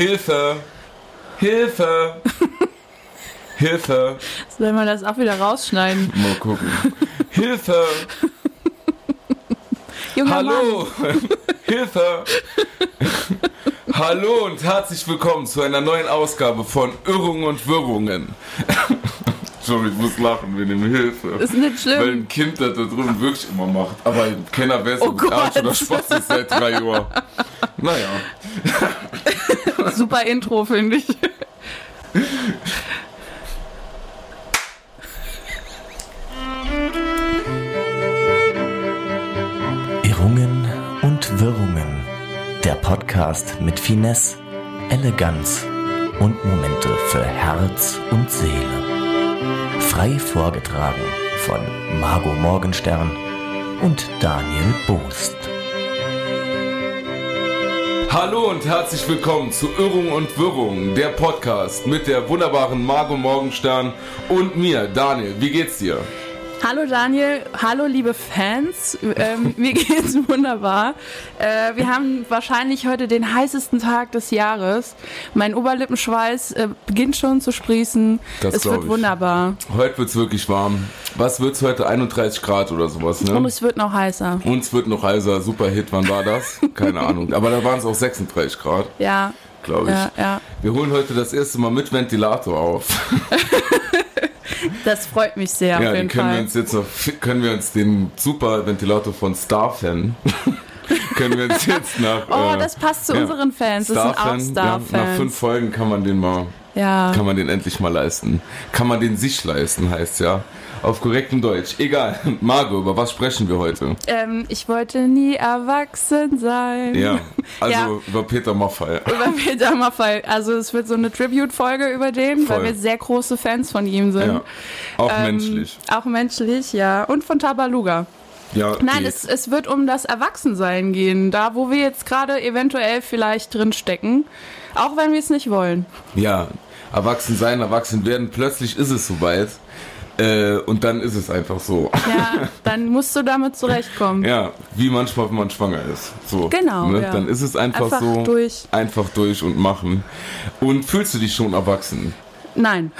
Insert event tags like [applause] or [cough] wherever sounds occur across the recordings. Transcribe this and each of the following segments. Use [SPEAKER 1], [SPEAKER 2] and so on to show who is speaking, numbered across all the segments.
[SPEAKER 1] Hilfe!
[SPEAKER 2] [laughs]
[SPEAKER 1] Hilfe! Hilfe!
[SPEAKER 2] Soll man das auch wieder rausschneiden?
[SPEAKER 1] Mal gucken. Hilfe!
[SPEAKER 2] Junger Mann.
[SPEAKER 1] Hallo! Hilfe! Hallo und herzlich willkommen zu einer neuen Ausgabe von Irrungen und Wirrungen. [laughs] Entschuldigung, ich muss lachen wegen dem Hilfe.
[SPEAKER 2] Ist nicht schlimm.
[SPEAKER 1] Weil ein Kind das da drüben wirklich immer macht. Aber keiner weiß,
[SPEAKER 2] Oh
[SPEAKER 1] ob es Arsch
[SPEAKER 2] Gott.
[SPEAKER 1] oder Spaß ist seit drei Uhr. Naja.
[SPEAKER 2] Super Intro, finde ich.
[SPEAKER 3] Irrungen und Wirrungen. Der Podcast mit Finesse, Eleganz und Momente für Herz und Seele. Frei vorgetragen von Margot Morgenstern und Daniel Boost.
[SPEAKER 1] Hallo und herzlich willkommen zu Irrung und Wirrung, der Podcast mit der wunderbaren Margot Morgenstern und mir, Daniel. Wie geht's dir?
[SPEAKER 2] Hallo Daniel, hallo liebe Fans. Ähm,
[SPEAKER 1] [laughs]
[SPEAKER 2] mir geht's wunderbar. Äh, wir haben wahrscheinlich heute den heißesten Tag des Jahres. Mein Oberlippenschweiß äh, beginnt schon zu sprießen.
[SPEAKER 1] Das
[SPEAKER 2] es
[SPEAKER 1] glaub
[SPEAKER 2] wird
[SPEAKER 1] ich.
[SPEAKER 2] wunderbar.
[SPEAKER 1] Heute wird's wirklich warm. Was wird's heute? 31 Grad oder sowas, ne?
[SPEAKER 2] Und es wird noch heißer.
[SPEAKER 1] Uns wird noch heiser, super Hit, wann war
[SPEAKER 2] [laughs]
[SPEAKER 1] das? Keine Ahnung. Aber da waren es auch 36 Grad,
[SPEAKER 2] Ja,
[SPEAKER 1] glaube ich.
[SPEAKER 2] ja, ja.
[SPEAKER 1] Wir holen heute das erste Mal mit Ventilator auf.
[SPEAKER 2] Das freut mich sehr
[SPEAKER 1] Ja,
[SPEAKER 2] auf
[SPEAKER 1] den
[SPEAKER 2] jeden
[SPEAKER 1] können wir
[SPEAKER 2] Fall.
[SPEAKER 1] uns jetzt noch, können wir uns den super Ventilator von Starfan [laughs] können wir uns jetzt nach
[SPEAKER 2] Oh,
[SPEAKER 1] äh,
[SPEAKER 2] das passt zu
[SPEAKER 1] ja.
[SPEAKER 2] unseren Fans. Das sind auch
[SPEAKER 1] Starfan, ja, nach fünf
[SPEAKER 2] Star-Fans.
[SPEAKER 1] Folgen kann man den mal,
[SPEAKER 2] Ja,
[SPEAKER 1] kann man den endlich mal leisten. Kann man den sich leisten, heißt ja. Auf korrektem Deutsch. Egal. [laughs] Margot, über was sprechen wir
[SPEAKER 2] [laughs]
[SPEAKER 1] heute?
[SPEAKER 2] ähm, ich wollte nie erwachsen sein.
[SPEAKER 1] Ja. Also
[SPEAKER 2] Ja.
[SPEAKER 1] über Peter Maffay.
[SPEAKER 2] über Peter Maffay. Also es wird so eine Tribute-Folge über den,
[SPEAKER 1] Voll.
[SPEAKER 2] weil wir sehr große Fans von ihm sind.
[SPEAKER 1] Ja. Auch
[SPEAKER 2] Ähm,
[SPEAKER 1] menschlich.
[SPEAKER 2] Auch menschlich, ja. Und von Tabaluga.
[SPEAKER 1] Ja,
[SPEAKER 2] Nein,
[SPEAKER 1] die-
[SPEAKER 2] es, es wird um das Erwachsensein gehen, da wo wir jetzt gerade eventuell vielleicht drin stecken. Auch wenn wir es nicht wollen.
[SPEAKER 1] ja, erwachsen sein, erwachsen werden, plötzlich ist es soweit. Äh, und dann ist es einfach so. [laughs]
[SPEAKER 2] Ja, dann musst du damit zurechtkommen.
[SPEAKER 1] Ja, wie manchmal, wenn man schwanger ist. So,
[SPEAKER 2] Genau,
[SPEAKER 1] Ne?
[SPEAKER 2] ja.
[SPEAKER 1] Dann ist es einfach,
[SPEAKER 2] Einfach
[SPEAKER 1] so.
[SPEAKER 2] durch.
[SPEAKER 1] Einfach durch und machen. Und fühlst du dich schon erwachsen?
[SPEAKER 2] Nein.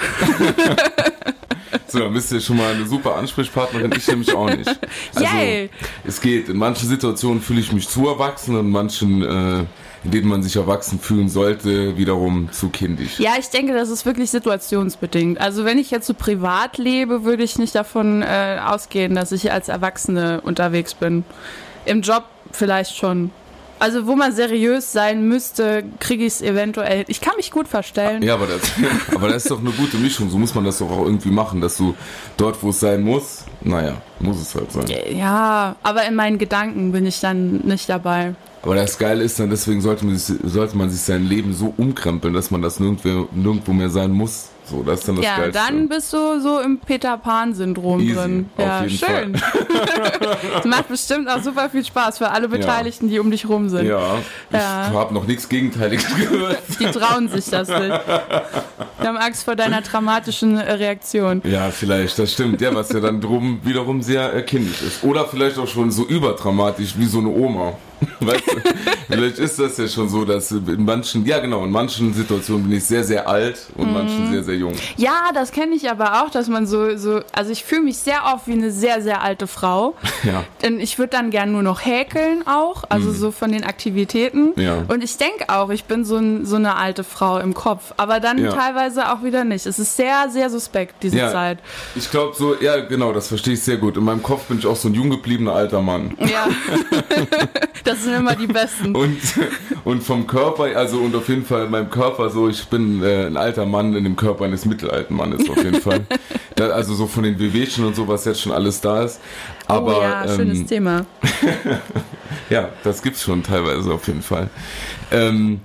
[SPEAKER 1] So, dann bist du schon mal eine super Ansprechpartnerin. Ich nämlich auch nicht.
[SPEAKER 2] [laughs]
[SPEAKER 1] Also,
[SPEAKER 2] Yay.
[SPEAKER 1] es geht. In manchen Situationen fühle ich mich zu erwachsen und in manchen, äh, in denen man sich erwachsen fühlen sollte, wiederum zu kindisch.
[SPEAKER 2] Ja, ich denke, das ist wirklich situationsbedingt. Also wenn ich jetzt so privat lebe, würde ich nicht davon äh, ausgehen, dass ich als Erwachsene unterwegs bin. Im Job vielleicht schon. Also wo man seriös sein müsste, kriege ich es eventuell. Ich kann mich gut verstellen.
[SPEAKER 1] Ja, aber das, [laughs] aber das ist doch eine gute Mischung. So muss man das doch auch irgendwie machen, dass du dort, wo es sein muss, naja, muss es halt sein.
[SPEAKER 2] Ja, aber in meinen Gedanken bin ich dann nicht dabei.
[SPEAKER 1] Aber das Geile ist dann, deswegen sollte man, sich, sollte man sich sein Leben so umkrempeln, dass man das nirgendwo, nirgendwo mehr sein muss. So, das ist dann das
[SPEAKER 2] ja,
[SPEAKER 1] Geilste.
[SPEAKER 2] dann bist du so im Peter Pan-Syndrom
[SPEAKER 1] Easy,
[SPEAKER 2] drin.
[SPEAKER 1] auf
[SPEAKER 2] ja,
[SPEAKER 1] jeden
[SPEAKER 2] schön. [laughs] das macht bestimmt auch super viel Spaß für alle Beteiligten, die um dich rum sind.
[SPEAKER 1] ja, ich
[SPEAKER 2] Ja.
[SPEAKER 1] habe noch nichts Gegenteiliges [laughs] gehört.
[SPEAKER 2] Die trauen sich das nicht. Die haben Angst vor deiner dramatischen äh, Reaktion.
[SPEAKER 1] Ja, vielleicht, das stimmt. Ja, was ja dann drum wiederum sehr äh, kindisch ist. Oder vielleicht auch schon so überdramatisch wie so eine Oma. [laughs] Weißt du, vielleicht ist das ja schon so, dass in manchen, ja genau, in manchen Situationen bin ich sehr, sehr alt und in manchen sehr, sehr jung.
[SPEAKER 2] Ja, das kenne ich aber auch, dass man so, so also ich fühle mich sehr oft wie eine sehr, sehr alte Frau.
[SPEAKER 1] Ja. Mhm.
[SPEAKER 2] Denn ich würde dann gern nur noch häkeln auch, also so von den Aktivitäten.
[SPEAKER 1] Ja.
[SPEAKER 2] Und ich denke auch, ich bin so, ein, so eine alte Frau im Kopf. Aber dann
[SPEAKER 1] Ja.
[SPEAKER 2] teilweise auch wieder nicht. Es ist sehr, sehr suspekt,
[SPEAKER 1] [laughs]
[SPEAKER 2] diese Zeit.
[SPEAKER 1] Ich glaube so, ja genau, das verstehe ich sehr gut. In meinem Kopf bin ich auch so ein jung gebliebener alter Mann.
[SPEAKER 2] Ja. [laughs] das sind immer die Besten.
[SPEAKER 1] Und, [laughs] und vom Körper, also und auf jeden Fall in meinem Körper so, ich bin äh, ein alter Mann in dem Körper eines mittelalten Mannes auf jeden
[SPEAKER 2] [laughs]
[SPEAKER 1] Fall. Da, also so von den Wehwehchen und so, was jetzt schon alles da ist. Aber
[SPEAKER 2] oh ja, schönes
[SPEAKER 1] ähm,
[SPEAKER 2] Thema.
[SPEAKER 1] ja, das gibt's schon teilweise auf jeden Fall. Ähm,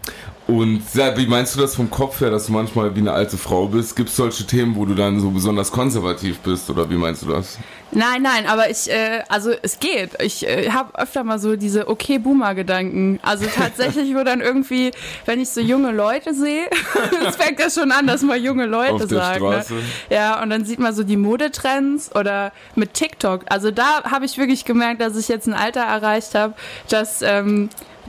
[SPEAKER 1] und ja, wie meinst du das vom Kopf her, dass du manchmal wie eine alte Frau bist? Gibt's solche Themen, wo du dann so besonders konservativ bist oder wie meinst du das?
[SPEAKER 2] Nein, nein, aber ich, äh, also es geht. Ich äh, habe öfter mal so diese Okay-Boomer-Gedanken. Also tatsächlich, wo dann irgendwie, wenn ich so junge Leute sehe, [laughs] es fängt ja schon an, dass man junge Leute
[SPEAKER 1] Auf der
[SPEAKER 2] sagt.
[SPEAKER 1] Straße.
[SPEAKER 2] Ne? Ja, und dann sieht man so die Modetrends oder mit TikTok. Also da habe ich wirklich gemerkt, dass ich jetzt ein Alter erreicht habe, dass ähm,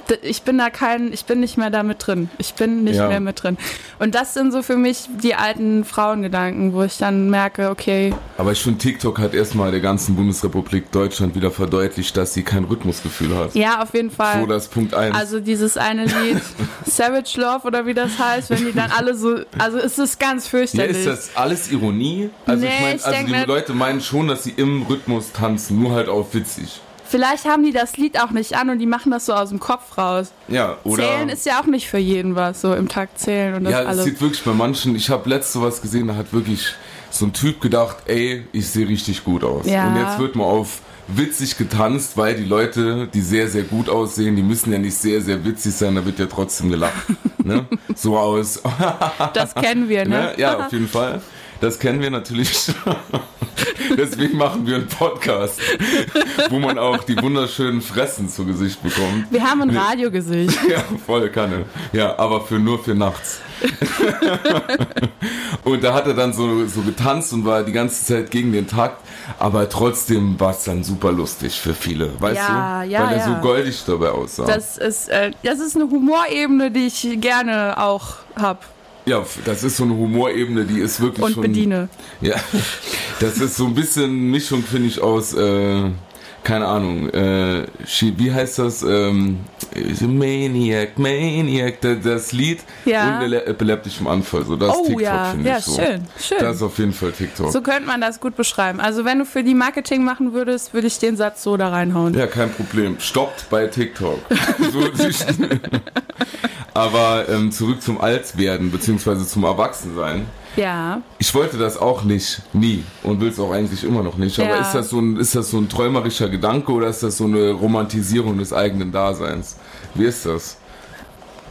[SPEAKER 2] d- ich bin da kein, ich bin nicht mehr da mit drin. Ich bin nicht
[SPEAKER 1] Ja.
[SPEAKER 2] mehr mit drin. Und das sind so für mich die alten Frauengedanken, wo ich dann merke, okay,
[SPEAKER 1] Aber ich finde, TikTok hat erstmal der ganzen Bundesrepublik Deutschland wieder verdeutlicht, dass sie kein Rhythmusgefühl hat.
[SPEAKER 2] ja, auf jeden Fall.
[SPEAKER 1] So, das ist Punkt 1.
[SPEAKER 2] Also dieses
[SPEAKER 1] [laughs]
[SPEAKER 2] eine Lied, Savage Love oder wie das heißt, wenn die dann alle so, also es ist ganz
[SPEAKER 1] ja,
[SPEAKER 2] fürchterlich.
[SPEAKER 1] ist das alles Ironie? Also
[SPEAKER 2] Nee,
[SPEAKER 1] ich meine,
[SPEAKER 2] ich
[SPEAKER 1] also
[SPEAKER 2] denk
[SPEAKER 1] die
[SPEAKER 2] nicht.
[SPEAKER 1] Leute meinen schon, dass sie im Rhythmus tanzen, nur halt auf witzig.
[SPEAKER 2] Vielleicht haben die das Lied auch nicht an und die machen das so aus dem Kopf raus.
[SPEAKER 1] Ja, oder?
[SPEAKER 2] zählen ist ja auch nicht für jeden was, so im Takt zählen und das
[SPEAKER 1] ja, es
[SPEAKER 2] alles.
[SPEAKER 1] sieht wirklich bei manchen, ich habe letzte was gesehen, da hat wirklich so ein Typ gedacht, ey, ich sehe richtig gut aus.
[SPEAKER 2] Ja.
[SPEAKER 1] Und jetzt wird mal auf witzig getanzt, weil die Leute, die sehr, sehr gut aussehen, die müssen ja nicht sehr, sehr witzig sein, da wird ja trotzdem gelacht.
[SPEAKER 2] [laughs]
[SPEAKER 1] ne? So aus,
[SPEAKER 2] Das kennen wir, ne?
[SPEAKER 1] Ne? [laughs] Ja, auf jeden Fall. Das kennen wir natürlich. [laughs] Deswegen machen wir einen Podcast, wo man auch die wunderschönen Fressen zu Gesicht bekommt.
[SPEAKER 2] Wir haben ein Radiogesicht.
[SPEAKER 1] Ja, voll Kanne. Ja, aber für nur für nachts. und da hat er dann so, so getanzt und war die ganze Zeit gegen den Takt, aber trotzdem war es dann super lustig für viele, weißt
[SPEAKER 2] Ja,
[SPEAKER 1] du?
[SPEAKER 2] ja,
[SPEAKER 1] Weil er
[SPEAKER 2] ja.
[SPEAKER 1] so goldig dabei aussah.
[SPEAKER 2] Das ist, äh, das ist eine Humorebene, die ich gerne auch hab
[SPEAKER 1] ja, f- das ist so eine Humorebene, die ist wirklich
[SPEAKER 2] und
[SPEAKER 1] schon
[SPEAKER 2] bediene.
[SPEAKER 1] Ja, [laughs] das ist so ein bisschen Mischung, finde ich, aus, äh, keine Ahnung, äh, Shi- wie heißt das? Ähm, äh, Maniac, Maniac, da- das Lied
[SPEAKER 2] Ja.
[SPEAKER 1] und äh, ele- epileptischem Anfall. So, das ist
[SPEAKER 2] Oh
[SPEAKER 1] TikTok,
[SPEAKER 2] ja,
[SPEAKER 1] finde
[SPEAKER 2] ja,
[SPEAKER 1] ich so.
[SPEAKER 2] schön, schön.
[SPEAKER 1] Das ist auf jeden Fall TikTok.
[SPEAKER 2] so könnte man das gut beschreiben. Also wenn du für die Marketing machen würdest, würde ich den Satz so da reinhauen.
[SPEAKER 1] Ja, kein Problem. Stoppt bei
[SPEAKER 2] [laughs]
[SPEAKER 1] TikTok. so, sich- [laughs] Aber ähm, zurück zum Altwerden, beziehungsweise zum Erwachsensein.
[SPEAKER 2] Ja.
[SPEAKER 1] Ich wollte das auch nicht, nie und will es auch eigentlich immer noch nicht. Aber
[SPEAKER 2] Ja.
[SPEAKER 1] ist das, so ein, ist das so ein träumerischer Gedanke oder ist das so eine Romantisierung des eigenen Daseins? Wie ist das?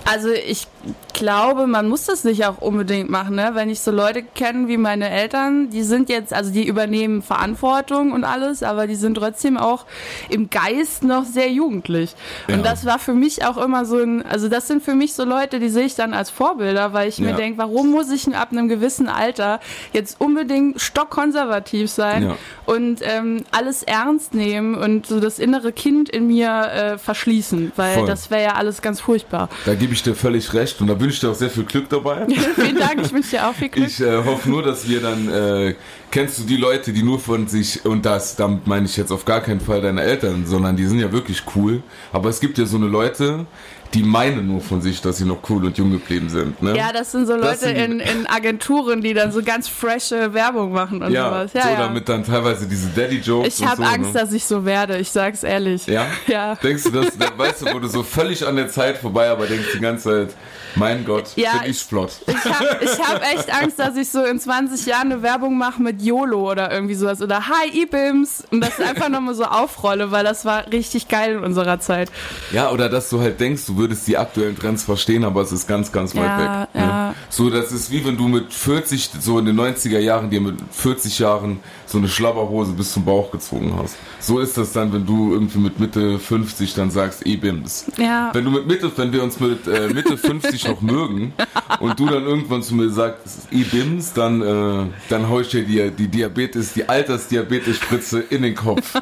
[SPEAKER 2] Also ich glaube, man muss das nicht auch unbedingt machen, ne? Wenn ich so Leute kenne wie meine Eltern, die sind jetzt, also die übernehmen Verantwortung und alles, aber die sind trotzdem auch im Geist noch sehr jugendlich.
[SPEAKER 1] Ja.
[SPEAKER 2] Und das war für mich auch immer so ein, also das sind für mich so Leute, die sehe ich dann als Vorbilder, weil ich
[SPEAKER 1] Ja.
[SPEAKER 2] mir denke, warum muss ich denn ab einem gewissen Alter jetzt unbedingt stockkonservativ sein
[SPEAKER 1] Ja.
[SPEAKER 2] und ähm, alles ernst nehmen und so das innere Kind in mir äh, verschließen, weil
[SPEAKER 1] Voll.
[SPEAKER 2] das wäre ja alles ganz furchtbar.
[SPEAKER 1] Da gebe ich dir völlig recht und da wünsche ich dir auch sehr viel Glück dabei.
[SPEAKER 2] [laughs] Vielen Dank, ich wünsche dir auch viel Glück.
[SPEAKER 1] Ich äh, hoffe nur, dass wir dann, äh, kennst du die Leute, die nur von sich, und das, damit meine ich jetzt auf gar keinen Fall deine Eltern, sondern die sind ja wirklich cool. Aber es gibt ja so eine Leute, die meinen nur von sich, dass sie noch cool und jung geblieben sind. Ne?
[SPEAKER 2] ja, das sind so Leute
[SPEAKER 1] Das sind-
[SPEAKER 2] in, in Agenturen, die dann so ganz freshe Werbung machen und
[SPEAKER 1] ja,
[SPEAKER 2] sowas. Ja,
[SPEAKER 1] so
[SPEAKER 2] ja.
[SPEAKER 1] damit dann teilweise diese Daddy-Jokes
[SPEAKER 2] ich
[SPEAKER 1] und
[SPEAKER 2] habe
[SPEAKER 1] so, ne?
[SPEAKER 2] Angst, dass ich so werde, ich sag's ehrlich.
[SPEAKER 1] Ja?
[SPEAKER 2] Ja.
[SPEAKER 1] Denkst du, dass, da, weißt du, wurde so völlig an der Zeit vorbei, aber denkst die ganze Zeit, mein Gott,
[SPEAKER 2] Ja,
[SPEAKER 1] bin ich,
[SPEAKER 2] ich-
[SPEAKER 1] flott.
[SPEAKER 2] Ich habe ich hab echt Angst, dass ich so in 20 Jahren eine Werbung mache mit YOLO oder irgendwie sowas oder Hi Ibims und das einfach nochmal so aufrolle, weil das war richtig geil in unserer Zeit.
[SPEAKER 1] Ja, oder dass du halt denkst, du würdest die aktuellen Trends verstehen, aber es ist ganz, ganz weit
[SPEAKER 2] Ja,
[SPEAKER 1] weg. ne?
[SPEAKER 2] ja.
[SPEAKER 1] So, das ist wie wenn du mit 40, so in den 90er Jahren, dir mit 40 Jahren so eine Schlabberhose bis zum Bauch gezogen hast. So ist das dann, wenn du irgendwie mit Mitte 50 dann sagst, eh bims.
[SPEAKER 2] Ja.
[SPEAKER 1] Wenn du mit Mitte, wenn wir uns mit äh,
[SPEAKER 2] [laughs]
[SPEAKER 1] Mitte 50 noch mögen und du dann irgendwann zu mir sagst, eh bims, dann, äh, dann hau ich dir die, die Diabetes, die Altersdiabetes-Spritze in den
[SPEAKER 2] [laughs]
[SPEAKER 1] Kopf.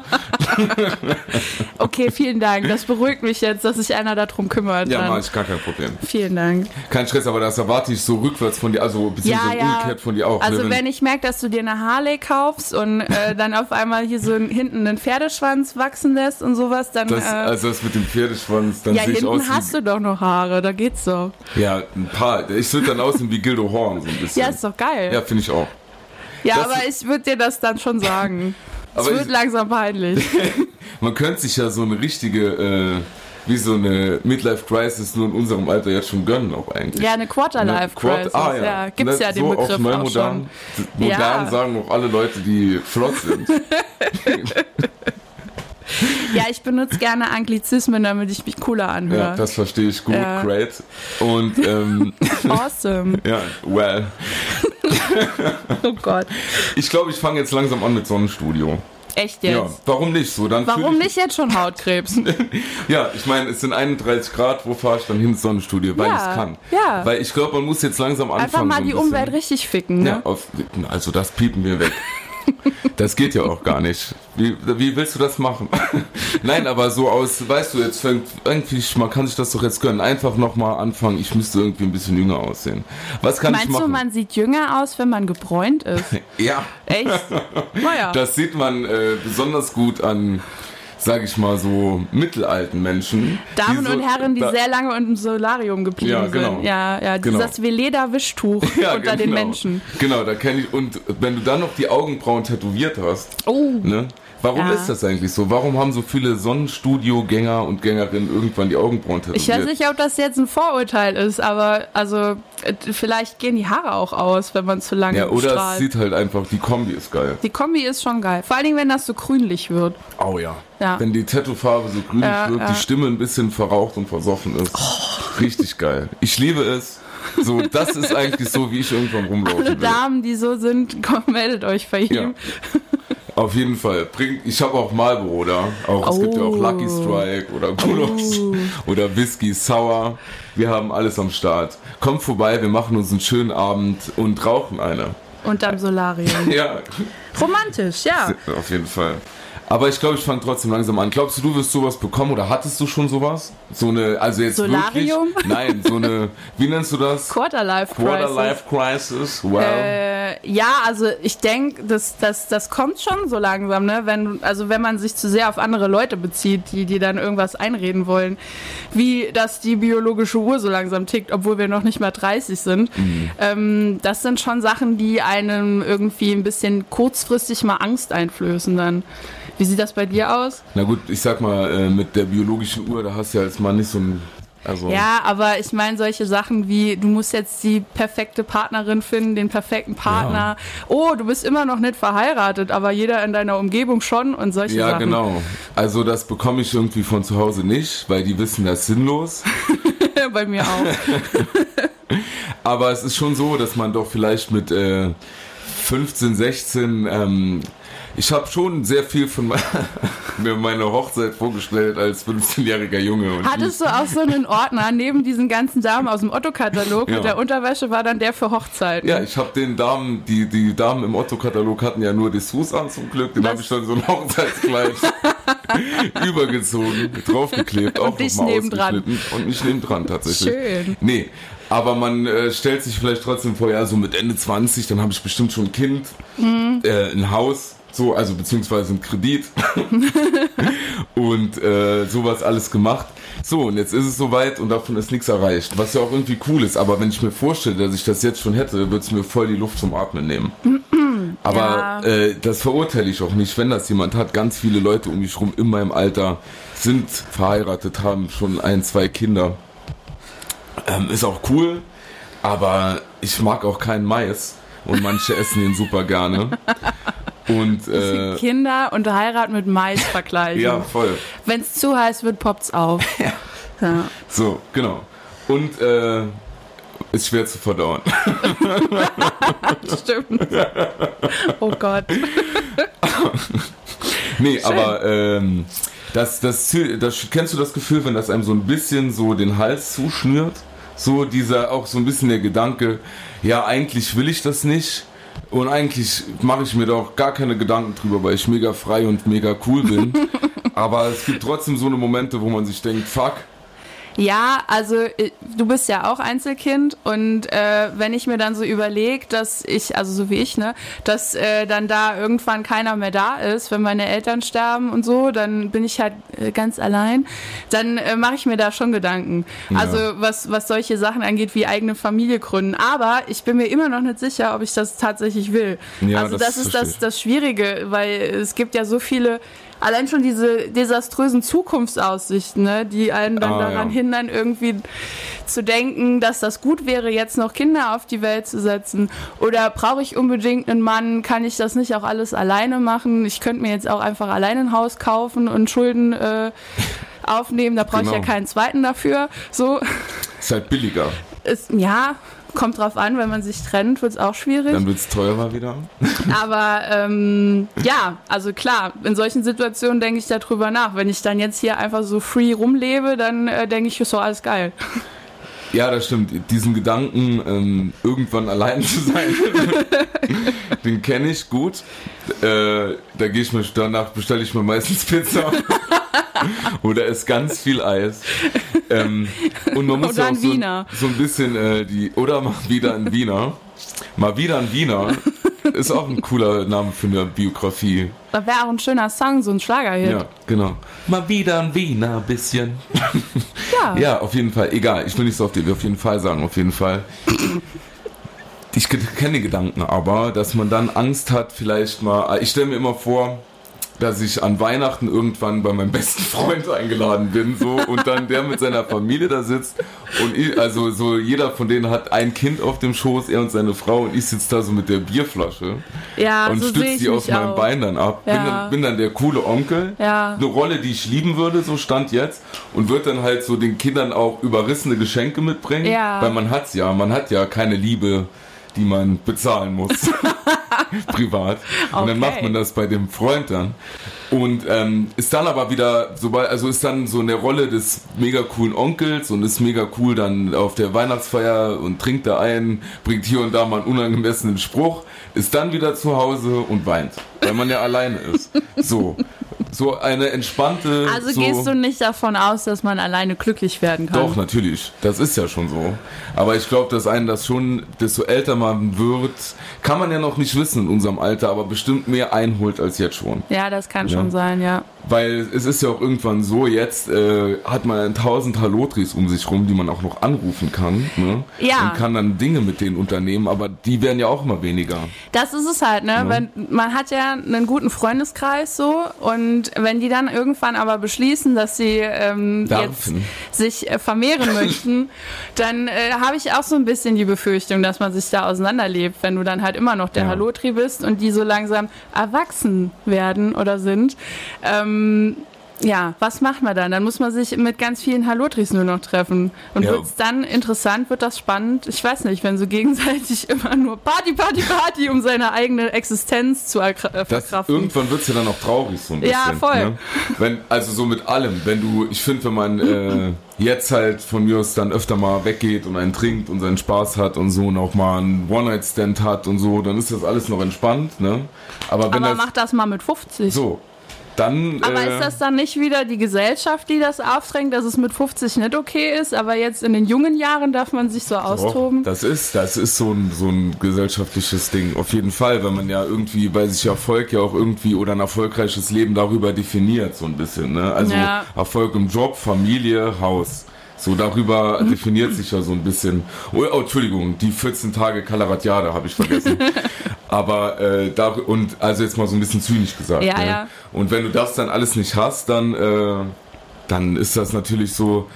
[SPEAKER 2] Okay, vielen Dank. Das beruhigt mich jetzt, dass sich einer darum kümmert.
[SPEAKER 1] Ja,
[SPEAKER 2] dann.
[SPEAKER 1] mach ich gar kein Problem.
[SPEAKER 2] Vielen Dank.
[SPEAKER 1] Kein Stress, aber das erwarte ich so rückwärts von dir, also beziehungsweise umgekehrt von dir auch.
[SPEAKER 2] Also
[SPEAKER 1] ne,
[SPEAKER 2] wenn, ich merke, dass du dir eine Harley kaufst
[SPEAKER 1] [laughs]
[SPEAKER 2] und äh, dann auf einmal hier so einen- hinten einen Pferdeschwanz wachsen lässt und sowas, dann
[SPEAKER 1] das,
[SPEAKER 2] äh,
[SPEAKER 1] also das mit dem Pferdeschwanz, dann
[SPEAKER 2] ja,
[SPEAKER 1] sehe ich aus
[SPEAKER 2] hinten hast
[SPEAKER 1] wie,
[SPEAKER 2] du doch noch Haare, da geht's doch.
[SPEAKER 1] Ja, ein paar. Ich würde dann aussehen wie Gildo Horn so ein bisschen.
[SPEAKER 2] Ja, ist doch geil.
[SPEAKER 1] Ja,
[SPEAKER 2] Ja,
[SPEAKER 1] finde ich auch. das-
[SPEAKER 2] aber ich würde dir das dann schon sagen. Es
[SPEAKER 1] [laughs] Aber
[SPEAKER 2] wird
[SPEAKER 1] ich- [laughs]
[SPEAKER 2] langsam peinlich.
[SPEAKER 1] Man könnte sich ja so eine richtige, äh, wie so eine Midlife-Crisis nur in unserem Alter jetzt schon gönnen auch eigentlich.
[SPEAKER 2] Ja, eine Quarterlife-Crisis.
[SPEAKER 1] Ne? Quad-
[SPEAKER 2] ja. Gibt's
[SPEAKER 1] Ne,
[SPEAKER 2] ja den
[SPEAKER 1] so
[SPEAKER 2] Begriff
[SPEAKER 1] auf neu
[SPEAKER 2] auch
[SPEAKER 1] modern,
[SPEAKER 2] schon.
[SPEAKER 1] modern
[SPEAKER 2] Ja.
[SPEAKER 1] sagen auch alle Leute, die flott
[SPEAKER 2] [laughs]
[SPEAKER 1] sind.
[SPEAKER 2] Ja, ich benutze gerne Anglizismen, damit ich mich cooler
[SPEAKER 1] ja,
[SPEAKER 2] anhöre.
[SPEAKER 1] das verstehe ich gut,
[SPEAKER 2] Ja.
[SPEAKER 1] great. Und ähm,
[SPEAKER 2] [laughs]
[SPEAKER 1] [laughs]
[SPEAKER 2] awesome.
[SPEAKER 1] ja, well.
[SPEAKER 2] Oh Gott.
[SPEAKER 1] Ich glaube, ich fange jetzt langsam an mit Sonnenstudio.
[SPEAKER 2] Echt
[SPEAKER 1] Ja,
[SPEAKER 2] jetzt?
[SPEAKER 1] warum nicht so? Dann fühl
[SPEAKER 2] Warum
[SPEAKER 1] ich-
[SPEAKER 2] nicht jetzt schon
[SPEAKER 1] [laughs]
[SPEAKER 2] Hautkrebs?
[SPEAKER 1] Ja, ich meine, es sind 31 Grad, wo fahre ich dann hin ins Sonnenstudio, weil
[SPEAKER 2] Ja,
[SPEAKER 1] ich kann.
[SPEAKER 2] ja.
[SPEAKER 1] Weil ich glaube, man muss jetzt langsam anfangen.
[SPEAKER 2] Einfach mal
[SPEAKER 1] so ein
[SPEAKER 2] die
[SPEAKER 1] bisschen.
[SPEAKER 2] Umwelt richtig ficken, ne?
[SPEAKER 1] Ja, auf, also das piepen wir weg. Das geht ja auch gar nicht. Wie, wie willst du das machen? [laughs] Nein, aber so aus, weißt du, jetzt fängt irgendwie, man kann sich das doch jetzt gönnen. Einfach nochmal anfangen, ich müsste irgendwie ein bisschen jünger aussehen. Was kann
[SPEAKER 2] Meinst
[SPEAKER 1] ich machen?
[SPEAKER 2] du, man sieht jünger aus, wenn man
[SPEAKER 1] [laughs]
[SPEAKER 2] gebräunt ist?
[SPEAKER 1] ja,
[SPEAKER 2] Echt? Oh Naja.
[SPEAKER 1] das sieht man äh, besonders gut an, sag ich mal, so mittelalten Menschen. die
[SPEAKER 2] Damen
[SPEAKER 1] so-
[SPEAKER 2] und Herren, die
[SPEAKER 1] da-
[SPEAKER 2] sehr lange im Solarium geblieben
[SPEAKER 1] Ja, genau.
[SPEAKER 2] sind. Ja, ja,
[SPEAKER 1] Genau.
[SPEAKER 2] dieses Veleda-Wischtuch
[SPEAKER 1] [laughs] [laughs] Ja,
[SPEAKER 2] unter den Menschen.
[SPEAKER 1] Genau, da kenne ich. Und wenn du dann noch die Augenbrauen tätowiert hast,
[SPEAKER 2] Oh,
[SPEAKER 1] Ne? Warum
[SPEAKER 2] Ja.
[SPEAKER 1] ist das eigentlich so? Warum haben so viele Sonnenstudio-Gänger und Gängerinnen irgendwann die Augenbrauen tätowiert?
[SPEAKER 2] ich weiß nicht, ob das jetzt ein Vorurteil ist, aber also äh, vielleicht gehen die Haare auch aus, wenn man zu lange
[SPEAKER 1] Ja, oder es
[SPEAKER 2] strahlt.
[SPEAKER 1] sieht halt einfach, die Kombi ist geil.
[SPEAKER 2] die Kombi ist schon geil. Vor allen Dingen, wenn das so grünlich wird.
[SPEAKER 1] Oh ja.
[SPEAKER 2] Ja.
[SPEAKER 1] Wenn die Tattoofarbe so grünlich
[SPEAKER 2] Ja,
[SPEAKER 1] wird,
[SPEAKER 2] ja. Oh.
[SPEAKER 1] die Stimme ein bisschen verraucht und versoffen ist. Richtig geil. Ich liebe es. So, das ist eigentlich so, wie ich irgendwann
[SPEAKER 2] Alle
[SPEAKER 1] rumlaufen will.
[SPEAKER 2] Damen, die so sind, [laughs] komm, meldet euch bei ihm.
[SPEAKER 1] Ja. [laughs] Auf jeden Fall. Bringt, ich habe auch Marlboro da. Auch, Es gibt ja auch
[SPEAKER 2] Oh.
[SPEAKER 1] Lucky Strike oder Bullocks oder Whisky Sour. Wir haben alles am Start. Kommt vorbei, wir machen uns einen schönen Abend und rauchen
[SPEAKER 2] [laughs]
[SPEAKER 1] eine.
[SPEAKER 2] Unterm Solarium.
[SPEAKER 1] Ja, [laughs]
[SPEAKER 2] Romantisch, ja.
[SPEAKER 1] auf jeden Fall. Aber ich glaube, ich fange trotzdem langsam an. Glaubst du, du wirst sowas bekommen oder hattest du schon sowas? So eine, also jetzt
[SPEAKER 2] Solarium?
[SPEAKER 1] wirklich? [laughs] Nein, so eine, wie nennst du das?
[SPEAKER 2] Quarterlife Crisis.
[SPEAKER 1] Quarter-Life Crisis. Wow.
[SPEAKER 2] Äh, ja, also ich denke, das, das, das kommt schon so langsam, ne? Wenn, also wenn man sich zu sehr auf andere Leute bezieht, die, die dann irgendwas einreden wollen, wie dass die biologische Uhr so langsam tickt, obwohl wir noch nicht mal 30 sind. Ähm, das sind schon Sachen, die einem irgendwie ein bisschen kurzfristig mal Angst einflößen dann. Wie sieht das bei dir aus?
[SPEAKER 1] Na gut, ich sag mal, äh, mit der biologischen Uhr, da hast du ja jetzt mal nicht so ein. Also,
[SPEAKER 2] Ja, aber ich meine solche Sachen wie, du musst jetzt die perfekte Partnerin finden, den perfekten Partner. Oh, du bist immer noch nicht verheiratet, aber jeder in deiner Umgebung schon und solche
[SPEAKER 1] Ja,
[SPEAKER 2] Sachen.
[SPEAKER 1] genau. Also das bekomme ich irgendwie von zu Hause nicht, weil die wissen, das ist sinnlos.
[SPEAKER 2] [laughs] Bei mir auch.
[SPEAKER 1] Aber es ist schon so, dass man doch vielleicht mit äh, 15, 16... Ähm, ich habe schon sehr viel von [laughs] me mir meine Hochzeit vorgestellt als 15-jähriger Junge. Und
[SPEAKER 2] Hattest du auch so einen Ordner neben diesen ganzen Damen aus dem Otto-Katalog
[SPEAKER 1] Ja.
[SPEAKER 2] und der Unterwäsche war dann der für Hochzeiten?
[SPEAKER 1] ja, ich habe den Damen, die, die Damen im Otto-Katalog hatten ja nur Dessous an zum Glück, den
[SPEAKER 2] Das-
[SPEAKER 1] habe ich dann so ein
[SPEAKER 2] [laughs]
[SPEAKER 1] Hochzeitskleid übergezogen, draufgeklebt, auch
[SPEAKER 2] dich
[SPEAKER 1] nochmal
[SPEAKER 2] nebendran.
[SPEAKER 1] ausgeschnitten und nicht nebendran tatsächlich.
[SPEAKER 2] Schön.
[SPEAKER 1] Nee, aber man äh, stellt sich vielleicht trotzdem vor, ja, so mit Ende 20, dann habe ich bestimmt schon ein Kind,
[SPEAKER 2] Mhm.
[SPEAKER 1] äh, ein Haus, so, also beziehungsweise einen Kredit und äh, sowas alles gemacht. So, und jetzt ist es soweit und davon ist nichts erreicht, was ja auch irgendwie cool ist. Aber wenn ich mir vorstelle, dass ich das jetzt schon hätte, würde es mir voll die Luft zum Atmen nehmen. Aber
[SPEAKER 2] Ja.
[SPEAKER 1] äh, das verurteile ich auch nicht, wenn das jemand hat. Ganz viele Leute um mich rum in meinem Alter sind verheiratet, haben schon ein, zwei Kinder. Ähm, ist auch cool, aber ich mag auch keinen Mais und manche essen ihn super gerne. Und äh,
[SPEAKER 2] Kinder und Heirat mit Mais vergleichen.
[SPEAKER 1] ja, voll.
[SPEAKER 2] Wenn es zu heiß wird, poppt's auf. Ja.
[SPEAKER 1] So, genau. Und äh, ist schwer zu verdauen. [laughs]
[SPEAKER 2] Stimmt. Oh Gott.
[SPEAKER 1] Nee, aber ähm, das, das, Ziel- das, kennst du das Gefühl, wenn das einem so ein bisschen so den Hals zuschnürt? So dieser, auch so ein bisschen der Gedanke, ja, eigentlich will ich das nicht. Und eigentlich mache ich mir da auch gar keine Gedanken drüber, weil ich mega frei und mega cool bin. aber es gibt trotzdem so eine Momente, wo man sich denkt, fuck,
[SPEAKER 2] Ja, also äh, du bist ja auch Einzelkind und äh, wenn ich mir dann so überlege, dass ich, also so wie ich, ne, dass äh, dann da irgendwann keiner mehr da ist, wenn meine Eltern sterben und so, dann bin ich halt äh, ganz allein, dann äh, mache ich mir da schon Gedanken. Also was, was solche Sachen angeht, wie eigene Familie gründen. Aber ich bin mir immer noch nicht sicher, ob ich das tatsächlich will.
[SPEAKER 1] Ja,
[SPEAKER 2] also
[SPEAKER 1] das
[SPEAKER 2] das, ist das,
[SPEAKER 1] verstehe
[SPEAKER 2] das Schwierige, weil es gibt ja so viele, allein schon diese desaströsen Zukunftsaussichten, ne, die einen dann
[SPEAKER 1] Ah,
[SPEAKER 2] daran
[SPEAKER 1] ja.
[SPEAKER 2] hindern, irgendwie zu denken, dass das gut wäre, jetzt noch Kinder auf die Welt zu setzen. Oder brauche ich unbedingt einen Mann? Kann ich das nicht auch alles alleine machen? Ich könnte mir jetzt auch einfach alleine ein Haus kaufen und Schulden äh,
[SPEAKER 1] [laughs]
[SPEAKER 2] aufnehmen. Da brauche ich
[SPEAKER 1] Genau.
[SPEAKER 2] ja keinen zweiten dafür. So,
[SPEAKER 1] ist halt billiger.
[SPEAKER 2] ist, ja, kommt drauf an, wenn man sich trennt, wird es auch schwierig.
[SPEAKER 1] Dann wird es teurer wieder.
[SPEAKER 2] Aber ähm, ja, also klar, in solchen Situationen denke ich darüber nach. Wenn ich dann jetzt hier einfach so free rumlebe, dann äh, denke ich, ist doch alles geil.
[SPEAKER 1] Ja, das stimmt. Diesen Gedanken, ähm, irgendwann allein zu
[SPEAKER 2] [laughs]
[SPEAKER 1] sein, den kenne ich gut. Äh, da gehe ich mir danach bestelle ich mir meistens
[SPEAKER 2] [laughs]
[SPEAKER 1] Pizza. Oder ist ganz viel Eis. Ähm, und man muss
[SPEAKER 2] Oder
[SPEAKER 1] ja auch
[SPEAKER 2] ein
[SPEAKER 1] so,
[SPEAKER 2] Wiener.
[SPEAKER 1] so ein bisschen äh, die. Oder mal wieder ein Wiener. Mal wieder ein Wiener. Ist auch ein cooler Name für eine Biografie.
[SPEAKER 2] Da wäre auch ein schöner Song, so ein Schlagerhit.
[SPEAKER 1] Ja, genau. Mal wieder ein Wiener bisschen. Ja, auf jeden Fall. Egal, ich will nicht so auf, die, auf jeden Fall sagen, auf jeden Fall. Ich ke- kenne den Gedanken aber, dass man dann Angst hat, vielleicht mal. ah, Ich stelle mir immer vor, dass ich an Weihnachten irgendwann bei meinem besten Freund eingeladen bin, so und dann der mit seiner Familie da sitzt und ich, also so jeder von denen hat ein Kind auf dem Schoß, er und seine Frau und ich sitze da so mit der Bierflasche
[SPEAKER 2] Ja,
[SPEAKER 1] und
[SPEAKER 2] so sehe
[SPEAKER 1] stütze
[SPEAKER 2] ich
[SPEAKER 1] die aus
[SPEAKER 2] mich
[SPEAKER 1] meinem
[SPEAKER 2] auch.
[SPEAKER 1] Bein dann ab. Bin,
[SPEAKER 2] Ja.
[SPEAKER 1] dann, bin dann der coole Onkel.
[SPEAKER 2] Ja.
[SPEAKER 1] Eine Rolle, die ich lieben würde, so stand jetzt. Und wird dann halt so den Kindern auch überrissene Geschenke mitbringen.
[SPEAKER 2] Ja.
[SPEAKER 1] Weil man hat's ja. Man hat ja keine Liebe, die man bezahlen muss.
[SPEAKER 2] [laughs]
[SPEAKER 1] [laughs] Privat. Und dann
[SPEAKER 2] Okay.
[SPEAKER 1] macht man das bei dem Freund dann. Und ähm, ist dann aber wieder, sobald, also ist dann so in der Rolle des mega coolen Onkels und ist mega cool dann auf der Weihnachtsfeier und trinkt da ein, bringt hier und da mal einen unangemessenen Spruch, ist dann wieder zu Hause und weint, weil man ja [laughs] alleine ist. So. So eine entspannte.
[SPEAKER 2] Also
[SPEAKER 1] so
[SPEAKER 2] gehst du nicht davon aus, dass man alleine glücklich werden kann?
[SPEAKER 1] doch, natürlich. Das ist ja schon so. Aber ich glaube, dass einen das schon, desto älter man wird, kann man ja noch nicht wissen in unserem Alter, aber bestimmt mehr einholt als jetzt schon.
[SPEAKER 2] Ja, das kann schon sein, ja.
[SPEAKER 1] Weil es ist ja auch irgendwann so, jetzt äh, hat man tausend Halotris um sich rum, die man auch noch anrufen kann. Ne?
[SPEAKER 2] Ja.
[SPEAKER 1] Und kann dann Dinge mit denen unternehmen, aber die werden ja auch immer weniger.
[SPEAKER 2] Das ist es halt, ne? Wenn, man hat ja einen guten Freundeskreis so und wenn die dann irgendwann aber beschließen, dass sie ähm, jetzt
[SPEAKER 1] Darfen.
[SPEAKER 2] sich äh, vermehren möchten, dann äh, habe ich auch so ein bisschen die Befürchtung, dass man sich da auseinanderlebt, wenn du dann halt immer noch der
[SPEAKER 1] Ja.
[SPEAKER 2] Halotri bist und die so langsam erwachsen werden oder sind. Ähm, ja, was macht man dann? Dann muss man sich mit ganz vielen Halotris nur noch treffen. Und
[SPEAKER 1] Ja.
[SPEAKER 2] wird's dann interessant, wird das spannend? Ich weiß nicht, wenn so gegenseitig [laughs] immer nur Party, Party, Party, um seine eigene Existenz zu erkra- äh,
[SPEAKER 1] Das,
[SPEAKER 2] verkraften.
[SPEAKER 1] irgendwann wird's ja dann auch traurig so ein bisschen.
[SPEAKER 2] Ja, voll.
[SPEAKER 1] Ne? Wenn, also so mit allem. Wenn du, ich finde, wenn man äh, jetzt halt von mir aus dann öfter mal weggeht und einen trinkt und seinen Spaß hat und so und auch mal einen One-Night-Stand hat und so, dann ist das alles noch entspannt. Ne? Aber wenn
[SPEAKER 2] Aber
[SPEAKER 1] das
[SPEAKER 2] mach das mal mit 50.
[SPEAKER 1] so, dann.
[SPEAKER 2] Aber
[SPEAKER 1] äh,
[SPEAKER 2] ist das dann nicht wieder die Gesellschaft, die das aufdrängt, dass es mit 50 nicht okay ist, aber jetzt in den jungen Jahren darf man sich so austoben?
[SPEAKER 1] Doch, das ist, das ist so ein, so ein gesellschaftliches Ding. Auf jeden Fall, wenn man ja irgendwie, weil sich Erfolg ja auch irgendwie oder ein erfolgreiches Leben darüber definiert, so ein bisschen. Ne? Also
[SPEAKER 2] Ja.
[SPEAKER 1] Erfolg im Job, Familie, Haus. So
[SPEAKER 2] Mhm.
[SPEAKER 1] darüber definiert sich ja so ein bisschen. Oh, oh Entschuldigung, die 14 Tage Kalaratjada habe ich
[SPEAKER 2] [laughs]
[SPEAKER 1] vergessen. Aber äh, da und also jetzt mal so ein bisschen zynisch gesagt.
[SPEAKER 2] Ja,
[SPEAKER 1] ne?
[SPEAKER 2] ja.
[SPEAKER 1] Und wenn du das dann alles nicht hast, dann äh, dann ist das natürlich so.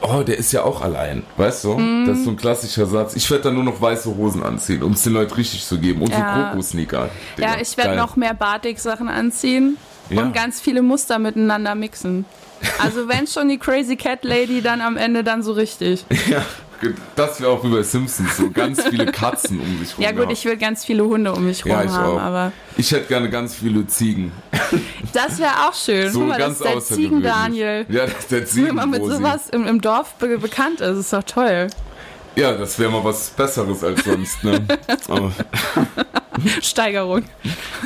[SPEAKER 1] Oh, der ist ja auch allein, weißt du? Das ist so ein klassischer Satz. Ich werde dann nur noch weiße Hosen anziehen, um es den Leuten richtig zu geben. Und so
[SPEAKER 2] Ja.
[SPEAKER 1] Kroko-Sneaker.
[SPEAKER 2] ja,
[SPEAKER 1] Digga.
[SPEAKER 2] ich werde
[SPEAKER 1] Geil.
[SPEAKER 2] noch mehr Batik-Sachen anziehen
[SPEAKER 1] Ja.
[SPEAKER 2] und ganz viele Muster miteinander mixen. Also wenn schon die Crazy Cat Lady, dann am Ende dann
[SPEAKER 1] [laughs]
[SPEAKER 2] so richtig.
[SPEAKER 1] [laughs] Ja, das wäre auch wie bei Simpsons, so ganz viele Katzen um sich rum.
[SPEAKER 2] Ja gut,
[SPEAKER 1] gehabt.
[SPEAKER 2] ich will ganz viele Hunde um mich rum
[SPEAKER 1] Ja, ich
[SPEAKER 2] haben,
[SPEAKER 1] auch.
[SPEAKER 2] aber
[SPEAKER 1] Ich hätte gerne ganz viele Ziegen.
[SPEAKER 2] das wäre auch schön.
[SPEAKER 1] So
[SPEAKER 2] Guck mal,
[SPEAKER 1] ganz
[SPEAKER 2] das ist der
[SPEAKER 1] außergewöhnlich.
[SPEAKER 2] Ziegen-Daniel.
[SPEAKER 1] Ja, das ist der
[SPEAKER 2] [laughs] Wenn man mit
[SPEAKER 1] Ziegenrosi.
[SPEAKER 2] sowas im, im Dorf be bekannt ist, ist doch toll.
[SPEAKER 1] Ja, das wäre mal was Besseres als sonst.
[SPEAKER 2] [laughs]
[SPEAKER 1] Ne? Aber
[SPEAKER 2] Steigerung.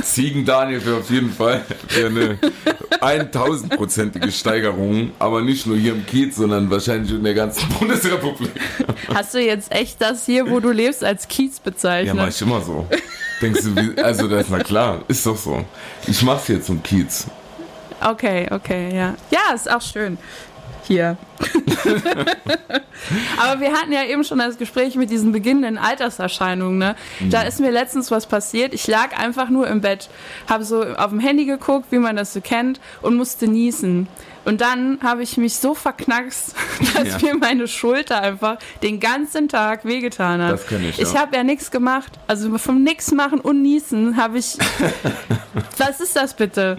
[SPEAKER 1] Ziegen-Daniel wäre auf jeden Fall wär eine 1000-prozentige Steigerung. Aber nicht nur hier im Kiez, sondern wahrscheinlich in der ganzen [laughs] Bundesrepublik.
[SPEAKER 2] Hast du jetzt echt das hier, wo du lebst, als Kiez
[SPEAKER 1] Ja, mach
[SPEAKER 2] bezeichnet?
[SPEAKER 1] ich immer so. Denkst du, wie, also das ist na klar, ist doch so. Ich mach's hier zum Kiez.
[SPEAKER 2] okay, okay, ja. Ja, ist auch schön.
[SPEAKER 1] [laughs]
[SPEAKER 2] Hier. Aber wir hatten ja eben schon das Gespräch mit diesen beginnenden Alterserscheinungen. Ne? Da
[SPEAKER 1] Mhm.
[SPEAKER 2] ist mir letztens was passiert. Ich lag einfach nur im Bett, habe so auf dem Handy geguckt, wie man das so kennt, und musste niesen. Und dann habe ich mich so verknackst, [laughs] dass
[SPEAKER 1] Ja.
[SPEAKER 2] mir meine Schulter einfach den ganzen Tag wehgetan hat.
[SPEAKER 1] Das kenn ich,
[SPEAKER 2] Ich
[SPEAKER 1] ja.
[SPEAKER 2] habe ja nichts gemacht. Also vom Nix machen und niesen
[SPEAKER 1] [laughs]
[SPEAKER 2] habe ich. was ist das bitte?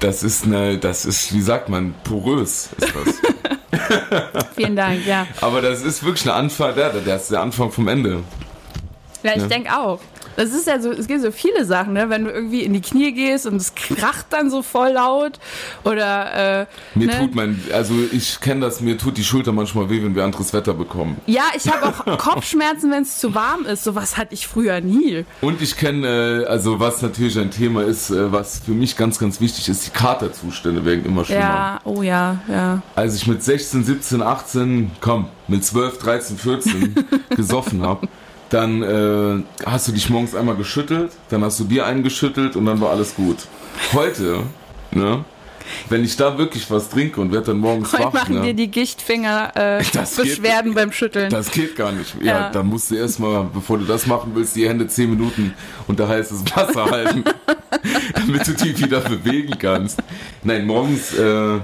[SPEAKER 1] Das ist eine, das ist, wie sagt man, porös ist das.
[SPEAKER 2] Vielen Dank, ja.
[SPEAKER 1] Aber das ist wirklich eine Anfang, ja, das ist der Anfang vom Ende.
[SPEAKER 2] Ja,
[SPEAKER 1] Ja.
[SPEAKER 2] ich denk denke auch. Das ist ja so, es gibt so viele Sachen, ne? wenn du irgendwie in die Knie gehst und es kracht dann so voll laut oder äh,
[SPEAKER 1] Mir
[SPEAKER 2] ne?
[SPEAKER 1] tut mein, also ich kenne das, mir tut die Schulter manchmal weh, wenn wir anderes Wetter bekommen.
[SPEAKER 2] Ja, ich habe
[SPEAKER 1] [laughs]
[SPEAKER 2] auch Kopfschmerzen, wenn es zu warm ist. Sowas hatte ich früher nie.
[SPEAKER 1] Und ich kenne, äh, also was natürlich ein Thema ist, äh, was für mich ganz, ganz wichtig ist, die Katerzustände werden immer schlimmer.
[SPEAKER 2] Ja, oh ja, ja.
[SPEAKER 1] Als ich mit 16, 17, 18, komm, mit 12, 13, 14
[SPEAKER 2] [laughs]
[SPEAKER 1] gesoffen habe, dann äh, hast du dich morgens einmal geschüttelt, dann hast du dir einen geschüttelt und dann war alles gut. Heute, ne, wenn ich da wirklich was trinke und werde dann morgens
[SPEAKER 2] Heute
[SPEAKER 1] wach,
[SPEAKER 2] machen
[SPEAKER 1] ne,
[SPEAKER 2] dir die Gichtfinger äh,
[SPEAKER 1] [laughs] Das geht-
[SPEAKER 2] Beschwerden beim Schütteln.
[SPEAKER 1] das geht gar nicht. Ja,
[SPEAKER 2] Ja.
[SPEAKER 1] dann musst du erstmal, bevor du das machen willst, die Hände 10 Minuten unter heißes Wasser
[SPEAKER 2] [laughs]
[SPEAKER 1] halten, damit du die wieder bewegen kannst. Nein, morgens, äh,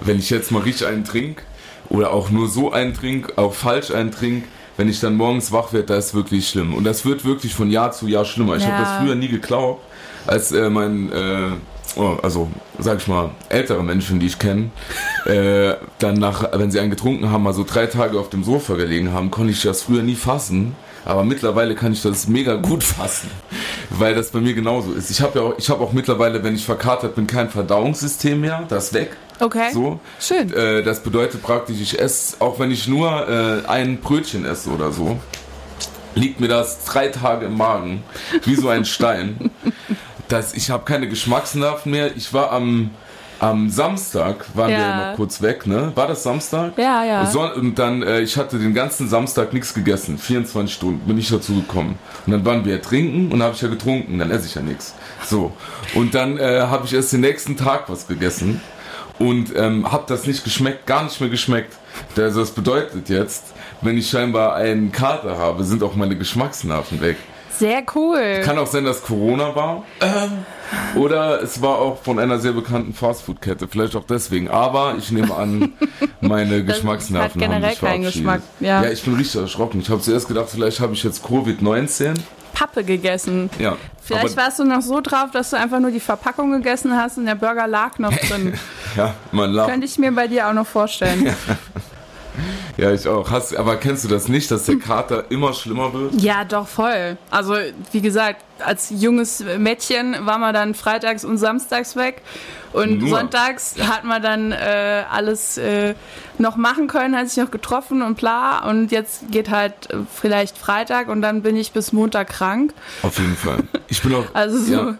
[SPEAKER 1] wenn ich jetzt mal richtig einen trink oder auch nur so einen trink, auch falsch einen trink, wenn ich dann morgens wach werde, das ist wirklich schlimm. Und das wird wirklich von Jahr zu Jahr schlimmer. Ich
[SPEAKER 2] Ja.
[SPEAKER 1] habe das früher nie geglaubt, als äh, mein, äh, oh, also sag ich mal, ältere Menschen, die ich kenne, äh, dann nach, wenn sie einen getrunken haben, mal so drei Tage auf dem Sofa gelegen haben, konnte ich das früher nie fassen. Aber mittlerweile kann ich das mega gut fassen, weil das bei mir genauso ist. Ich habe ja auch, ich habe auch mittlerweile, wenn ich verkatert bin, kein Verdauungssystem mehr, das ist weg.
[SPEAKER 2] Okay.
[SPEAKER 1] So.
[SPEAKER 2] Schön.
[SPEAKER 1] Äh, das bedeutet praktisch, ich esse, auch wenn ich nur äh, ein Brötchen esse oder so, liegt mir das drei Tage im Magen, wie so ein
[SPEAKER 2] [laughs]
[SPEAKER 1] Stein. Das, ich habe keine Geschmacksnerven mehr. Ich war am, am Samstag, waren wir
[SPEAKER 2] Ja.
[SPEAKER 1] ja noch kurz weg, ne? War das Samstag?
[SPEAKER 2] Ja, ja.
[SPEAKER 1] Son und dann, äh, ich hatte den ganzen Samstag nichts gegessen, 24 Stunden, bin ich dazu gekommen. Und dann waren wir trinken und habe ich ja getrunken, dann esse ich ja nichts. So. Und dann äh, habe ich erst den nächsten Tag was gegessen und ähm, habe das nicht geschmeckt, gar nicht mehr geschmeckt. Also das bedeutet jetzt, wenn ich scheinbar einen Kater habe, sind auch meine Geschmacksnerven weg.
[SPEAKER 2] Sehr cool.
[SPEAKER 1] Kann auch sein, dass Corona war.
[SPEAKER 2] Ähm.
[SPEAKER 1] Äh, oder es war auch von einer sehr bekannten Fastfood-Kette. Vielleicht auch deswegen. Aber ich nehme an, meine
[SPEAKER 2] [laughs] Das
[SPEAKER 1] Geschmacksnerven
[SPEAKER 2] hat generell
[SPEAKER 1] haben sich
[SPEAKER 2] keinen
[SPEAKER 1] verabschiedet.
[SPEAKER 2] Geschmack, ja.
[SPEAKER 1] ja, ich bin richtig erschrocken. Ich habe zuerst gedacht, vielleicht habe ich jetzt Covid-19.
[SPEAKER 2] Pappe gegessen.
[SPEAKER 1] Ja.
[SPEAKER 2] Vielleicht
[SPEAKER 1] aber,
[SPEAKER 2] warst du noch so drauf, dass du einfach nur die Verpackung gegessen hast und der Burger
[SPEAKER 1] [laughs]
[SPEAKER 2] lag noch drin.
[SPEAKER 1] ja, man lacht.
[SPEAKER 2] Könnte ich mir bei dir auch noch vorstellen.
[SPEAKER 1] Ja, ich auch. Hast, aber kennst du das nicht, dass der Kater immer schlimmer wird?
[SPEAKER 2] ja, doch voll. Also, wie gesagt, als junges Mädchen war man dann freitags und samstags weg und
[SPEAKER 1] Nur.
[SPEAKER 2] sonntags hat man dann äh, alles äh, noch machen können, hat sich noch getroffen und bla und jetzt geht halt äh, vielleicht Freitag und dann bin ich bis Montag krank.
[SPEAKER 1] Auf jeden Fall. Ich bin auch.
[SPEAKER 2] [laughs] Also so.
[SPEAKER 1] ja,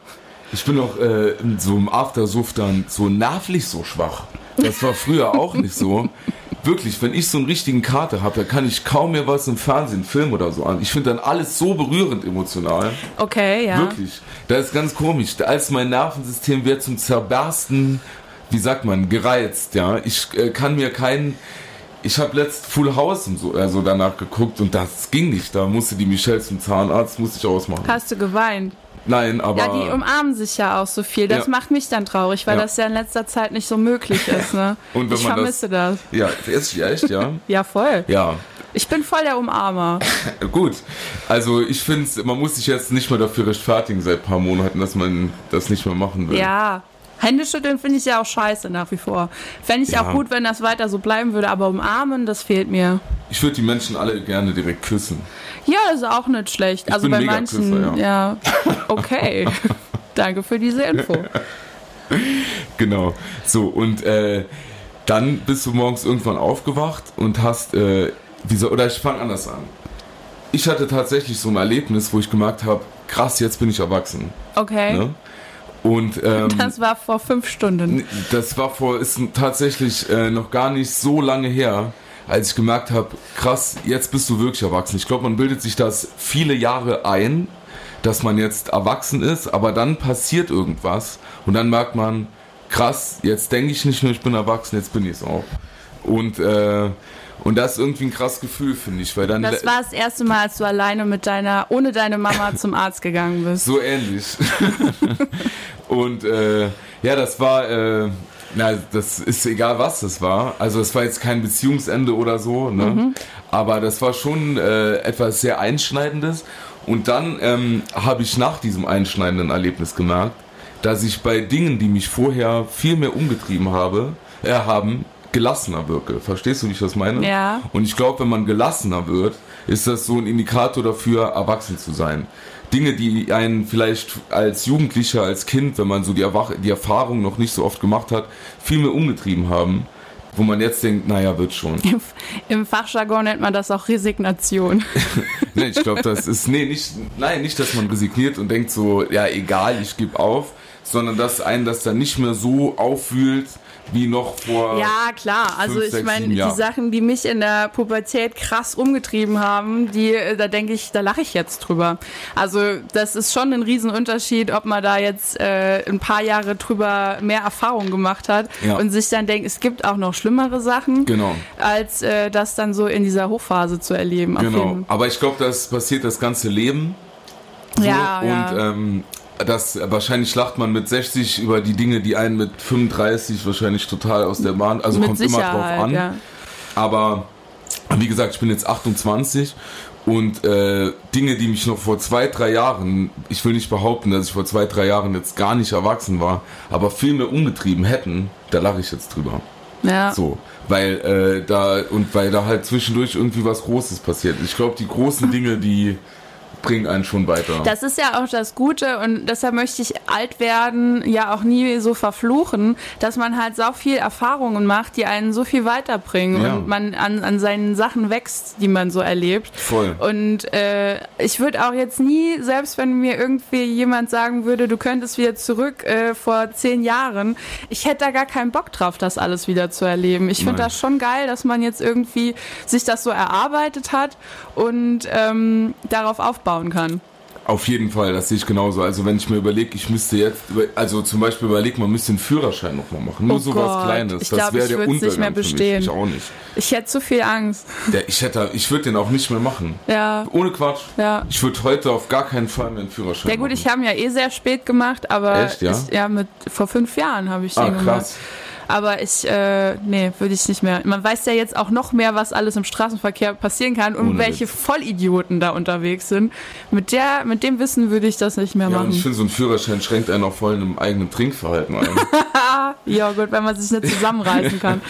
[SPEAKER 1] ich bin auch äh, in so im Aftersuff dann so nervlich so schwach. Das war früher auch nicht
[SPEAKER 2] [laughs]
[SPEAKER 1] so. Wirklich, wenn ich so einen richtigen Kater habe, da kann ich kaum mehr was im Fernsehen, Film oder so an. Ich finde dann alles so berührend emotional.
[SPEAKER 2] Okay, ja.
[SPEAKER 1] Wirklich. Das ist ganz komisch. Als mein Nervensystem wird zum Zerbersten, wie sagt man, gereizt, ja. Ich äh, kann mir keinen. Ich habe letzt Full House und so, also danach geguckt und das ging nicht. Da musste die Michelle zum Zahnarzt, musste ich ausmachen.
[SPEAKER 2] Hast du geweint?
[SPEAKER 1] Nein, aber.
[SPEAKER 2] Ja, die um- umarmen sich ja auch so viel. Das
[SPEAKER 1] Ja.
[SPEAKER 2] macht mich dann traurig, weil
[SPEAKER 1] Ja.
[SPEAKER 2] das ja in letzter Zeit nicht so möglich ist. Ne?
[SPEAKER 1] [laughs] Und wenn
[SPEAKER 2] ich
[SPEAKER 1] man das-
[SPEAKER 2] vermisse das,
[SPEAKER 1] ja, ist sie echt,
[SPEAKER 2] [laughs]
[SPEAKER 1] ja.
[SPEAKER 2] Ja, voll.
[SPEAKER 1] Ja,
[SPEAKER 2] Ich bin voll der Umarmer.
[SPEAKER 1] gut. Also ich finde, man muss sich jetzt nicht mehr dafür rechtfertigen seit paar Monaten, dass man das nicht mehr machen will.
[SPEAKER 2] ja. Händeschütteln finde ich ja auch scheiße nach wie vor. Fände ich
[SPEAKER 1] Ja.
[SPEAKER 2] auch gut, wenn das weiter so bleiben würde, aber umarmen, das fehlt mir.
[SPEAKER 1] Ich würde die Menschen alle gerne direkt küssen.
[SPEAKER 2] Ja, ist auch nicht schlecht. also
[SPEAKER 1] bin
[SPEAKER 2] bei
[SPEAKER 1] mega
[SPEAKER 2] manchen,
[SPEAKER 1] Küsser,
[SPEAKER 2] ja.
[SPEAKER 1] [laughs]
[SPEAKER 2] Okay. Danke für diese Info.
[SPEAKER 1] Genau. So, und äh, dann bist du morgens irgendwann aufgewacht und hast, äh, wie soll, oder ich fange anders an. Ich hatte tatsächlich so ein Erlebnis, wo ich gemerkt habe, krass, jetzt bin ich erwachsen.
[SPEAKER 2] Okay.
[SPEAKER 1] Ne? Und ähm,
[SPEAKER 2] Das war vor fünf Stunden.
[SPEAKER 1] Das war vor, ist tatsächlich äh, noch gar nicht so lange her, als ich gemerkt habe, krass, jetzt bist du wirklich erwachsen. Ich glaube, man bildet sich das viele Jahre ein, dass man jetzt erwachsen ist, aber dann passiert irgendwas und dann merkt man, krass, jetzt denke ich nicht mehr, ich bin erwachsen, jetzt bin ich es auch. Und, äh, und das ist irgendwie ein krasses Gefühl, finde ich, weil dann
[SPEAKER 2] Das war das erste Mal, als du alleine mit deiner, ohne deine Mama zum Arzt gegangen bist.
[SPEAKER 1] So ähnlich. [laughs] und äh, ja, das war, äh, na, das ist egal, was das war. Also es war jetzt kein Beziehungsende oder so, ne? Aber das war schon äh, etwas sehr Einschneidendes. Und dann ähm, habe ich nach diesem einschneidenden Erlebnis gemerkt, dass ich bei Dingen, die mich vorher viel mehr umgetrieben habe, äh, haben, gelassener wirke. Verstehst du, wie ich das meine?
[SPEAKER 2] Ja.
[SPEAKER 1] Und ich glaube, wenn man gelassener wird, ist das so ein Indikator dafür, erwachsen zu sein. Dinge, die einen vielleicht als Jugendlicher, als Kind, wenn man so die, Erwach die Erfahrung noch nicht so oft gemacht hat, viel mehr umgetrieben haben, wo man jetzt denkt, naja, wird
[SPEAKER 2] [laughs]
[SPEAKER 1] schon.
[SPEAKER 2] Im, Im Fachjargon nennt man das auch Resignation.
[SPEAKER 1] Nee, Ne, ich glaube, das ist. Nee, nicht, nein, nicht, dass man resigniert und denkt so, ja, egal, ich gebe auf, sondern dass einen das dann nicht mehr so auffühlt wie noch vor.
[SPEAKER 2] Ja, klar. Also
[SPEAKER 1] Äh, Fünf,
[SPEAKER 2] ich
[SPEAKER 1] sechs,
[SPEAKER 2] meine,
[SPEAKER 1] sieben
[SPEAKER 2] die
[SPEAKER 1] Jahre.
[SPEAKER 2] Sachen, die mich in der Pubertät krass umgetrieben haben, die, äh, da denke ich, da lache ich jetzt drüber. Also das ist schon ein Riesenunterschied, ob man da jetzt äh, ein paar Jahre drüber mehr Erfahrung gemacht hat
[SPEAKER 1] Ja.
[SPEAKER 2] und sich dann denkt, es gibt auch noch schlimmere Sachen,
[SPEAKER 1] Genau.
[SPEAKER 2] als äh, das dann so in dieser Hochphase zu erleben. Auf
[SPEAKER 1] Genau.
[SPEAKER 2] jeden-
[SPEAKER 1] Aber ich glaube, das passiert das ganze Leben.
[SPEAKER 2] Ja,
[SPEAKER 1] Also Ne? und
[SPEAKER 2] ja.
[SPEAKER 1] ähm, das wahrscheinlich lacht man mit 60 über die Dinge, die einen mit 35 wahrscheinlich total aus der Bahn. Also
[SPEAKER 2] Mit
[SPEAKER 1] kommt immer drauf
[SPEAKER 2] Sicherheit,
[SPEAKER 1] an.
[SPEAKER 2] ja.
[SPEAKER 1] Aber wie gesagt, ich bin jetzt 28 und äh, Dinge, die mich noch vor zwei, drei Jahren, ich will nicht behaupten, dass ich vor zwei, drei Jahren jetzt gar nicht erwachsen war, aber viel mehr umgetrieben hätten, da lache ich jetzt drüber.
[SPEAKER 2] Ja.
[SPEAKER 1] So, weil äh, da und weil da halt zwischendurch irgendwie was Großes passiert. Ich glaube, die großen Dinge, die bringen einen schon weiter.
[SPEAKER 2] Das ist ja auch das Gute und deshalb möchte ich alt werden ja auch nie so verfluchen, dass man halt so viel Erfahrungen macht, die einen so viel weiterbringen
[SPEAKER 1] Ja.
[SPEAKER 2] und man an, an seinen Sachen wächst, die man so erlebt.
[SPEAKER 1] Voll.
[SPEAKER 2] Und äh, ich würde auch jetzt nie, selbst wenn mir irgendwie jemand sagen würde, du könntest wieder zurück äh, vor zehn Jahren, ich hätte da gar keinen Bock drauf, das alles wieder zu erleben. Ich finde
[SPEAKER 1] Nein.
[SPEAKER 2] das schon geil, dass man jetzt irgendwie sich das so erarbeitet hat und ähm, darauf aufbauen kann.
[SPEAKER 1] Auf jeden Fall, das sehe ich genauso. Also wenn ich mir überlege, ich müsste jetzt, über- also zum Beispiel überlege, man müsste einen Führerschein nochmal machen. Nur
[SPEAKER 2] Oh
[SPEAKER 1] sowas
[SPEAKER 2] Gott,
[SPEAKER 1] Kleines.
[SPEAKER 2] ich
[SPEAKER 1] das
[SPEAKER 2] glaub,
[SPEAKER 1] wäre
[SPEAKER 2] ich
[SPEAKER 1] der
[SPEAKER 2] würd's nicht
[SPEAKER 1] Untergang
[SPEAKER 2] mehr bestehen.
[SPEAKER 1] für mich. Ich auch nicht.
[SPEAKER 2] Ich hätte zu viel Angst.
[SPEAKER 1] Der, ich hätte, ich würde den auch nicht mehr machen.
[SPEAKER 2] Ja.
[SPEAKER 1] Ohne Quatsch.
[SPEAKER 2] Ja.
[SPEAKER 1] Ich würde heute auf gar keinen Fall mehr einen Führerschein
[SPEAKER 2] Ja gut, ich
[SPEAKER 1] machen.
[SPEAKER 2] habe ihn ja eh sehr spät gemacht, aber
[SPEAKER 1] Echt, ja?
[SPEAKER 2] Ich, ja mit vor fünf Jahren habe ich den
[SPEAKER 1] Ah,
[SPEAKER 2] gemacht.
[SPEAKER 1] krass.
[SPEAKER 2] Aber ich, äh, nee, würde ich nicht mehr. Man weiß ja jetzt auch noch mehr, was alles im Straßenverkehr passieren kann und
[SPEAKER 1] Ohne
[SPEAKER 2] welche Vollidioten da unterwegs sind. Mit der, mit dem Wissen würde ich das nicht mehr
[SPEAKER 1] Ja, und ich
[SPEAKER 2] machen.
[SPEAKER 1] finde, so ein Führerschein schränkt einen auch voll in einem eigenen Trinkverhalten ein.
[SPEAKER 2] Ja gut, wenn man sich nicht
[SPEAKER 1] [laughs]
[SPEAKER 2] zusammenreißen kann.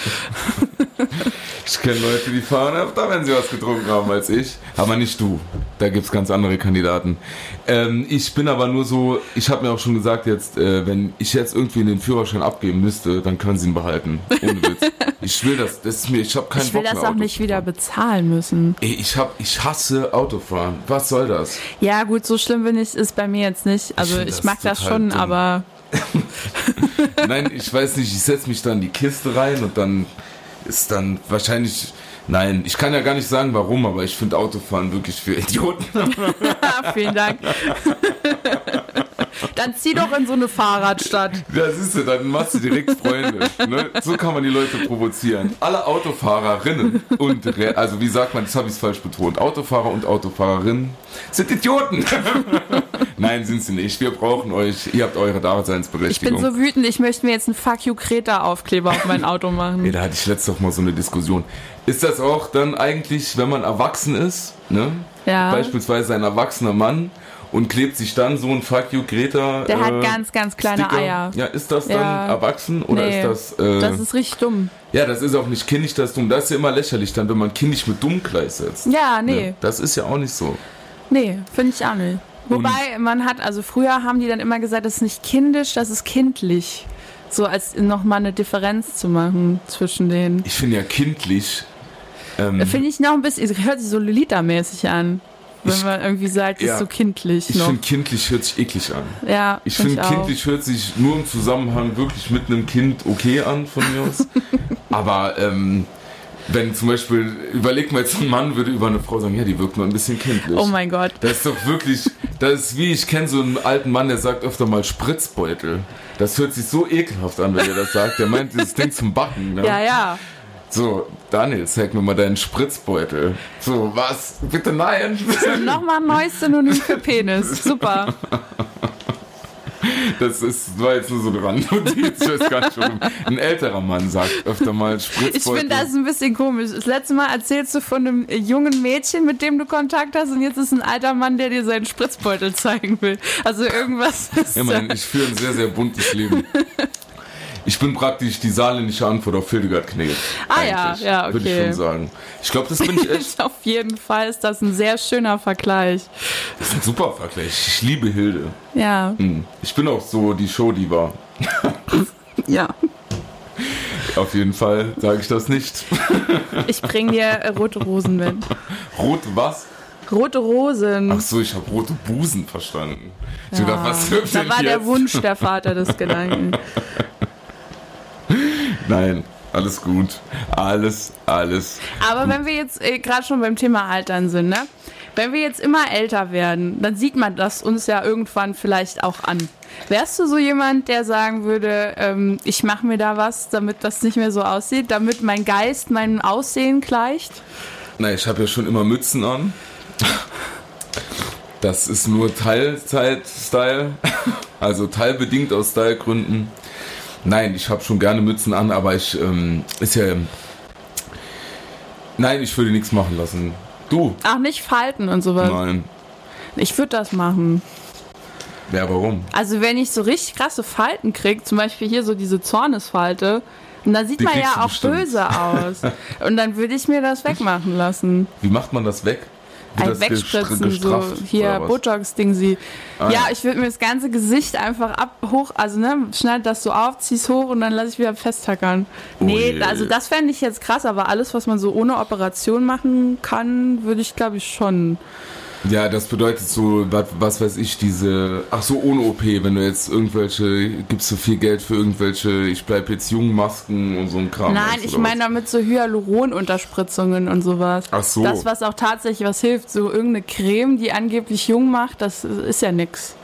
[SPEAKER 1] Ich kenne Leute, die fahren öfter, wenn sie was getrunken haben als ich. Aber nicht du. Da gibt's ganz andere Kandidaten. Ähm, ich bin aber nur so, ich habe mir auch schon gesagt, jetzt, äh, wenn ich jetzt irgendwie den Führerschein abgeben müsste, dann können sie ihn behalten. Ohne
[SPEAKER 2] [laughs]
[SPEAKER 1] Witz. ich will das, das ist mir, ich habe keinen
[SPEAKER 2] Ich will
[SPEAKER 1] Bock mehr
[SPEAKER 2] das auch
[SPEAKER 1] Auto
[SPEAKER 2] nicht
[SPEAKER 1] zu
[SPEAKER 2] wieder
[SPEAKER 1] fahren.
[SPEAKER 2] bezahlen müssen.
[SPEAKER 1] Ey, ich, hab, ich hasse Autofahren. Was soll das?
[SPEAKER 2] Ja gut, so schlimm bin ich ist bei mir jetzt nicht. Also
[SPEAKER 1] find
[SPEAKER 2] ich,
[SPEAKER 1] das
[SPEAKER 2] mag das
[SPEAKER 1] total
[SPEAKER 2] schon,
[SPEAKER 1] dumm.
[SPEAKER 2] aber
[SPEAKER 1] Nein, ich weiß nicht, ich setz mich dann in die Kiste rein und dann ist dann wahrscheinlich. Nein, ich kann ja gar nicht sagen, warum, aber ich finde Autofahren wirklich für Idioten.
[SPEAKER 2] Ah,
[SPEAKER 1] [laughs]
[SPEAKER 2] vielen Dank. Dann zieh doch in so eine Fahrradstadt.
[SPEAKER 1] Ja, siehst du, dann machst du direkt Freunde. Ne? So kann man die Leute provozieren. Alle Autofahrerinnen und, Re- also wie sagt man, das habe ich falsch betont, Autofahrer und Autofahrerinnen sind Idioten. [laughs] Nein, sind sie nicht. Wir brauchen euch. Ihr habt eure
[SPEAKER 2] Ich bin
[SPEAKER 1] Daseinsberechtigung.
[SPEAKER 2] so wütend, ich möchte mir jetzt einen Fuck You Kreta Aufkleber auf mein Auto
[SPEAKER 1] Ey,
[SPEAKER 2] machen.
[SPEAKER 1] da hatte ich letztes Doch mal so eine Diskussion. Ist das auch dann eigentlich, wenn man erwachsen ist, ne?
[SPEAKER 2] Ja.
[SPEAKER 1] beispielsweise ein erwachsener Mann und klebt sich dann so ein Fuck you Greta
[SPEAKER 2] Der hat
[SPEAKER 1] äh,
[SPEAKER 2] ganz, ganz kleine
[SPEAKER 1] Sticker?
[SPEAKER 2] Eier.
[SPEAKER 1] Ja, ist das dann
[SPEAKER 2] Ja.
[SPEAKER 1] erwachsen oder
[SPEAKER 2] Nee.
[SPEAKER 1] ist das... Äh,
[SPEAKER 2] Das ist richtig dumm.
[SPEAKER 1] Ja, das ist auch nicht kindisch, das ist dumm. Das ist ja immer lächerlich dann, wenn man kindisch mit dumm gleichsetzt.
[SPEAKER 2] Ja, nee,
[SPEAKER 1] Ne? Das ist ja auch nicht so.
[SPEAKER 2] nee, finde ich auch nicht. Wobei man hat, also früher haben die dann immer gesagt, das ist nicht kindisch, das ist kindlich. So als nochmal eine Differenz zu machen zwischen denen.
[SPEAKER 1] Ich finde ja kindlich. ähm,
[SPEAKER 2] Finde ich noch ein bisschen, hört sich so Lolita-mäßig an. Wenn
[SPEAKER 1] Ich-
[SPEAKER 2] man irgendwie sagt, das
[SPEAKER 1] ja.
[SPEAKER 2] ist so kindlich
[SPEAKER 1] Ich
[SPEAKER 2] noch.
[SPEAKER 1] finde kindlich hört sich eklig an.
[SPEAKER 2] ja,
[SPEAKER 1] Ich
[SPEAKER 2] find
[SPEAKER 1] finde
[SPEAKER 2] auch.
[SPEAKER 1] kindlich hört sich nur im Zusammenhang wirklich mit einem Kind okay an von mir aus.
[SPEAKER 2] [laughs]
[SPEAKER 1] Aber ähm, wenn zum Beispiel, überleg mal jetzt, ein Mann würde über eine Frau sagen, ja, die wirkt mal ein bisschen kindlich.
[SPEAKER 2] Oh mein Gott.
[SPEAKER 1] das ist doch wirklich, das ist wie, ich kenne so einen alten Mann, der sagt öfter mal Spritzbeutel. Das hört sich so ekelhaft an, wenn er das sagt. Der meint dieses Ding zum Backen. Ne?
[SPEAKER 2] Ja, ja.
[SPEAKER 1] So, Daniel, zeig mir mal deinen Spritzbeutel. So, was? Bitte nein. [laughs]
[SPEAKER 2] Nochmal ein neues Synonym für Penis. Super.
[SPEAKER 1] Das ist, war jetzt nur so eine Randnotiz. [laughs] Ich weiß gar nicht, warum. Ein älterer Mann sagt öfter mal Spritzbeutel.
[SPEAKER 2] Ich finde das ein bisschen komisch. Das letzte Mal erzählst du von einem äh, jungen Mädchen, mit dem du Kontakt hast, und jetzt ist ein alter Mann, der dir seinen Spritzbeutel zeigen will. Also irgendwas [laughs] ist.
[SPEAKER 1] Immerhin, ich führe ein sehr, sehr buntes Leben. Ich bin praktisch die saarländische Antwort auf Hildegard-Knegel.
[SPEAKER 2] Ah ja,
[SPEAKER 1] eigentlich,
[SPEAKER 2] ja, okay.
[SPEAKER 1] Würde ich schon sagen. Ich glaube, das bin ich echt
[SPEAKER 2] Auf jeden Fall ist das ein sehr schöner Vergleich.
[SPEAKER 1] Das ist ein super Vergleich. Ich liebe Hilde.
[SPEAKER 2] Ja,
[SPEAKER 1] Hm. Ich bin auch so die Showdiva.
[SPEAKER 2] ja.
[SPEAKER 1] Auf jeden Fall sage ich das nicht.
[SPEAKER 2] Ich bring dir äh, rote Rosen mit.
[SPEAKER 1] Rot was?
[SPEAKER 2] Rote Rosen.
[SPEAKER 1] Ach so, ich habe rote Busen verstanden. Ich dachte, was hüpft
[SPEAKER 2] Ah. da
[SPEAKER 1] denn
[SPEAKER 2] war der
[SPEAKER 1] jetzt?
[SPEAKER 2] Wunsch der Vater des Gedanken.
[SPEAKER 1] Nein, alles gut. Alles, alles.
[SPEAKER 2] Aber wenn wir jetzt äh, gerade schon beim Thema Altern sind, ne? Wenn wir jetzt immer älter werden, dann sieht man das uns ja irgendwann vielleicht auch an. Wärst du so jemand, der sagen würde, ähm, ich mache mir da was, damit das nicht mehr so aussieht, damit mein Geist meinem Aussehen gleicht?
[SPEAKER 1] Na, ich habe ja schon immer Mützen an. Das ist nur Teilzeit-Style. Also teilbedingt aus Stylegründen. Nein, ich habe schon gerne Mützen an, aber ich ähm, ist ja. Nein, ich würde nichts machen lassen. Du?
[SPEAKER 2] Ach, nicht falten und sowas.
[SPEAKER 1] Nein.
[SPEAKER 2] Ich würde das machen.
[SPEAKER 1] Ja, warum?
[SPEAKER 2] Also wenn ich so richtig krasse Falten krieg, zum Beispiel hier so diese Zornesfalte, und dann sieht
[SPEAKER 1] Die
[SPEAKER 2] man
[SPEAKER 1] kriegst
[SPEAKER 2] ja
[SPEAKER 1] du
[SPEAKER 2] auch
[SPEAKER 1] bestimmt.
[SPEAKER 2] böse
[SPEAKER 1] [laughs]
[SPEAKER 2] aus. und dann würde ich mir das wegmachen lassen.
[SPEAKER 1] Wie macht man das weg? Wird
[SPEAKER 2] Ein
[SPEAKER 1] das gestra-
[SPEAKER 2] Wegspritzen, so
[SPEAKER 1] gestrafft
[SPEAKER 2] hier
[SPEAKER 1] oder was?
[SPEAKER 2] Botox-Ding sie.
[SPEAKER 1] Ah,
[SPEAKER 2] ja,
[SPEAKER 1] ja.
[SPEAKER 2] ich würde mir das ganze Gesicht einfach ab, hoch, also ne, schneid das so auf, zieh's hoch und dann lass ich wieder festtackern.
[SPEAKER 1] Oh
[SPEAKER 2] nee,
[SPEAKER 1] Ui.
[SPEAKER 2] also das fände ich jetzt krass, aber alles, was man so ohne Operation machen kann, würde ich glaube ich schon.
[SPEAKER 1] Ja, das bedeutet so, was, was weiß ich, diese, ach so, ohne OP, wenn du jetzt irgendwelche, gibst du viel Geld für irgendwelche, ich bleib jetzt jung Masken und so ein Kram.
[SPEAKER 2] Nein,
[SPEAKER 1] weißt du,
[SPEAKER 2] ich
[SPEAKER 1] oder
[SPEAKER 2] meine damit so Hyaluron-Unterspritzungen und sowas.
[SPEAKER 1] Ach so.
[SPEAKER 2] Das, was auch tatsächlich was hilft, so irgendeine Creme, die angeblich jung macht, das ist ja nix.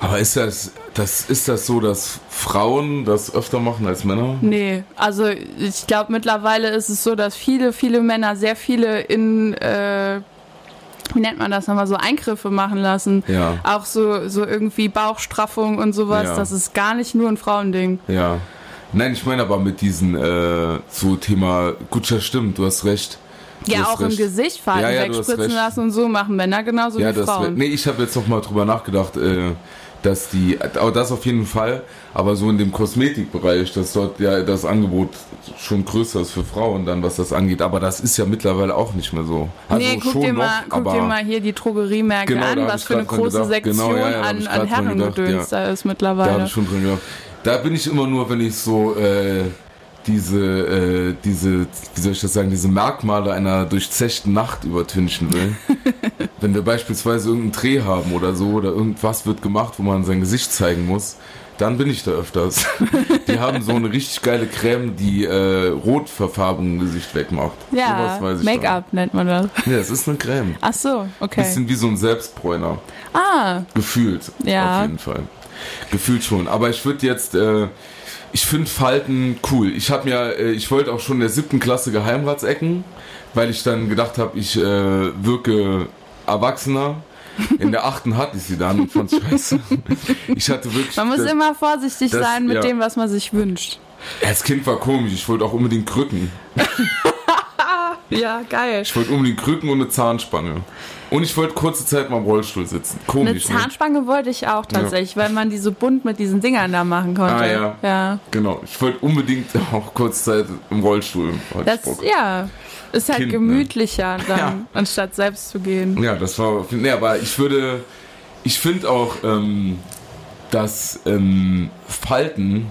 [SPEAKER 1] was. Aber ist das, das, ist das so, dass Frauen das öfter machen als Männer?
[SPEAKER 2] Nee, also ich glaube mittlerweile ist es so, dass viele, viele Männer sehr viele in, äh, wie nennt man das nochmal, so Eingriffe machen lassen.
[SPEAKER 1] Ja.
[SPEAKER 2] Auch so, so irgendwie Bauchstraffung und sowas.
[SPEAKER 1] Ja.
[SPEAKER 2] Das ist gar nicht nur ein Frauending.
[SPEAKER 1] Ja. Nein, ich meine aber mit diesen, äh, so Thema, gut, ja, stimmt, du hast recht. Du
[SPEAKER 2] Ja,
[SPEAKER 1] hast
[SPEAKER 2] auch im
[SPEAKER 1] recht.
[SPEAKER 2] Gesicht Falten
[SPEAKER 1] Ja, ja, du hast
[SPEAKER 2] wegspritzen
[SPEAKER 1] recht.
[SPEAKER 2] lassen und so machen Männer genauso
[SPEAKER 1] Ja,
[SPEAKER 2] wie
[SPEAKER 1] das wär,
[SPEAKER 2] Frauen.
[SPEAKER 1] nee, ich habe jetzt noch mal drüber nachgedacht, äh, dass die, aber das auf jeden Fall, aber so in dem Kosmetikbereich, dass dort ja das Angebot schon größer ist für Frauen dann, was das angeht. Aber das ist ja mittlerweile auch nicht mehr so. Also
[SPEAKER 2] nee, guck,
[SPEAKER 1] schon
[SPEAKER 2] dir,
[SPEAKER 1] noch,
[SPEAKER 2] mal, guck
[SPEAKER 1] aber
[SPEAKER 2] dir mal hier die Drogeriemärkte
[SPEAKER 1] Genau, da
[SPEAKER 2] an,
[SPEAKER 1] hab
[SPEAKER 2] was
[SPEAKER 1] ich
[SPEAKER 2] für eine
[SPEAKER 1] grad dran
[SPEAKER 2] große
[SPEAKER 1] gedacht. Genau,
[SPEAKER 2] Sektion
[SPEAKER 1] ja, ja, da hab
[SPEAKER 2] an,
[SPEAKER 1] ich
[SPEAKER 2] an
[SPEAKER 1] grad dran
[SPEAKER 2] Herrengedöns
[SPEAKER 1] gedacht, ja.
[SPEAKER 2] da ist
[SPEAKER 1] da habe
[SPEAKER 2] mittlerweile.
[SPEAKER 1] ich schon drin gedacht. Da bin ich immer nur, wenn ich so äh, diese, äh, diese, wie soll ich das sagen, diese Merkmale einer durchzechten Nacht übertünchen
[SPEAKER 2] [laughs]
[SPEAKER 1] will. wenn wir beispielsweise irgendeinen Dreh haben oder so oder irgendwas wird gemacht, wo man sein Gesicht zeigen muss, dann bin ich da
[SPEAKER 2] [laughs]
[SPEAKER 1] öfters. Die haben so eine richtig geile Creme, die äh, Rotverfarbung im Gesicht wegmacht.
[SPEAKER 2] ja,
[SPEAKER 1] Sowas weiß ich dann.
[SPEAKER 2] Make-up nennt man das.
[SPEAKER 1] Ja, es ist eine Creme.
[SPEAKER 2] Ach so, okay.
[SPEAKER 1] Bisschen wie so ein Selbstbräuner.
[SPEAKER 2] Ah,
[SPEAKER 1] Gefühlt.
[SPEAKER 2] Ja.
[SPEAKER 1] Auf jeden Fall. Gefühlt schon. Aber ich würde jetzt, äh, ich finde Falten cool. Ich habe mir, äh, ich wollte auch schon in der siebten Klasse Geheimratsecken, weil ich dann gedacht habe, ich äh, wirke erwachsener. In der achten hatte ich sie dann und fand scheiße. Ich hatte wirklich.
[SPEAKER 2] Man muss
[SPEAKER 1] das,
[SPEAKER 2] immer vorsichtig
[SPEAKER 1] das-
[SPEAKER 2] sein mit
[SPEAKER 1] ja.
[SPEAKER 2] dem, was man sich wünscht.
[SPEAKER 1] als Kind war komisch. Ich wollte auch unbedingt Krücken.
[SPEAKER 2] Ja, geil.
[SPEAKER 1] Ich wollte unbedingt Krücken und eine Zahnspange. Und ich wollte kurze Zeit mal im Rollstuhl sitzen.
[SPEAKER 2] Eine
[SPEAKER 1] Komisch. ne?
[SPEAKER 2] Zahnspange wollte ich auch tatsächlich, weil man die so bunt mit diesen Dingern da machen konnte.
[SPEAKER 1] Ah, ja.
[SPEAKER 2] ja.
[SPEAKER 1] Genau. Ich wollte unbedingt [laughs] auch kurze Zeit im Rollstuhl. hatte ich
[SPEAKER 2] Das
[SPEAKER 1] Bock.
[SPEAKER 2] ja, ist halt
[SPEAKER 1] Kind, ne? [laughs]
[SPEAKER 2] gemütlicher dann,
[SPEAKER 1] Ja.
[SPEAKER 2] anstatt selbst zu gehen.
[SPEAKER 1] Ja, das war. Nee, aber ich würde. Ich finde auch, ähm, dass ähm, Falten.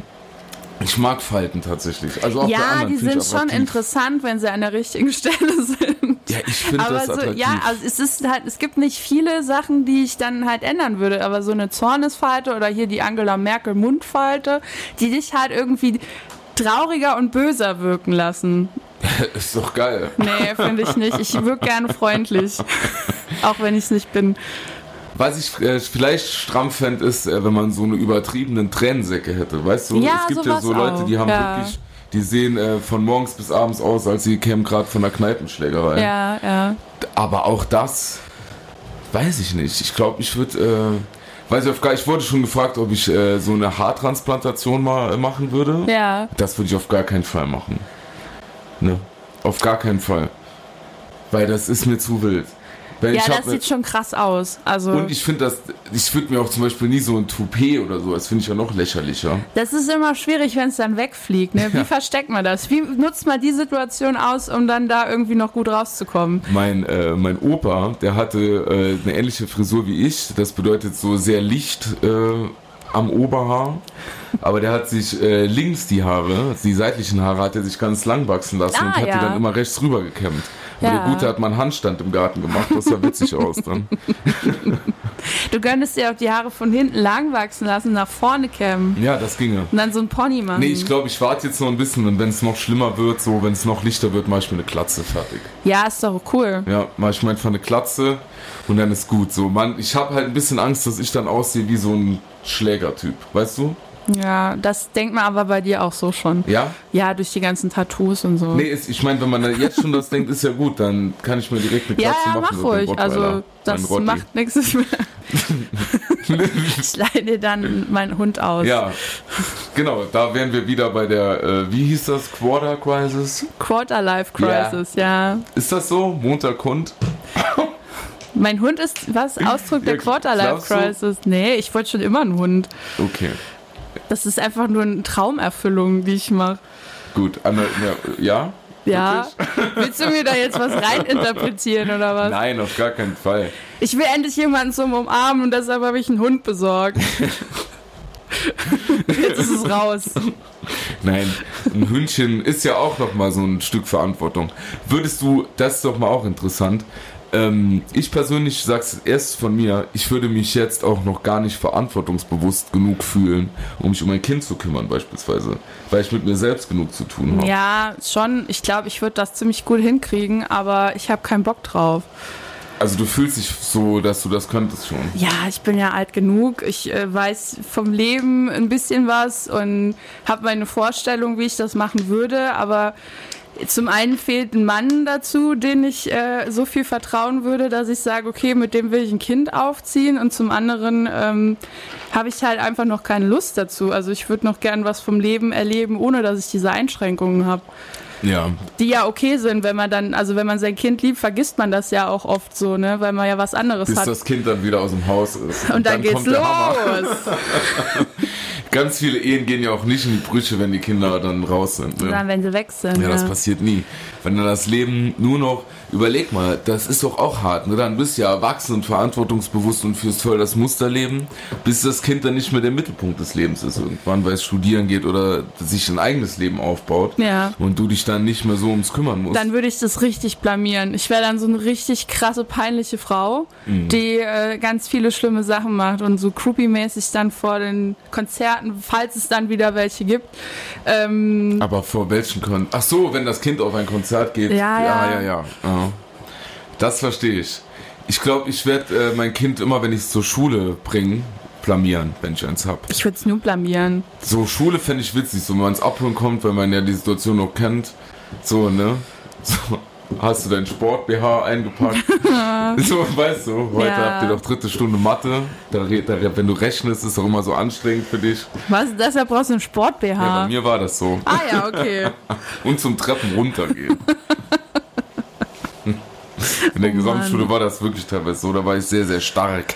[SPEAKER 1] Ich mag Falten tatsächlich. Also auch bei
[SPEAKER 2] Ja,
[SPEAKER 1] anderen
[SPEAKER 2] die
[SPEAKER 1] find
[SPEAKER 2] sind
[SPEAKER 1] ich
[SPEAKER 2] schon
[SPEAKER 1] attraktiv.
[SPEAKER 2] interessant, wenn sie an der richtigen [laughs] Stelle sind.
[SPEAKER 1] Ja, ich finde
[SPEAKER 2] aber
[SPEAKER 1] das
[SPEAKER 2] so,
[SPEAKER 1] attraktiv.
[SPEAKER 2] ja, also es ist halt, es gibt nicht viele Sachen, die ich dann halt ändern würde, aber so eine Zornesfalte oder hier die Angela Merkel Mundfalte, die dich halt irgendwie trauriger und böser wirken lassen.
[SPEAKER 1] ist doch geil.
[SPEAKER 2] Nee, finde ich nicht. Ich wirke gerne
[SPEAKER 1] [laughs]
[SPEAKER 2] freundlich. Auch wenn ich es nicht bin.
[SPEAKER 1] Was ich äh, vielleicht stramm fänd, ist, äh, wenn man so eine übertriebenen Tränensäcke hätte. Weißt du,
[SPEAKER 2] Ja,
[SPEAKER 1] es gibt ja
[SPEAKER 2] sowas
[SPEAKER 1] so Leute, die
[SPEAKER 2] auch,
[SPEAKER 1] haben
[SPEAKER 2] ja.
[SPEAKER 1] wirklich. Die sehen äh, von morgens bis abends aus, als sie kämen gerade von der Kneipenschlägerei.
[SPEAKER 2] Ja, ja.
[SPEAKER 1] Aber auch das weiß ich nicht. Ich glaube, ich würde. Äh, weiß ich auf gar Ich wurde schon gefragt, ob ich äh, so eine Haartransplantation mal äh, machen würde.
[SPEAKER 2] Ja.
[SPEAKER 1] Das würde ich auf gar keinen Fall machen. Ne? Auf gar keinen Fall. Weil das ist mir zu wild. Weil
[SPEAKER 2] ja,
[SPEAKER 1] ich hab
[SPEAKER 2] das
[SPEAKER 1] ne-
[SPEAKER 2] sieht schon krass aus. Also
[SPEAKER 1] und ich finde das, ich würde mir auch zum Beispiel nie so ein Toupet oder so, das finde ich ja noch lächerlicher.
[SPEAKER 2] das ist immer schwierig, wenn es dann wegfliegt. Ne? Wie versteckt man das? Wie nutzt man die Situation aus, um dann da irgendwie noch gut rauszukommen?
[SPEAKER 1] Mein, äh, mein Opa, der hatte äh, eine ähnliche Frisur wie ich. Das bedeutet so sehr licht äh, am Oberhaar. Aber der hat sich äh, links die Haare, also die seitlichen Haare, hat er sich ganz lang wachsen lassen und
[SPEAKER 2] Ah,
[SPEAKER 1] hat
[SPEAKER 2] ja.
[SPEAKER 1] die dann immer rechts rüber gekämmt. Und
[SPEAKER 2] Ja.
[SPEAKER 1] der Gute hat mal einen Handstand im Garten gemacht. Das sah witzig aus
[SPEAKER 2] [laughs]
[SPEAKER 1] dann.
[SPEAKER 2] Du könntest dir auch die Haare von hinten lang wachsen lassen, nach vorne kämmen
[SPEAKER 1] Ja, das ginge.
[SPEAKER 2] und dann so ein Pony machen.
[SPEAKER 1] Nee, ich glaube, ich warte jetzt noch ein bisschen und wenn es noch schlimmer wird, so, wenn es noch lichter wird, mache ich mir eine Klatze fertig.
[SPEAKER 2] ja, ist doch cool.
[SPEAKER 1] Ja, mach ich mir einfach eine Klatze und dann ist gut. So, man, ich habe halt ein bisschen Angst, dass ich dann aussehe wie so ein Schlägertyp, weißt du?
[SPEAKER 2] Ja, das denkt man aber bei dir auch so schon.
[SPEAKER 1] Ja?
[SPEAKER 2] Ja, durch die ganzen Tattoos und so.
[SPEAKER 1] Nee, ist, ich meine, wenn man da jetzt schon das denkt, ist ja gut, dann kann ich mir direkt eine
[SPEAKER 2] ja,
[SPEAKER 1] Klatze
[SPEAKER 2] ja,
[SPEAKER 1] machen.
[SPEAKER 2] mach
[SPEAKER 1] so den
[SPEAKER 2] ruhig. Also
[SPEAKER 1] Rottweiler,
[SPEAKER 2] das
[SPEAKER 1] meinen Rotti. [laughs]
[SPEAKER 2] macht nichts mehr. ich leih dir dann meinen Hund aus.
[SPEAKER 1] Ja, genau, da wären wir wieder bei der, äh, wie hieß das, Quarter Crisis?
[SPEAKER 2] Quarter-Life Crisis, ja.
[SPEAKER 1] Ist das so? Montag und?
[SPEAKER 2] Mein Hund ist, was, Ausdruck der
[SPEAKER 1] Ja,
[SPEAKER 2] Quarter-Life
[SPEAKER 1] glaubst du?
[SPEAKER 2] Crisis? Nee, ich wollte schon immer einen Hund.
[SPEAKER 1] Okay,
[SPEAKER 2] Das ist einfach nur eine Traumerfüllung, die ich mache.
[SPEAKER 1] gut. Anna, ja, ja?
[SPEAKER 2] Ja. Willst du mir da jetzt was reininterpretieren oder was?
[SPEAKER 1] Nein, auf gar keinen Fall.
[SPEAKER 2] Ich will endlich jemanden zum Umarmen und deshalb habe ich einen
[SPEAKER 1] [laughs]
[SPEAKER 2] Hund besorgt. jetzt ist es raus.
[SPEAKER 1] Nein, ein Hündchen ist ja auch noch mal so ein Stück Verantwortung. Würdest du, das ist doch mal auch interessant. Ähm, ich persönlich sag's erst von mir, ich würde mich jetzt auch noch gar nicht verantwortungsbewusst genug fühlen, um mich um mein Kind zu kümmern beispielsweise, weil ich mit mir selbst genug zu tun habe.
[SPEAKER 2] Ja, schon. Ich glaube, ich würde das ziemlich gut hinkriegen, aber ich habe keinen Bock drauf.
[SPEAKER 1] Also du fühlst dich so, dass du das könntest schon.
[SPEAKER 2] Ja, ich bin ja alt genug. Ich äh, weiß vom Leben ein bisschen was und habe meine Vorstellung, wie ich das machen würde. Aber zum einen fehlt ein Mann dazu, den ich äh, so viel vertrauen würde, dass ich sage, okay, mit dem will ich ein Kind aufziehen. Und zum anderen ähm, habe ich halt einfach noch keine Lust dazu. Also ich würde noch gern was vom Leben erleben, ohne dass ich diese Einschränkungen habe
[SPEAKER 1] Ja,
[SPEAKER 2] die ja okay sind, wenn man dann, also wenn man sein Kind liebt, vergisst man das ja auch oft so, ne, weil man ja was anderes
[SPEAKER 1] bis
[SPEAKER 2] hat.
[SPEAKER 1] das Kind dann wieder aus dem Haus ist.
[SPEAKER 2] und dann, geht's
[SPEAKER 1] kommt der Hammer. [laughs]
[SPEAKER 2] los.
[SPEAKER 1] Ganz viele Ehen gehen ja auch nicht in die Brüche, wenn die Kinder dann raus sind. Ne?
[SPEAKER 2] Dann, wenn sie weg sind.
[SPEAKER 1] Ja, das passiert nie. Wenn dann das Leben nur noch, überleg mal, das ist doch auch hart. Ne? Dann bist du ja erwachsen und verantwortungsbewusst und führst voll das Musterleben, bis das Kind dann nicht mehr der Mittelpunkt des Lebens ist irgendwann, weil es studieren geht oder sich ein eigenes Leben aufbaut
[SPEAKER 2] Ja.
[SPEAKER 1] und du dich dann nicht mehr so ums kümmern musst.
[SPEAKER 2] Dann würde ich das richtig blamieren. Ich wäre dann so eine richtig krasse, peinliche Frau,
[SPEAKER 1] Mhm.
[SPEAKER 2] die äh, ganz viele schlimme Sachen macht und so groupie-mäßig dann vor den Konzerten, falls es dann wieder welche gibt. Ähm,
[SPEAKER 1] Aber vor welchen Kon Ach so, wenn das Kind auf ein Konzert geht.
[SPEAKER 2] Ja,
[SPEAKER 1] ja, ja.
[SPEAKER 2] ja.
[SPEAKER 1] ja. ja. Das verstehe ich. Ich glaube, ich werde äh, mein Kind immer, wenn ich es zur Schule bringe, blamieren, wenn ich eins hab.
[SPEAKER 2] ich würde es nur blamieren.
[SPEAKER 1] So, Schule fände ich witzig, so wenn man es abholen kommt, weil man ja die Situation noch kennt. So, ne? So, hast du deinen Sport-BH eingepackt? so, weißt du, heute
[SPEAKER 2] Ja.
[SPEAKER 1] habt ihr doch dritte Stunde Mathe. Da, re- da, re- wenn du rechnest, ist doch immer so anstrengend für dich.
[SPEAKER 2] Was? Deshalb brauchst du einen
[SPEAKER 1] Ja,
[SPEAKER 2] Sport-BH.
[SPEAKER 1] bei mir war das so.
[SPEAKER 2] ah ja, okay.
[SPEAKER 1] Und zum Treppen runtergehen. In der Gesamtschule war das wirklich teilweise so, da war ich sehr, sehr stark.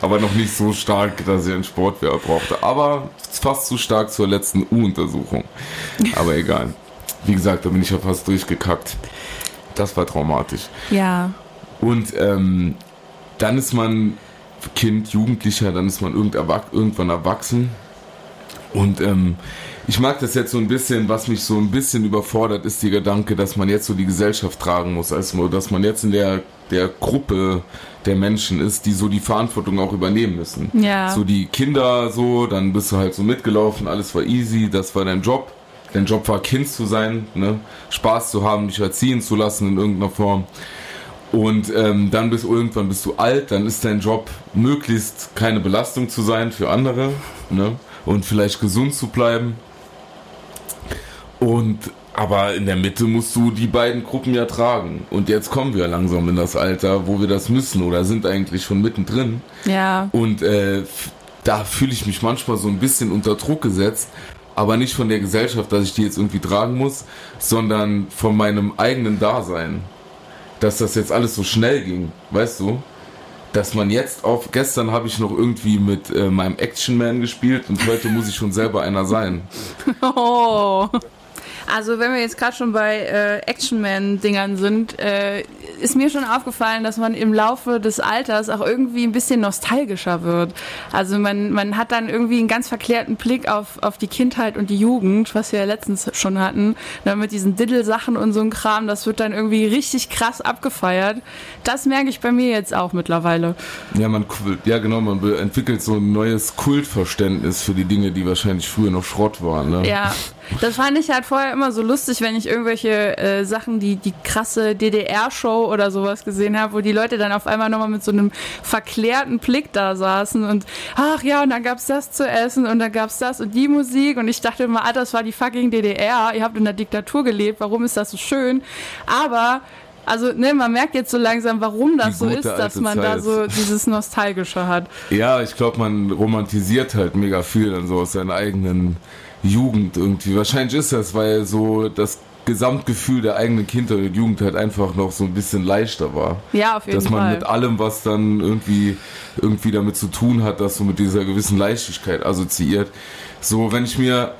[SPEAKER 1] Aber noch nicht so stark, dass ich einen Sportwehr brauchte. Aber fast zu stark zur letzten U-Untersuchung. Aber egal. Wie gesagt, da bin ich ja fast durchgekackt. Das war traumatisch.
[SPEAKER 2] Ja.
[SPEAKER 1] Und ähm, dann ist man Kind, Jugendlicher, dann ist man irgend erwach irgendwann erwachsen. Und ähm, ich mag das jetzt so ein bisschen, was mich so ein bisschen überfordert, ist der Gedanke, dass man jetzt so die Gesellschaft tragen muss, also dass man jetzt in der, der Gruppe der Menschen ist, die so die Verantwortung auch übernehmen müssen.
[SPEAKER 2] Ja.
[SPEAKER 1] So die Kinder so, dann bist du halt so mitgelaufen, alles war easy, das war dein Job. Dein Job war Kind zu sein, ne? Spaß zu haben, dich erziehen zu lassen in irgendeiner Form. Und ähm, dann bist irgendwann bist du alt, dann ist dein Job möglichst keine Belastung zu sein für andere ne? und vielleicht gesund zu bleiben. Und aber in der Mitte musst du die beiden Gruppen ja tragen. Und jetzt kommen wir langsam in das Alter, wo wir das müssen oder sind eigentlich schon mittendrin.
[SPEAKER 2] Ja.
[SPEAKER 1] Und äh, f- da fühle ich mich manchmal so ein bisschen unter Druck gesetzt, aber nicht von der Gesellschaft, dass ich die jetzt irgendwie tragen muss, sondern von meinem eigenen Dasein. Dass das jetzt alles so schnell ging, weißt du? Dass man jetzt auf, gestern habe ich noch irgendwie mit äh, meinem Action Man gespielt und heute muss ich schon selber einer sein.
[SPEAKER 2] Oh. [laughs] Also wenn wir jetzt gerade schon bei äh, Action-Man-Dingern sind, äh, ist mir schon aufgefallen, dass man im Laufe des Alters auch irgendwie ein bisschen nostalgischer wird. Also man, man hat dann irgendwie einen ganz verklärten Blick auf, auf die Kindheit und die Jugend, was wir ja letztens schon hatten. Dann mit diesen Diddle-Sachen und so ein Kram, das wird dann irgendwie richtig krass abgefeiert. Das merke ich bei mir jetzt auch mittlerweile.
[SPEAKER 1] Ja, man, ja genau, man be- entwickelt so ein neues Kultverständnis für die Dinge, die wahrscheinlich früher noch Schrott waren. Ne?
[SPEAKER 2] Ja, das fand ich halt vorher immer so lustig, wenn ich irgendwelche äh, Sachen, die die krasse DDR-Show oder sowas gesehen habe, wo die Leute dann auf einmal nochmal mit so einem verklärten Blick da saßen und ach ja, und dann gab's das zu essen und dann gab's das und die Musik und ich dachte immer, ah, das war die fucking DDR, ihr habt in der Diktatur gelebt, warum ist das so schön? Aber also, ne, man merkt jetzt so langsam, warum das
[SPEAKER 1] Die
[SPEAKER 2] so
[SPEAKER 1] gute
[SPEAKER 2] ist, dass
[SPEAKER 1] alte
[SPEAKER 2] man da
[SPEAKER 1] Zeit.
[SPEAKER 2] so dieses Nostalgische hat.
[SPEAKER 1] Ja, ich glaube, man romantisiert halt mega viel dann so aus seiner eigenen Jugend irgendwie. Wahrscheinlich ist das, weil so das Gesamtgefühl der eigenen Kindheit und Jugend halt einfach noch so ein bisschen leichter war.
[SPEAKER 2] Ja, auf jeden
[SPEAKER 1] Dass man
[SPEAKER 2] Fall.
[SPEAKER 1] mit allem, was dann irgendwie, irgendwie damit zu tun hat, das so mit dieser gewissen Leichtigkeit assoziiert. So, wenn ich mir,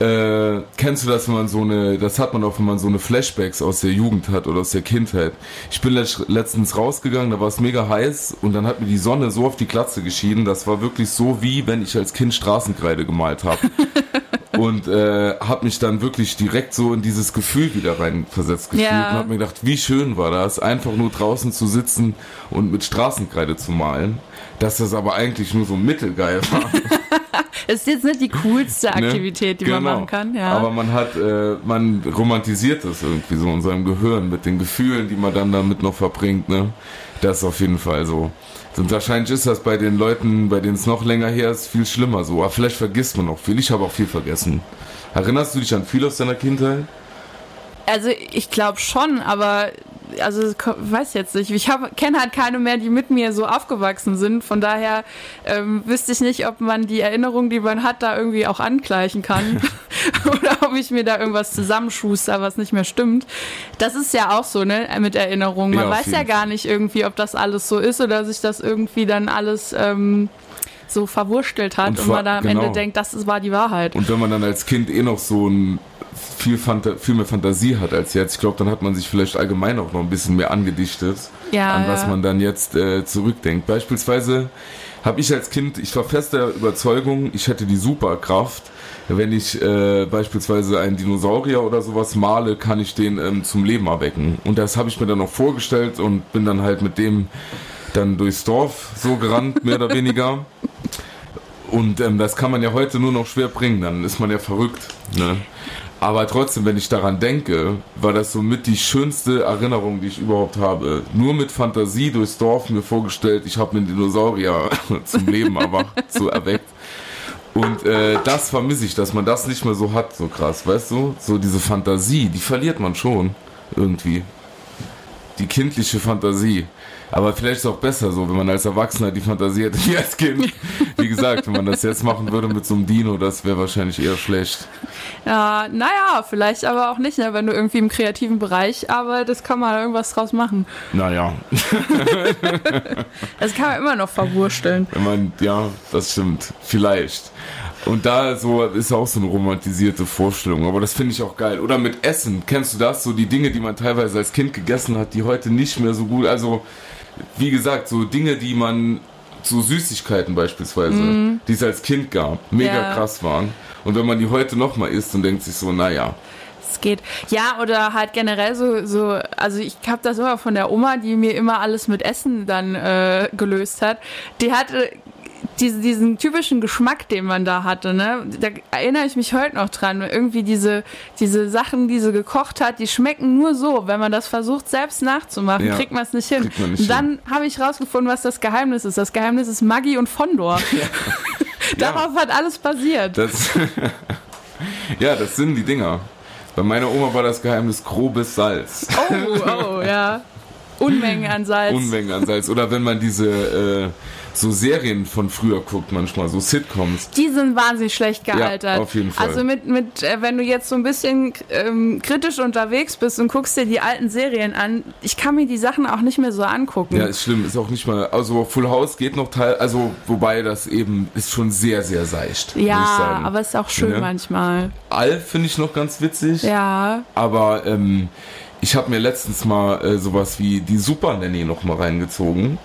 [SPEAKER 1] äh, kennst du das, wenn man so eine, das hat man auch, wenn man so eine Flashbacks aus der Jugend hat oder aus der Kindheit. Ich bin letzt- letztens rausgegangen, da war es mega heiß und dann hat mir die Sonne so auf die Glatze geschieden, das war wirklich so, wie wenn ich als Kind Straßenkreide gemalt habe. und äh, habe mich dann wirklich direkt so in dieses Gefühl wieder reinversetzt gefühlt
[SPEAKER 2] Ja.
[SPEAKER 1] und habe mir gedacht, wie schön war das, einfach nur draußen zu sitzen und mit Straßenkreide zu malen. Dass das aber eigentlich nur so mittelgeil war.
[SPEAKER 2] Ist jetzt nicht die coolste
[SPEAKER 1] ne?
[SPEAKER 2] Aktivität, die man
[SPEAKER 1] Genau.
[SPEAKER 2] machen kann, ja.
[SPEAKER 1] Aber man hat, äh, man romantisiert das irgendwie so in seinem Gehirn mit den Gefühlen, die man dann damit noch verbringt. Ne? Das ist auf jeden Fall so. Und wahrscheinlich ist das bei den Leuten, bei denen es noch länger her ist, viel schlimmer so. Aber vielleicht vergisst man auch viel. Ich habe auch viel vergessen. Erinnerst du dich an viel aus deiner Kindheit?
[SPEAKER 2] Also ich glaube schon, aber also es ko- weiß jetzt nicht. Ich kenne halt keine mehr, die mit mir so aufgewachsen sind. Von daher ähm, wüsste ich nicht, ob man die Erinnerung, die man hat, da irgendwie auch
[SPEAKER 1] [laughs]
[SPEAKER 2] angleichen kann. [laughs] Oder ob ich mir da irgendwas zusammenschuster, was nicht mehr stimmt. Das ist ja auch so, ne, mit Erinnerungen. Man
[SPEAKER 1] Ja, auf
[SPEAKER 2] weiß ja
[SPEAKER 1] jeden
[SPEAKER 2] gar nicht irgendwie, ob das alles so ist oder sich das irgendwie dann alles ähm, so verwurstelt hat
[SPEAKER 1] Und
[SPEAKER 2] und,
[SPEAKER 1] vor-
[SPEAKER 2] man da am
[SPEAKER 1] genau.
[SPEAKER 2] Ende denkt, das ist- war die Wahrheit.
[SPEAKER 1] Und wenn man dann als Kind eh noch so ein viel, Fanta viel mehr Fantasie hat als jetzt, ich glaube, dann hat man sich vielleicht allgemein auch noch ein bisschen mehr angedichtet,
[SPEAKER 2] Ja,
[SPEAKER 1] an was
[SPEAKER 2] ja.
[SPEAKER 1] man dann jetzt äh, zurückdenkt. Beispielsweise habe ich als Kind, ich war fester Überzeugung, ich hätte die Superkraft. Wenn ich äh, beispielsweise einen Dinosaurier oder sowas male, kann ich den ähm, zum Leben erwecken. Und das habe ich mir dann noch vorgestellt und bin dann halt mit dem dann durchs Dorf so gerannt, mehr oder weniger. Und ähm, das kann man ja heute nur noch schwer bringen, dann ist man ja verrückt. Ne? Aber trotzdem, wenn ich daran denke, war das somit die schönste Erinnerung, die ich überhaupt habe. Nur mit Fantasie durchs Dorf mir vorgestellt, ich habe einen Dinosaurier [laughs] zum Leben erwacht, [laughs] so erweckt. Und äh, das vermisse ich, dass man das nicht mehr so hat, so krass, weißt du? So diese Fantasie, die verliert man schon irgendwie. Die kindliche Fantasie. Aber vielleicht ist es auch besser so, wenn man als Erwachsener die Fantasie hätte wie als Kind. Wie gesagt, wenn man das jetzt machen würde mit so einem Dino, das wäre wahrscheinlich eher schlecht.
[SPEAKER 2] Ja, naja, vielleicht aber auch nicht, ne? wenn du irgendwie im kreativen Bereich arbeitest, kann man da irgendwas draus machen.
[SPEAKER 1] Naja,
[SPEAKER 2] Das kann man immer noch verwursteln.
[SPEAKER 1] wenn man, ja, das stimmt. Vielleicht. Und da so ist auch so eine romantisierte Vorstellung, aber das finde ich auch geil. Oder mit Essen, kennst du das? So die Dinge, die man teilweise als Kind gegessen hat, die heute nicht mehr so gut. Also, wie gesagt, so Dinge, die man, so Süßigkeiten beispielsweise, die es als Kind gab, mega
[SPEAKER 2] Ja.
[SPEAKER 1] krass waren. Und wenn man die heute nochmal isst und denkt sich so, naja,
[SPEAKER 2] Es geht. Ja, oder halt generell so, so also ich habe das immer von der Oma, die mir immer alles mit Essen dann äh, gelöst hat. Die hatte diesen, diesen typischen Geschmack, den man da hatte, ne? Da erinnere ich mich heute noch dran. Irgendwie diese, diese Sachen, die sie gekocht hat, die schmecken nur so. Wenn man das versucht, selbst nachzumachen,
[SPEAKER 1] Ja.
[SPEAKER 2] kriegt man es nicht hin.
[SPEAKER 1] Kriegt man nicht
[SPEAKER 2] und dann habe ich rausgefunden, was das Geheimnis ist. Das Geheimnis ist Maggi und Fondor. [laughs] Darauf hat alles basiert.
[SPEAKER 1] [laughs] Das, ja, das sind die Dinger. Bei meiner Oma war das Geheimnis grobes Salz.
[SPEAKER 2] Oh, oh, ja. Unmengen an Salz.
[SPEAKER 1] Unmengen an Salz. Oder wenn man diese, äh, so Serien von früher guckt manchmal, so Sitcoms.
[SPEAKER 2] Die sind wahnsinnig schlecht gealtert.
[SPEAKER 1] auf jeden Fall.
[SPEAKER 2] Also mit, mit, äh, wenn du jetzt so ein bisschen ähm, kritisch unterwegs bist und guckst dir die alten Serien an, ich kann mir die Sachen auch nicht mehr so angucken.
[SPEAKER 1] Ja, ist schlimm, ist auch nicht mal, also Full House geht noch teil, also wobei das eben ist schon sehr, sehr seicht. muss ich
[SPEAKER 2] ja
[SPEAKER 1] sagen.
[SPEAKER 2] aber es ist auch schön
[SPEAKER 1] Ja.
[SPEAKER 2] manchmal.
[SPEAKER 1] Alf finde ich noch ganz witzig.
[SPEAKER 2] Ja.
[SPEAKER 1] Aber ähm, ich habe mir letztens mal äh, sowas wie die Super Nanny noch mal reingezogen.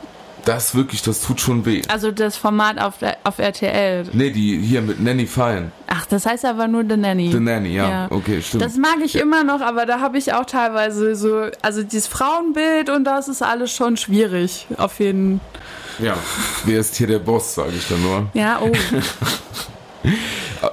[SPEAKER 1] Das wirklich, das tut schon weh.
[SPEAKER 2] Also das Format auf, der- auf RTL.
[SPEAKER 1] Nee, die hier mit Nanny Fine.
[SPEAKER 2] Ach, das heißt aber nur The Nanny.
[SPEAKER 1] The Nanny, ja.
[SPEAKER 2] Ja.
[SPEAKER 1] Okay, stimmt.
[SPEAKER 2] Das mag ich immer noch, aber da habe ich auch teilweise so, also dieses Frauenbild und das ist alles schon schwierig, auf jeden
[SPEAKER 1] ja. Wer ist hier der Boss, sage ich dann nur.
[SPEAKER 2] Ja, oh.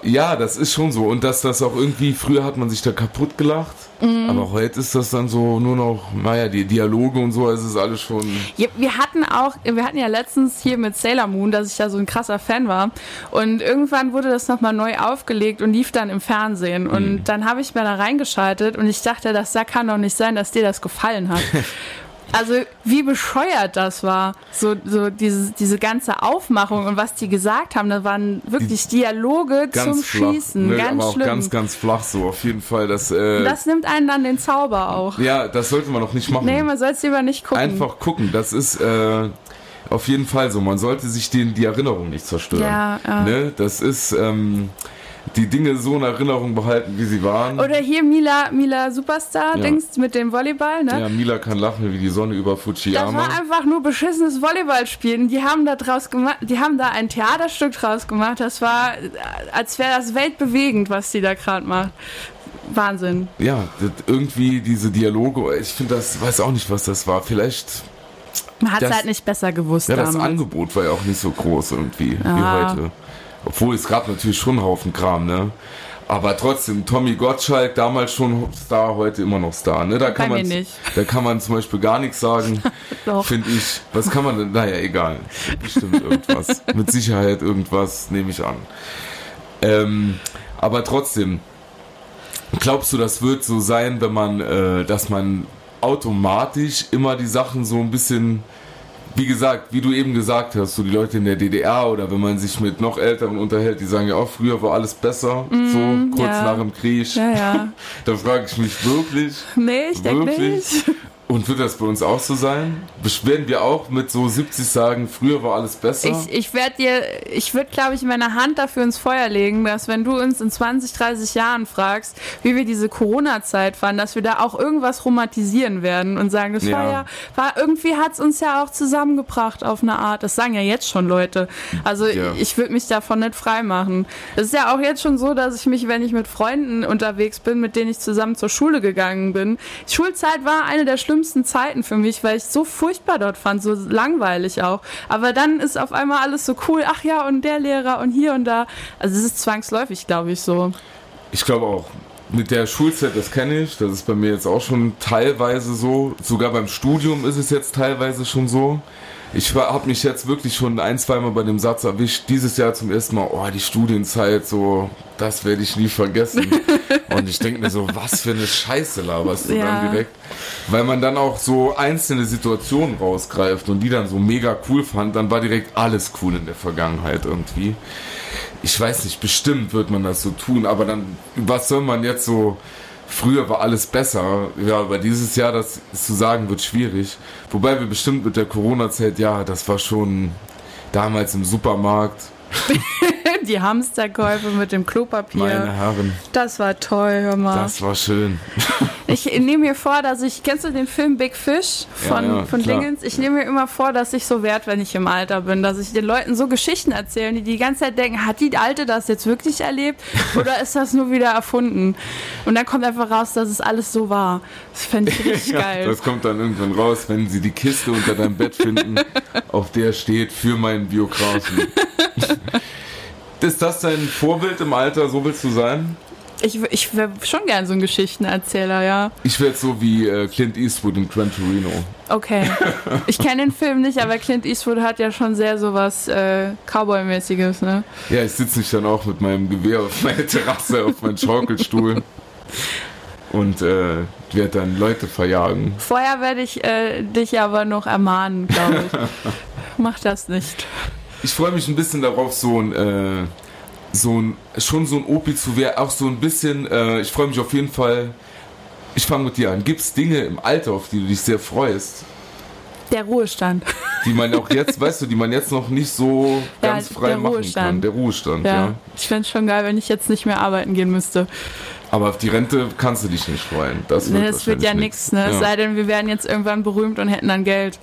[SPEAKER 1] Ja, das ist schon so. Und dass das auch irgendwie, früher hat man sich da kaputt gelacht.
[SPEAKER 2] Mhm.
[SPEAKER 1] Aber heute ist das dann so nur noch, naja, die Dialoge und so, es ist alles schon.
[SPEAKER 2] Ja, wir hatten auch, wir hatten ja letztens hier mit Sailor Moon, dass ich da so ein krasser Fan war. Und irgendwann wurde das nochmal neu aufgelegt und lief dann im Fernsehen. Und
[SPEAKER 1] Hm.
[SPEAKER 2] dann habe ich mir da reingeschaltet und ich dachte, das da kann doch nicht sein, dass dir das
[SPEAKER 1] [laughs]
[SPEAKER 2] gefallen hat. Also wie bescheuert das war, so, so diese, diese ganze Aufmachung und was die gesagt haben, da waren wirklich Dialoge
[SPEAKER 1] Hm. Ganz
[SPEAKER 2] zum
[SPEAKER 1] flach.
[SPEAKER 2] Schießen,
[SPEAKER 1] ne,
[SPEAKER 2] ganz
[SPEAKER 1] aber auch
[SPEAKER 2] schlimm.
[SPEAKER 1] ganz, ganz flach so. Auf jeden Fall. Das, äh,
[SPEAKER 2] das nimmt einen dann den Zauber auch.
[SPEAKER 1] ja, das sollte man auch nicht machen.
[SPEAKER 2] Nee, man soll es lieber nicht gucken.
[SPEAKER 1] Einfach gucken, das ist äh, auf jeden Fall so. Man sollte sich den, die Erinnerung nicht zerstören.
[SPEAKER 2] Ja, ja.
[SPEAKER 1] Ne? Das ist ähm, die Dinge so in Erinnerung behalten, wie sie waren.
[SPEAKER 2] Oder ne? hier Mila, Mila Superstar,
[SPEAKER 1] Ja.
[SPEAKER 2] Dings mit dem Volleyball, ne?
[SPEAKER 1] ja, Mila kann lachen wie die Sonne über
[SPEAKER 2] Das
[SPEAKER 1] Fujiyama.
[SPEAKER 2] war einfach nur beschissenes Volleyballspielen. Die haben da draus gemacht, die haben da ein Theaterstück draus gemacht. Das war, äh, als wäre das weltbewegend, was die da gerade macht. Wahnsinn.
[SPEAKER 1] Ja, das, irgendwie diese Dialoge, ich finde das, weiß auch nicht, was das war. Vielleicht,
[SPEAKER 2] Man hat es
[SPEAKER 1] Das-
[SPEAKER 2] halt nicht besser gewusst
[SPEAKER 1] ja, das
[SPEAKER 2] damals.
[SPEAKER 1] Angebot war ja auch nicht so groß irgendwie
[SPEAKER 2] Ja.
[SPEAKER 1] wie heute. Obwohl es gab natürlich schon einen Haufen Kram, ne? Aber trotzdem, Tommy Gottschalk, damals schon Star, heute immer noch Star, ne? Da kann,
[SPEAKER 2] Bei mir
[SPEAKER 1] man,
[SPEAKER 2] nicht.
[SPEAKER 1] da kann man zum Beispiel gar nichts sagen.
[SPEAKER 2] [laughs] Doch.
[SPEAKER 1] Finde ich. Was kann man denn? Naja, egal. Bestimmt irgendwas. Mit Sicherheit irgendwas, nehme ich an. Ähm, aber trotzdem, glaubst du, das wird so sein, wenn man, äh, dass man automatisch immer die Sachen so ein bisschen, wie gesagt, wie du eben gesagt hast, so die Leute in der DDR oder wenn man sich mit noch Älteren unterhält, die sagen ja auch, früher war alles besser, so kurz
[SPEAKER 2] Mhm, ja.
[SPEAKER 1] nach dem Krieg.
[SPEAKER 2] Ja, ja.
[SPEAKER 1] Da frage ich mich wirklich.
[SPEAKER 2] Nee, [laughs] ich denke
[SPEAKER 1] Wirklich?
[SPEAKER 2] nicht.
[SPEAKER 1] Und wird das bei uns auch so sein? Besch- Werden wir auch mit so 70 sagen, früher war alles besser?
[SPEAKER 2] Ich, ich werde dir, ich würde, glaube ich, meine Hand dafür ins Feuer legen, dass wenn du uns in 20, 30 Jahren fragst, wie wir diese Corona-Zeit fanden, dass wir da auch irgendwas romantisieren werden und sagen, das war
[SPEAKER 1] Ja.
[SPEAKER 2] ja, war irgendwie hat's uns ja auch zusammengebracht auf eine Art. Das sagen ja jetzt schon Leute. Also
[SPEAKER 1] Ja.
[SPEAKER 2] ich würde mich davon nicht freimachen. Es ist ja auch jetzt schon so, dass ich mich, wenn ich mit Freunden unterwegs bin, mit denen ich zusammen zur Schule gegangen bin, die Schulzeit war eine der schlimmsten Zeiten für mich, weil ich so furchtbar dort fand, so langweilig auch. Aber dann ist auf einmal alles so cool. Ach ja, und der Lehrer und hier und da. Also es ist zwangsläufig, glaube ich, so. [laughs]
[SPEAKER 1] Ich glaube auch. Mit der Schulzeit, das kenne ich, das ist bei mir jetzt auch schon teilweise so. Sogar beim Studium ist es jetzt teilweise schon so. Ich habe mich jetzt wirklich schon ein, zweimal bei dem Satz erwischt, dieses Jahr zum ersten Mal, oh, die Studienzeit, so, das werde ich nie vergessen. Und ich denke mir so, was für eine Scheiße laberst du
[SPEAKER 2] Ja.
[SPEAKER 1] dann direkt. Weil man dann auch so einzelne Situationen rausgreift und die dann so mega cool fand, dann war direkt alles cool in der Vergangenheit irgendwie ich weiß nicht, bestimmt wird man das so tun, aber dann, was soll man jetzt so, früher war alles besser, ja, aber dieses Jahr, das zu sagen, wird schwierig. Wobei wir bestimmt mit der Corona-Zeit, ja, das war schon damals im Supermarkt,
[SPEAKER 2] Die Hamsterkäufe mit dem Klopapier.
[SPEAKER 1] meine Herren,
[SPEAKER 2] Das war toll, hör mal.
[SPEAKER 1] das war schön.
[SPEAKER 2] Ich nehme mir vor, dass ich, kennst du den Film Big Fish von,
[SPEAKER 1] Ja, ja,
[SPEAKER 2] von
[SPEAKER 1] klar.
[SPEAKER 2] Dingens? Ich nehme mir immer vor, dass ich so wert, wenn ich im Alter bin, dass ich den Leuten so Geschichten erzähle, die die ganze Zeit denken, hat die Alte das jetzt wirklich erlebt
[SPEAKER 1] [laughs]
[SPEAKER 2] oder ist das nur wieder erfunden? Und dann kommt einfach raus, dass es alles so war. Das
[SPEAKER 1] [laughs]
[SPEAKER 2] fände ich richtig geil.
[SPEAKER 1] Das kommt dann irgendwann raus, wenn sie die Kiste unter deinem Bett finden, auf der steht für meinen Biografen. Ist das dein Vorbild im Alter, so willst du sein?
[SPEAKER 2] Ich, w- ich wäre schon gern so ein Geschichtenerzähler, ja.
[SPEAKER 1] Ich werde so wie äh, Clint Eastwood in Gran Torino.
[SPEAKER 2] Okay. Ich kenne den Film nicht, aber Clint Eastwood hat ja schon sehr sowas äh, Cowboy-mäßiges, ne?
[SPEAKER 1] Ja, ich sitze mich dann auch mit meinem Gewehr auf meine Terrasse, auf meinen Schaukelstuhl und äh, werde dann Leute verjagen. [laughs]
[SPEAKER 2] Vorher werde ich äh, dich aber noch ermahnen, glaube ich. mach das nicht.
[SPEAKER 1] Ich freue mich ein bisschen darauf, so ein, äh, so ein, schon so ein Opi zu werden, auch so ein bisschen, äh, ich freue mich auf jeden Fall, ich fange mit dir an. Gibt es Dinge im Alter, auf die du dich sehr freust,
[SPEAKER 2] Der Ruhestand.
[SPEAKER 1] die man auch
[SPEAKER 2] [laughs]
[SPEAKER 1] jetzt, weißt du, die man jetzt noch nicht so
[SPEAKER 2] Ja,
[SPEAKER 1] ganz
[SPEAKER 2] der
[SPEAKER 1] frei machen kann?
[SPEAKER 2] Ruhestand.
[SPEAKER 1] Der Ruhestand,
[SPEAKER 2] Ja.
[SPEAKER 1] ja.
[SPEAKER 2] Ich fände es schon geil, wenn ich jetzt nicht mehr arbeiten gehen müsste.
[SPEAKER 1] Aber auf die Rente kannst du dich nicht freuen. Das wird,
[SPEAKER 2] Ne, das wird
[SPEAKER 1] wahrscheinlich
[SPEAKER 2] ja nichts, ne? Es
[SPEAKER 1] Ja.
[SPEAKER 2] sei denn, wir wären jetzt irgendwann berühmt und hätten dann Geld.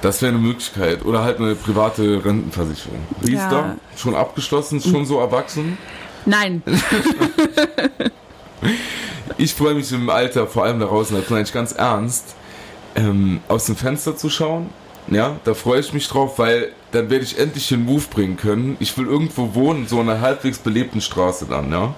[SPEAKER 1] Das wäre eine Möglichkeit. Oder halt eine private Rentenversicherung. Wie
[SPEAKER 2] Ja.
[SPEAKER 1] ist da? Schon abgeschlossen, schon so erwachsen? [laughs]
[SPEAKER 2] Nein.
[SPEAKER 1] Ich freue mich im Alter, vor allem da draußen, das meine ich ganz ernst, ähm, aus dem Fenster zu schauen. Ja, da freue ich mich drauf, weil dann werde ich endlich den Move bringen können. Ich will irgendwo wohnen, so in einer halbwegs belebten Straße dann, ja.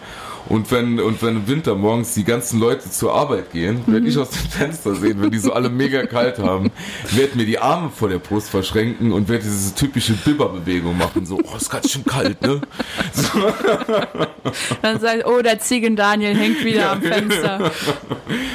[SPEAKER 1] Und wenn, und wenn im Winter morgens die ganzen Leute zur Arbeit gehen, werde ich aus dem Fenster sehen, wenn die so alle mega kalt haben, werde mir die Arme vor der Brust verschränken und werde diese typische Bibberbewegung machen. So, oh, ist ganz schön kalt, ne?
[SPEAKER 2] Dann sagt, oh, der Ziegen Daniel hängt
[SPEAKER 1] [laughs]
[SPEAKER 2] wieder am Fenster.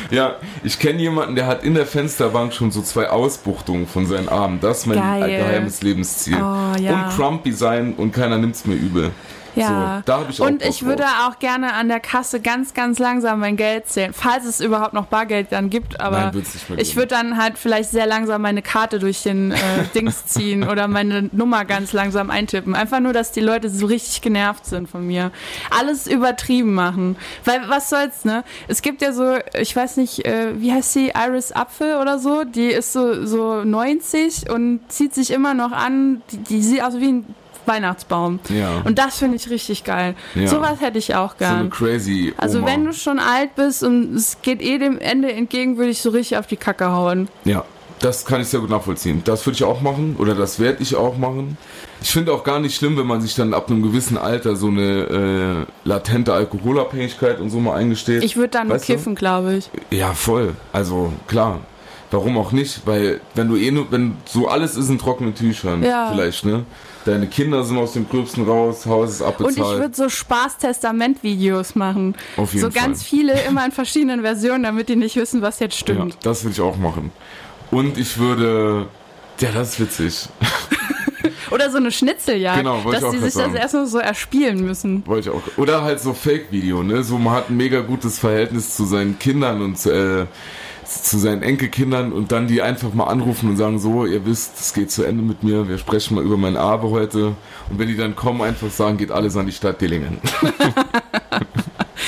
[SPEAKER 1] Ja, ich kenne jemanden, der hat in der Fensterbank schon so zwei Ausbuchtungen von seinen Armen. Das ist mein
[SPEAKER 2] Geil.
[SPEAKER 1] geheimes Lebensziel.
[SPEAKER 2] Oh, ja.
[SPEAKER 1] Und Crumpy sein und keiner nimmt's mir übel.
[SPEAKER 2] Ja.
[SPEAKER 1] So, da hab ich auch
[SPEAKER 2] und
[SPEAKER 1] Bock
[SPEAKER 2] ich würde
[SPEAKER 1] drauf.
[SPEAKER 2] auch gerne an der Kasse ganz, ganz langsam mein Geld zählen, falls es überhaupt noch Bargeld dann gibt. Aber
[SPEAKER 1] Nein, wird's nicht mehr
[SPEAKER 2] ich
[SPEAKER 1] geben.
[SPEAKER 2] würde dann halt vielleicht sehr langsam meine Karte durch den äh,
[SPEAKER 1] [laughs]
[SPEAKER 2] Dings ziehen oder meine Nummer ganz langsam eintippen. Einfach nur, dass die Leute so richtig genervt sind von mir. Alles übertrieben machen. Weil was soll's, ne? Es gibt ja so, ich weiß nicht, äh, wie heißt sie? Iris Apfel oder so. Die ist so, so 90 und zieht sich immer noch an. Die, die sieht aus wie ein Weihnachtsbaum.
[SPEAKER 1] Ja.
[SPEAKER 2] Und das finde ich richtig geil.
[SPEAKER 1] Ja.
[SPEAKER 2] Sowas hätte ich auch
[SPEAKER 1] so
[SPEAKER 2] gern.
[SPEAKER 1] eine crazy.
[SPEAKER 2] also
[SPEAKER 1] Oma.
[SPEAKER 2] wenn du schon alt bist und es geht eh dem Ende entgegen, würde ich so richtig auf die Kacke hauen.
[SPEAKER 1] Ja, das kann ich sehr gut nachvollziehen. Das würde ich auch machen oder das werde ich auch machen. Ich finde auch gar nicht schlimm, wenn man sich dann ab einem gewissen Alter so eine äh, latente Alkoholabhängigkeit und so mal eingesteht.
[SPEAKER 2] Ich würde dann nur
[SPEAKER 1] Weißt du?
[SPEAKER 2] kiffen, glaube ich.
[SPEAKER 1] Ja, voll. Also klar. Warum auch nicht? Weil wenn du eh nur, wenn so alles ist in trockenen Tüchern,
[SPEAKER 2] Ja.
[SPEAKER 1] vielleicht, ne? Deine Kinder sind aus dem Gröbsten raus, Haus ist
[SPEAKER 2] Und ich
[SPEAKER 1] abbezahlt.
[SPEAKER 2] würde so Spaß-Testament-Videos machen.
[SPEAKER 1] halt Auf jeden
[SPEAKER 2] so ganz
[SPEAKER 1] Fall.
[SPEAKER 2] viele, immer in verschiedenen Versionen, damit die nicht wissen, was jetzt
[SPEAKER 1] ja,
[SPEAKER 2] stimmt.
[SPEAKER 1] das würde ich auch machen. Und ich würde. Ja, das ist witzig.
[SPEAKER 2] Oder so eine Schnitzeljagd,
[SPEAKER 1] Genau, wollte ich
[SPEAKER 2] dass
[SPEAKER 1] auch
[SPEAKER 2] die
[SPEAKER 1] grad
[SPEAKER 2] sich das
[SPEAKER 1] sagen.
[SPEAKER 2] erst noch so erspielen müssen.
[SPEAKER 1] Wollte ich auch. Oder halt so Fake-Video, ne? So man hat ein mega gutes Verhältnis zu seinen Kindern und zu, äh, zu seinen Enkelkindern und dann die einfach mal anrufen und sagen so, ihr wisst, es geht zu Ende mit mir, wir sprechen mal über mein Erbe heute. Und wenn die dann kommen, einfach sagen, geht alles an die Stadt Dillingen. [laughs]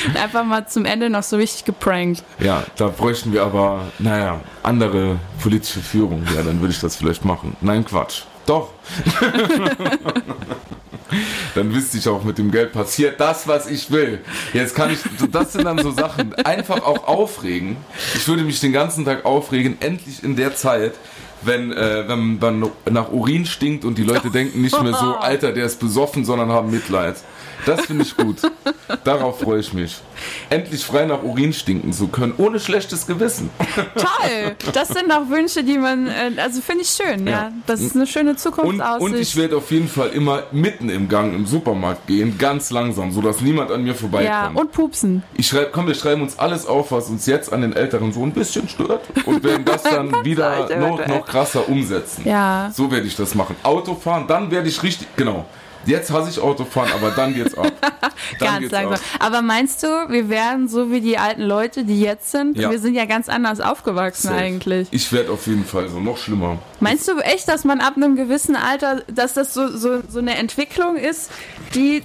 [SPEAKER 2] Und einfach mal zum Ende noch so richtig geprankt.
[SPEAKER 1] Ja, da bräuchten wir aber, naja, andere politische Führung. Ja, dann würde ich das vielleicht machen. Nein, Quatsch. Doch. dann wüsste ich auch mit dem Geld passiert das, was ich will. Jetzt kann ich, das sind dann so Sachen, einfach auch aufregen. Ich würde mich den ganzen Tag aufregen, endlich in der Zeit, wenn, äh, wenn man nach Urin stinkt und die
[SPEAKER 2] [laughs]
[SPEAKER 1] Leute denken nicht mehr
[SPEAKER 2] Oh.
[SPEAKER 1] so, Alter, der ist besoffen, sondern haben Mitleid. Das finde ich gut. Darauf freue ich mich. Endlich frei nach Urin stinken zu können, ohne schlechtes Gewissen.
[SPEAKER 2] Toll! Das sind auch Wünsche, die man, äh, also finde ich schön, ja.
[SPEAKER 1] Ja.
[SPEAKER 2] Das ist eine schöne
[SPEAKER 1] Und,
[SPEAKER 2] Zukunftsaussicht.
[SPEAKER 1] und ich werde auf jeden Fall immer mitten im Gang im Supermarkt gehen, ganz langsam, sodass niemand an mir
[SPEAKER 2] ja,
[SPEAKER 1] vorbeikommt.
[SPEAKER 2] und pupsen.
[SPEAKER 1] Ich schreib, komm, wir schreiben uns alles auf, was uns jetzt an den Älteren so ein bisschen stört und werden das dann wieder
[SPEAKER 2] alt
[SPEAKER 1] noch,
[SPEAKER 2] eventuell.
[SPEAKER 1] noch krasser umsetzen.
[SPEAKER 2] Ja.
[SPEAKER 1] So werde ich das machen. Autofahren, dann werde ich richtig, genau. Jetzt hasse ich Autofahren, aber dann geht's
[SPEAKER 2] [laughs]
[SPEAKER 1] ab. Dann
[SPEAKER 2] Ganz
[SPEAKER 1] geht's
[SPEAKER 2] langsam.
[SPEAKER 1] ab.
[SPEAKER 2] Aber meinst du, wir wären so wie die alten Leute, die jetzt sind?
[SPEAKER 1] Ja.
[SPEAKER 2] Wir sind ja ganz anders aufgewachsen
[SPEAKER 1] Safe.
[SPEAKER 2] eigentlich.
[SPEAKER 1] Ich werde auf jeden Fall so, noch schlimmer.
[SPEAKER 2] Meinst du echt, dass man ab einem gewissen Alter, dass das so, so, so eine Entwicklung ist, die,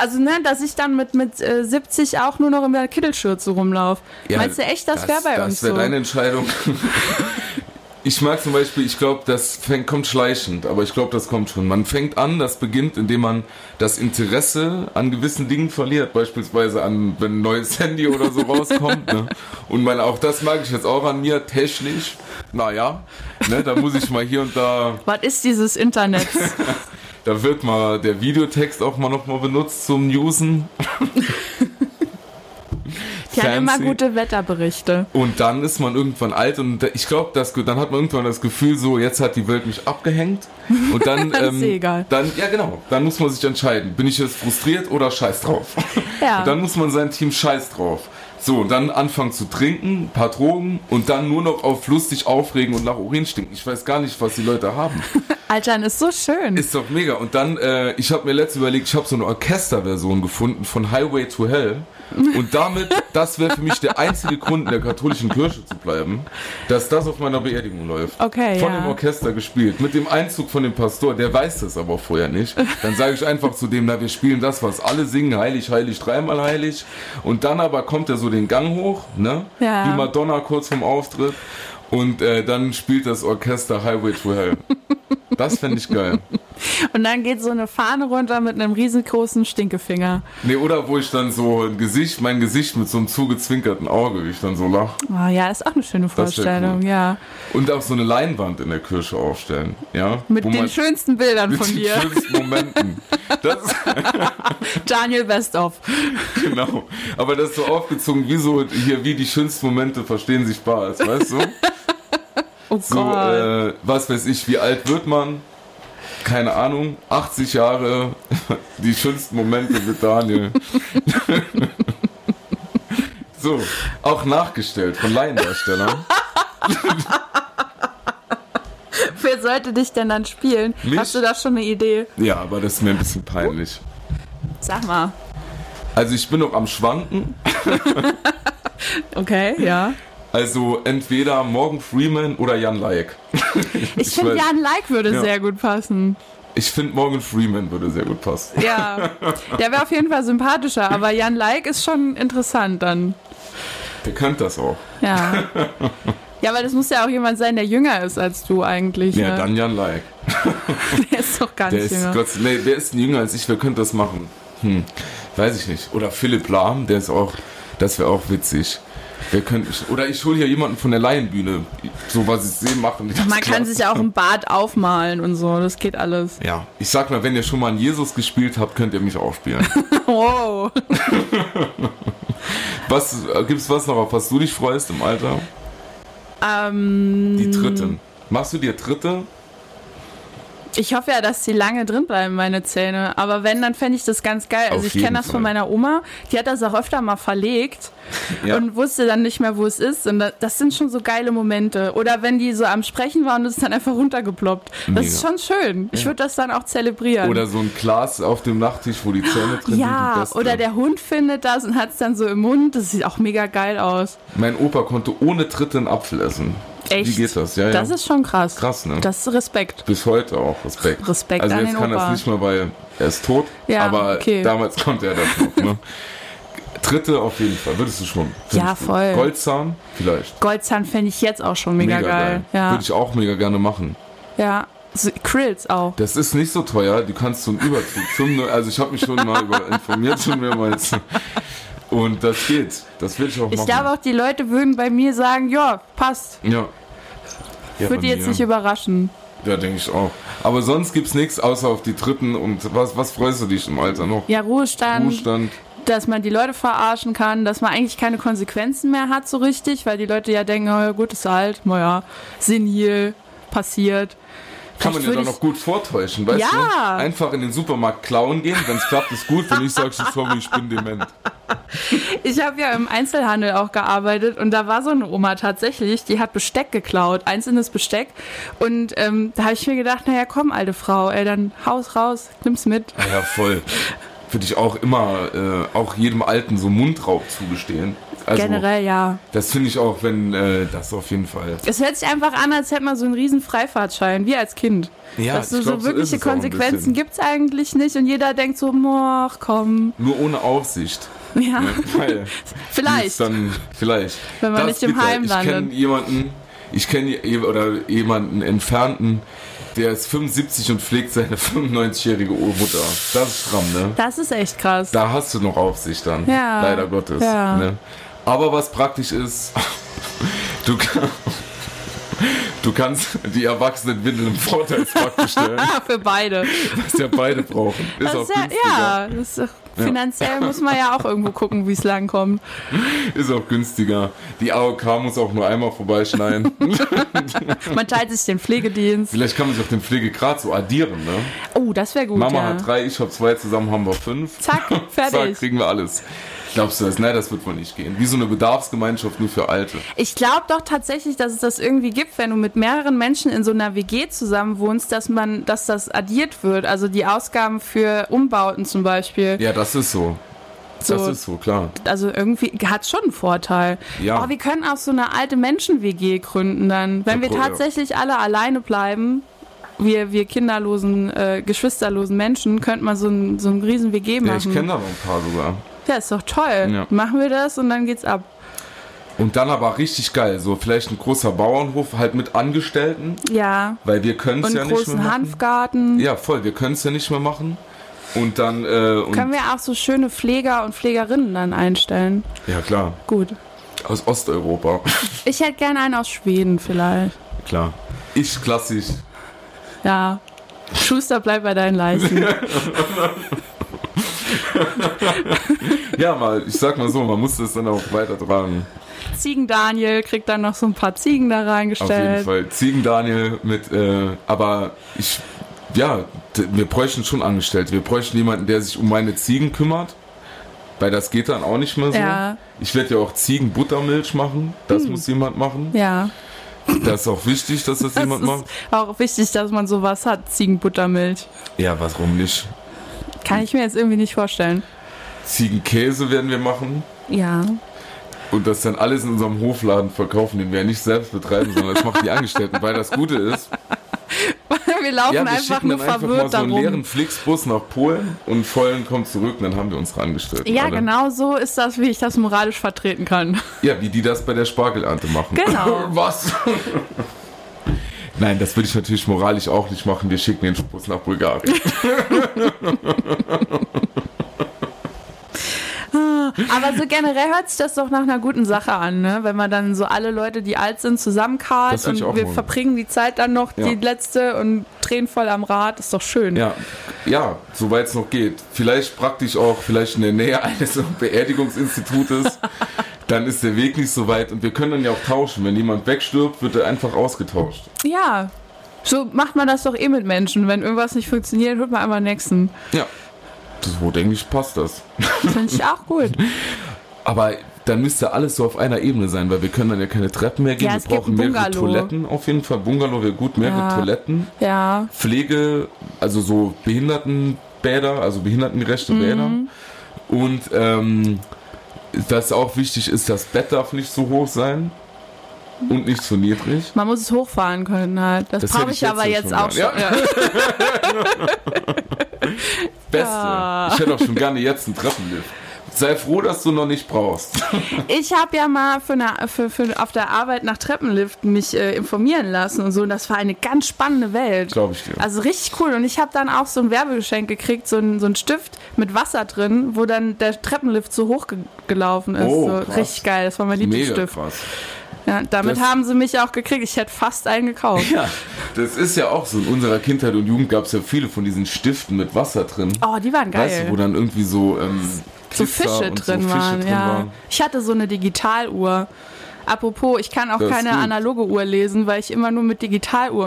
[SPEAKER 2] also ne, dass ich dann mit, mit äh, 70 auch nur noch in der Kittelschürze rumlaufe?
[SPEAKER 1] Ja,
[SPEAKER 2] Meinst du echt, das, wäre bei uns
[SPEAKER 1] Das wäre
[SPEAKER 2] so?
[SPEAKER 1] deine
[SPEAKER 2] [laughs]
[SPEAKER 1] Entscheidung. Ich mag zum Beispiel, ich glaube, das fängt, kommt schleichend, aber ich glaube, das kommt schon. Man fängt an, das beginnt, indem man das Interesse an gewissen Dingen verliert. Beispielsweise an, wenn ein neues Handy oder so rauskommt. ne? Und man, auch das mag ich jetzt auch an mir, technisch. Naja, ne, da muss ich mal hier und da
[SPEAKER 2] Was ist
[SPEAKER 1] [laughs]
[SPEAKER 2] dieses Internet?
[SPEAKER 1] da wird mal der Videotext auch mal nochmal benutzt zum Newsen.
[SPEAKER 2] Die haben immer
[SPEAKER 1] Fancy.
[SPEAKER 2] gute Wetterberichte.
[SPEAKER 1] Und dann ist man irgendwann alt und ich glaube, dann hat man irgendwann das Gefühl, so jetzt hat die Welt mich abgehängt. Und dann,
[SPEAKER 2] [laughs] Dann ist
[SPEAKER 1] ähm,
[SPEAKER 2] sie egal.
[SPEAKER 1] dann ja genau, dann muss man sich entscheiden, bin ich jetzt frustriert oder scheiß drauf.
[SPEAKER 2] [laughs] Ja.
[SPEAKER 1] Und dann muss man sein Team scheiß drauf. So, und dann anfangen zu trinken, ein paar Drogen und dann nur noch auf lustig aufregen und nach Urin stinken. Ich weiß gar nicht, was die Leute haben.
[SPEAKER 2] Altern ist so schön.
[SPEAKER 1] Ist doch mega. Und dann, äh, ich habe mir letztens überlegt, ich habe so eine Orchesterversion gefunden von Highway to Hell. Und damit,
[SPEAKER 2] [laughs]
[SPEAKER 1] das wäre für mich der einzige Grund, in der katholischen Kirche zu bleiben, dass das auf meiner Beerdigung läuft.
[SPEAKER 2] Okay,
[SPEAKER 1] Von
[SPEAKER 2] ja.
[SPEAKER 1] dem Orchester gespielt. Mit dem Einzug von dem Pastor, der weiß das aber vorher nicht. Dann sage ich einfach zu dem, na, wir spielen das, was alle singen, heilig, heilig, dreimal heilig. Und dann aber kommt er so den Gang hoch, ne?
[SPEAKER 2] Ja.
[SPEAKER 1] Wie Madonna kurz vorm Auftritt. Und äh, dann spielt das Orchester Highway to
[SPEAKER 2] [laughs]
[SPEAKER 1] Hell. Das fände ich geil.
[SPEAKER 2] Und dann geht so eine Fahne runter mit einem riesengroßen Stinkefinger.
[SPEAKER 1] Nee, oder wo ich dann so ein Gesicht, mein Gesicht mit so einem zugezwinkerten Auge, wie ich dann so lache.
[SPEAKER 2] Oh, ja, ist auch eine schöne
[SPEAKER 1] Das wär
[SPEAKER 2] Vorstellung,
[SPEAKER 1] cool.
[SPEAKER 2] ja.
[SPEAKER 1] Und auch so eine Leinwand in der Kirche aufstellen. Ja?
[SPEAKER 2] Mit
[SPEAKER 1] Wo
[SPEAKER 2] den
[SPEAKER 1] man-
[SPEAKER 2] schönsten Bildern
[SPEAKER 1] mit
[SPEAKER 2] von
[SPEAKER 1] den
[SPEAKER 2] dir.
[SPEAKER 1] schönsten Momenten. Das,
[SPEAKER 2] [laughs] Daniel Westhoff.
[SPEAKER 1] [laughs] genau. Aber das ist so aufgezogen, wie so hier, wie die schönsten Momente verstehen sich Spaß, weißt du?
[SPEAKER 2] [laughs] Oh
[SPEAKER 1] So,
[SPEAKER 2] Gott.
[SPEAKER 1] äh, was weiß ich, wie alt wird man? Keine Ahnung, 80 Jahre, [laughs] die schönsten Momente mit Daniel. [laughs] so, auch nachgestellt von Laiendarstellern.
[SPEAKER 2] Wer sollte dich denn dann spielen?
[SPEAKER 1] Mich?
[SPEAKER 2] Hast du da schon eine Idee?
[SPEAKER 1] Ja, aber das ist mir ein bisschen peinlich.
[SPEAKER 2] Sag mal.
[SPEAKER 1] Also ich bin noch am Schwanken.
[SPEAKER 2] Okay, ja.
[SPEAKER 1] Also entweder Morgan Freeman oder Jan Laik.
[SPEAKER 2] Ich,
[SPEAKER 1] Ich
[SPEAKER 2] finde,
[SPEAKER 1] weiß.
[SPEAKER 2] Jan Like würde
[SPEAKER 1] Ja.
[SPEAKER 2] sehr gut passen.
[SPEAKER 1] Ich finde Morgan Freeman würde sehr gut passen. [laughs]
[SPEAKER 2] Ja. Der wäre auf jeden Fall sympathischer, aber Jan Like ist schon interessant dann.
[SPEAKER 1] Der könnte das auch. [laughs]
[SPEAKER 2] Ja. Ja, weil das muss ja auch jemand sein, der jünger ist als du eigentlich.
[SPEAKER 1] Ja,
[SPEAKER 2] ne?
[SPEAKER 1] dann Jan Laik.
[SPEAKER 2] Der ist doch gar
[SPEAKER 1] Der
[SPEAKER 2] nicht
[SPEAKER 1] ist,
[SPEAKER 2] jünger.
[SPEAKER 1] Gott, nee, der ist jünger als ich, wer könnte das machen? Hm, weiß ich nicht. Oder Philipp Lahm, der ist auch, das wäre auch witzig. Wer könnte, oder ich hole hier jemanden von der Laienbühne. So was ich sehe, machen die das
[SPEAKER 2] Man kann
[SPEAKER 1] klar.
[SPEAKER 2] sich ja auch im Bad aufmalen und so, das geht alles.
[SPEAKER 1] Ja, ich sag mal, wenn ihr schon mal einen Jesus gespielt habt, könnt ihr mich auch spielen.
[SPEAKER 2] [laughs] Wow.
[SPEAKER 1] Was, äh, gibt's was noch, auf was du dich freust im Alter?
[SPEAKER 2] Ähm,
[SPEAKER 1] Die Dritten. Machst du dir Dritte?
[SPEAKER 2] ich hoffe ja, dass die lange drin bleiben, meine Zähne. Aber wenn, dann fände ich das ganz geil.
[SPEAKER 1] Auf
[SPEAKER 2] Also ich
[SPEAKER 1] jeden
[SPEAKER 2] kenne das
[SPEAKER 1] Fall.
[SPEAKER 2] von meiner Oma. Die hat das auch öfter mal verlegt
[SPEAKER 1] Ja.
[SPEAKER 2] und wusste dann nicht mehr, wo es ist. Und da- das sind schon so geile Momente. Oder wenn die so am Sprechen waren und es ist dann einfach runtergeploppt. Das ist
[SPEAKER 1] Mega.
[SPEAKER 2] schon schön. Ich würde das dann auch zelebrieren.
[SPEAKER 1] Oder so ein Glas auf dem Nachttisch, wo die Zähne drin liegen.
[SPEAKER 2] ja,
[SPEAKER 1] das-
[SPEAKER 2] oder der Hund findet das und hat es dann so im Mund. Das sieht auch mega geil aus.
[SPEAKER 1] Mein Opa konnte ohne Dritte einen Apfel essen.
[SPEAKER 2] Echt?
[SPEAKER 1] Wie geht das? Ja, ja.
[SPEAKER 2] Das ist schon krass.
[SPEAKER 1] Krass, ne?
[SPEAKER 2] Das ist Respekt.
[SPEAKER 1] Bis heute auch Respekt.
[SPEAKER 2] Respekt
[SPEAKER 1] also
[SPEAKER 2] an
[SPEAKER 1] jetzt
[SPEAKER 2] den
[SPEAKER 1] kann
[SPEAKER 2] Opa.
[SPEAKER 1] das nicht mehr, weil er ist tot.
[SPEAKER 2] Ja,
[SPEAKER 1] aber
[SPEAKER 2] okay.
[SPEAKER 1] damals konnte er das noch.
[SPEAKER 2] [laughs]
[SPEAKER 1] Ne? Dritte auf jeden Fall. Würdest du schon? Find
[SPEAKER 2] Ja,
[SPEAKER 1] ich gut.
[SPEAKER 2] voll.
[SPEAKER 1] Goldzahn vielleicht.
[SPEAKER 2] Goldzahn fände ich jetzt auch schon mega, geil. Ja.
[SPEAKER 1] Würde ich auch mega gerne machen.
[SPEAKER 2] Ja, so, Krills auch.
[SPEAKER 1] Das ist nicht so teuer. Du kannst so einen Überzug. 95 also ich habe mich schon mal über informiert schon mehrmals. Und das geht. Das will ich auch
[SPEAKER 2] Ich
[SPEAKER 1] machen.
[SPEAKER 2] glaube auch, die Leute würden bei mir sagen, ja, passt.
[SPEAKER 1] ja. Ja,
[SPEAKER 2] Würde die
[SPEAKER 1] bei
[SPEAKER 2] jetzt
[SPEAKER 1] mir.
[SPEAKER 2] nicht überraschen.
[SPEAKER 1] Ja, denke ich auch. Aber sonst gibt's nichts außer auf die dritten und was, was freust du dich im Alter noch?
[SPEAKER 2] Ja, Ruhestand,
[SPEAKER 1] Ruhestand.
[SPEAKER 2] dass man die Leute verarschen kann, dass man eigentlich keine Konsequenzen mehr hat so richtig, weil die Leute ja denken, oh, ja, gut, ist alt, naja, senil, passiert.
[SPEAKER 1] Kann man
[SPEAKER 2] Vielleicht
[SPEAKER 1] ja
[SPEAKER 2] würde
[SPEAKER 1] dann
[SPEAKER 2] ich-
[SPEAKER 1] noch gut vortäuschen, weißt
[SPEAKER 2] Ja.
[SPEAKER 1] du? Einfach in den Supermarkt klauen gehen, wenn's klappt, ist gut. Wenn ich sage, sorry, ich bin dement.
[SPEAKER 2] Ich habe ja im Einzelhandel auch gearbeitet und da war so eine Oma tatsächlich, die hat Besteck geklaut, einzelnes Besteck. Und ähm, da habe ich mir gedacht, naja, komm, alte Frau, ey, dann haus raus, nimm's mit.
[SPEAKER 1] Ah Ja, voll. Würde ich auch immer, äh, auch jedem Alten so Mundraub zugestehen. Also,
[SPEAKER 2] Generell ja.
[SPEAKER 1] Das finde ich auch, wenn, äh, das auf jeden Fall.
[SPEAKER 2] Es hört sich einfach an, als hätte man so einen riesen Freifahrtschein, wie als Kind.
[SPEAKER 1] Ja,
[SPEAKER 2] Dass
[SPEAKER 1] ich
[SPEAKER 2] so,
[SPEAKER 1] glaub,
[SPEAKER 2] so
[SPEAKER 1] so
[SPEAKER 2] wirkliche
[SPEAKER 1] ist es auch ein
[SPEAKER 2] Konsequenzen
[SPEAKER 1] bisschen.
[SPEAKER 2] gibt's eigentlich nicht und jeder denkt so, moch, komm. [laughs]
[SPEAKER 1] Nur ohne Aufsicht.
[SPEAKER 2] Ja,
[SPEAKER 1] Weil- Die
[SPEAKER 2] vielleicht.
[SPEAKER 1] ist Dann, vielleicht.
[SPEAKER 2] Wenn man nicht im
[SPEAKER 1] bitter.
[SPEAKER 2] Heim
[SPEAKER 1] Ich kenne
[SPEAKER 2] landet.
[SPEAKER 1] jemanden, ich kenne je- oder jemanden entfernten, der ist 75 und pflegt seine [laughs] 95-jährige Urmutter. Das ist stramm, ne?
[SPEAKER 2] Das ist echt krass.
[SPEAKER 1] Da hast du noch Aufsicht dann.
[SPEAKER 2] Ja.
[SPEAKER 1] Leider Gottes.
[SPEAKER 2] Ja.
[SPEAKER 1] Ne? Aber was praktisch ist, [laughs] du, kann, du kannst die erwachsenen Windeln im Vorteilsmarkt bestellen, [laughs]
[SPEAKER 2] Ah, für beide.
[SPEAKER 1] was ja beide brauchen. Ist
[SPEAKER 2] Das
[SPEAKER 1] auch
[SPEAKER 2] ist ja,
[SPEAKER 1] günstiger.
[SPEAKER 2] ja, das ist, finanziell muss man ja auch irgendwo gucken, wie es langkommt.
[SPEAKER 1] Ist auch günstiger. Die AOK muss auch nur einmal
[SPEAKER 2] [laughs]
[SPEAKER 1] vorbeischneiden.
[SPEAKER 2] Man teilt sich den Pflegedienst.
[SPEAKER 1] Vielleicht kann man sich auf den Pflegegrad so addieren, ne?
[SPEAKER 2] Oh, das wäre gut.
[SPEAKER 1] Mama
[SPEAKER 2] ja.
[SPEAKER 1] [laughs] hat drei, ich habe zwei, zusammen haben wir fünf.
[SPEAKER 2] Zack, fertig.
[SPEAKER 1] kriegen wir alles. Glaubst du das? Nein, das wird wohl nicht gehen. Wie so eine Bedarfsgemeinschaft nur für Alte.
[SPEAKER 2] Ich glaube doch tatsächlich, dass es das irgendwie gibt, wenn du mit mehreren Menschen in so einer WG zusammen wohnst, dass man, dass das addiert wird. Also die Ausgaben für Umbauten zum Beispiel.
[SPEAKER 1] Ja, das ist so. Das
[SPEAKER 2] So.
[SPEAKER 1] ist so, klar.
[SPEAKER 2] Also irgendwie hat schon einen Vorteil.
[SPEAKER 1] Ja.
[SPEAKER 2] Oh, wir können auch so eine alte Menschen-WG gründen dann. Wenn
[SPEAKER 1] Ja,
[SPEAKER 2] wir
[SPEAKER 1] cool, ja.
[SPEAKER 2] tatsächlich alle alleine bleiben, wir, wir kinderlosen, äh, geschwisterlosen Menschen, könnte man so ein, so ein riesen WG
[SPEAKER 1] Ja, ich
[SPEAKER 2] machen.
[SPEAKER 1] kenne da noch ein paar sogar.
[SPEAKER 2] Ja, ist doch toll.
[SPEAKER 1] Ja.
[SPEAKER 2] Machen wir das und dann geht's ab.
[SPEAKER 1] Und dann aber richtig geil, so vielleicht ein großer Bauernhof halt mit Angestellten,
[SPEAKER 2] Ja.
[SPEAKER 1] weil wir können es
[SPEAKER 2] Und
[SPEAKER 1] ja
[SPEAKER 2] einen
[SPEAKER 1] nicht ne? mehr
[SPEAKER 2] großen
[SPEAKER 1] machen.
[SPEAKER 2] Hanfgarten.
[SPEAKER 1] Ja, voll, wir können es ja nicht mehr machen. Und dann, äh, und,
[SPEAKER 2] Können wir auch so schöne Pfleger und Pflegerinnen dann einstellen?
[SPEAKER 1] ja klar,
[SPEAKER 2] Gut.
[SPEAKER 1] aus Osteuropa.
[SPEAKER 2] Ich hätte gerne einen aus Schweden vielleicht.
[SPEAKER 1] klar. Ich klassisch.
[SPEAKER 2] Ja. Schuster, bleib bei deinen Leisten.
[SPEAKER 1] Ja, mal, ich sag mal so, man muss das dann auch weitertragen.
[SPEAKER 2] Ziegen Daniel kriegt dann noch so ein paar Ziegen da
[SPEAKER 1] Auf jeden
[SPEAKER 2] reingestellt.
[SPEAKER 1] Fall. Ziegen Daniel mit, äh, aber ich, ja, d- wir bräuchten schon Angestellte. Wir bräuchten jemanden, der sich um meine Ziegen kümmert. Weil das geht dann auch nicht mehr so.
[SPEAKER 2] Ja. Hm.
[SPEAKER 1] Ich werde ja auch Ziegenbuttermilch machen. Das muss jemand machen.
[SPEAKER 2] Ja.
[SPEAKER 1] Das ist auch wichtig, dass das,
[SPEAKER 2] Das
[SPEAKER 1] jemand
[SPEAKER 2] ist
[SPEAKER 1] macht.
[SPEAKER 2] auch wichtig, dass man sowas hat. Ziegenbuttermilch.
[SPEAKER 1] Ja, warum nicht?
[SPEAKER 2] Kann ich mir jetzt irgendwie nicht vorstellen.
[SPEAKER 1] Ziegenkäse werden wir machen.
[SPEAKER 2] Ja.
[SPEAKER 1] Und das dann alles in unserem Hofladen verkaufen, den wir ja nicht selbst betreiben, sondern das machen die Angestellten. Weil das Gute ist,
[SPEAKER 2] [laughs] Wir laufen
[SPEAKER 1] ja, wir
[SPEAKER 2] einfach
[SPEAKER 1] schicken
[SPEAKER 2] nur
[SPEAKER 1] dann einfach
[SPEAKER 2] verwirrt
[SPEAKER 1] mal so einen
[SPEAKER 2] darum.
[SPEAKER 1] leeren Flixbus nach Polen und vollen kommt zurück und dann haben wir unsere Angestellten.
[SPEAKER 2] ja,
[SPEAKER 1] alle.
[SPEAKER 2] genau so ist das, wie ich das moralisch vertreten [laughs] kann.
[SPEAKER 1] Ja, wie die das bei der Spargelernte machen.
[SPEAKER 2] Genau.
[SPEAKER 1] [laughs] Was? Nein, das würde ich natürlich moralisch auch nicht machen. Wir schicken den Bus nach
[SPEAKER 2] [laughs]
[SPEAKER 1] Bulgarien.
[SPEAKER 2] Aber so generell hört sich das doch nach einer guten Sache an, ne? wenn man dann so alle Leute, die alt sind,
[SPEAKER 1] Das
[SPEAKER 2] zusammenkarrt
[SPEAKER 1] würd
[SPEAKER 2] und
[SPEAKER 1] ich auch
[SPEAKER 2] wir
[SPEAKER 1] wollen.
[SPEAKER 2] verbringen die Zeit dann noch,
[SPEAKER 1] Ja.
[SPEAKER 2] die letzte, und drehen voll am Rad. Ist doch schön.
[SPEAKER 1] Ja, ja, soweit es noch geht. Vielleicht praktisch auch, vielleicht in der Nähe eines [laughs] Beerdigungsinstitutes. Dann ist der Weg nicht so weit und wir können dann ja auch tauschen. Wenn jemand wegstirbt, wird er einfach ausgetauscht.
[SPEAKER 2] Ja. So macht man das doch eh mit Menschen. Wenn irgendwas nicht funktioniert, holt man einmal den nächsten.
[SPEAKER 1] Ja. So denke ich, passt das.
[SPEAKER 2] Finde ich auch
[SPEAKER 1] [laughs]
[SPEAKER 2] gut.
[SPEAKER 1] Aber dann müsste alles so auf einer Ebene sein, weil wir können dann ja keine Treppen mehr gehen.
[SPEAKER 2] Ja,
[SPEAKER 1] wir
[SPEAKER 2] es gibt
[SPEAKER 1] brauchen
[SPEAKER 2] ein
[SPEAKER 1] mehrere
[SPEAKER 2] Bungalow.
[SPEAKER 1] Toiletten auf jeden Fall. Bungalow wäre gut, mehrere
[SPEAKER 2] Ja.
[SPEAKER 1] Toiletten.
[SPEAKER 2] Ja.
[SPEAKER 1] Pflege, also so Behindertenbäder, also
[SPEAKER 2] Mhm.
[SPEAKER 1] behindertengerechte Bäder. Und ähm, das auch wichtig ist, das Bett darf nicht so hoch sein und nicht so niedrig.
[SPEAKER 2] Man muss es hochfahren können halt. Das,
[SPEAKER 1] Das
[SPEAKER 2] brauche
[SPEAKER 1] hätte
[SPEAKER 2] ich,
[SPEAKER 1] ich jetzt
[SPEAKER 2] aber
[SPEAKER 1] ja
[SPEAKER 2] jetzt
[SPEAKER 1] schon
[SPEAKER 2] auch schon.
[SPEAKER 1] gern.
[SPEAKER 2] Ja. [laughs]
[SPEAKER 1] Beste.
[SPEAKER 2] Ja.
[SPEAKER 1] Ich hätte auch schon gerne jetzt einen Treppenlift. Sei froh, dass du noch nicht brauchst.
[SPEAKER 2] Ich habe ja mal für eine, für, für auf der Arbeit nach Treppenliften mich äh, informieren lassen und so. Und das war eine ganz spannende Welt.
[SPEAKER 1] Glaube ich dir.
[SPEAKER 2] Also richtig cool. Und ich habe dann auch so ein Werbegeschenk gekriegt, so ein, so ein Stift mit Wasser drin, wo dann der Treppenlift so hoch ge gelaufen ist.
[SPEAKER 1] Oh,
[SPEAKER 2] so,
[SPEAKER 1] krass.
[SPEAKER 2] richtig geil. Das war mein
[SPEAKER 1] Mega
[SPEAKER 2] Lieblingsstift.
[SPEAKER 1] krass.
[SPEAKER 2] Ja, damit
[SPEAKER 1] Das-
[SPEAKER 2] haben sie mich auch gekriegt. Ich hätte fast einen gekauft.
[SPEAKER 1] Ja, das ist ja auch so. In unserer Kindheit und Jugend gab es ja viele von diesen Stiften mit Wasser drin.
[SPEAKER 2] Oh, die waren geil.
[SPEAKER 1] Weißt du, wo dann irgendwie so, ähm,
[SPEAKER 2] so
[SPEAKER 1] Pizza
[SPEAKER 2] Fische
[SPEAKER 1] und so
[SPEAKER 2] drin
[SPEAKER 1] Fische
[SPEAKER 2] waren.
[SPEAKER 1] drin
[SPEAKER 2] ja.
[SPEAKER 1] waren.
[SPEAKER 2] Ich hatte so eine Digitaluhr. Apropos, ich kann auch
[SPEAKER 1] Das ist
[SPEAKER 2] keine
[SPEAKER 1] gut.
[SPEAKER 2] analoge Uhr lesen, weil ich immer nur mit Digitaluhr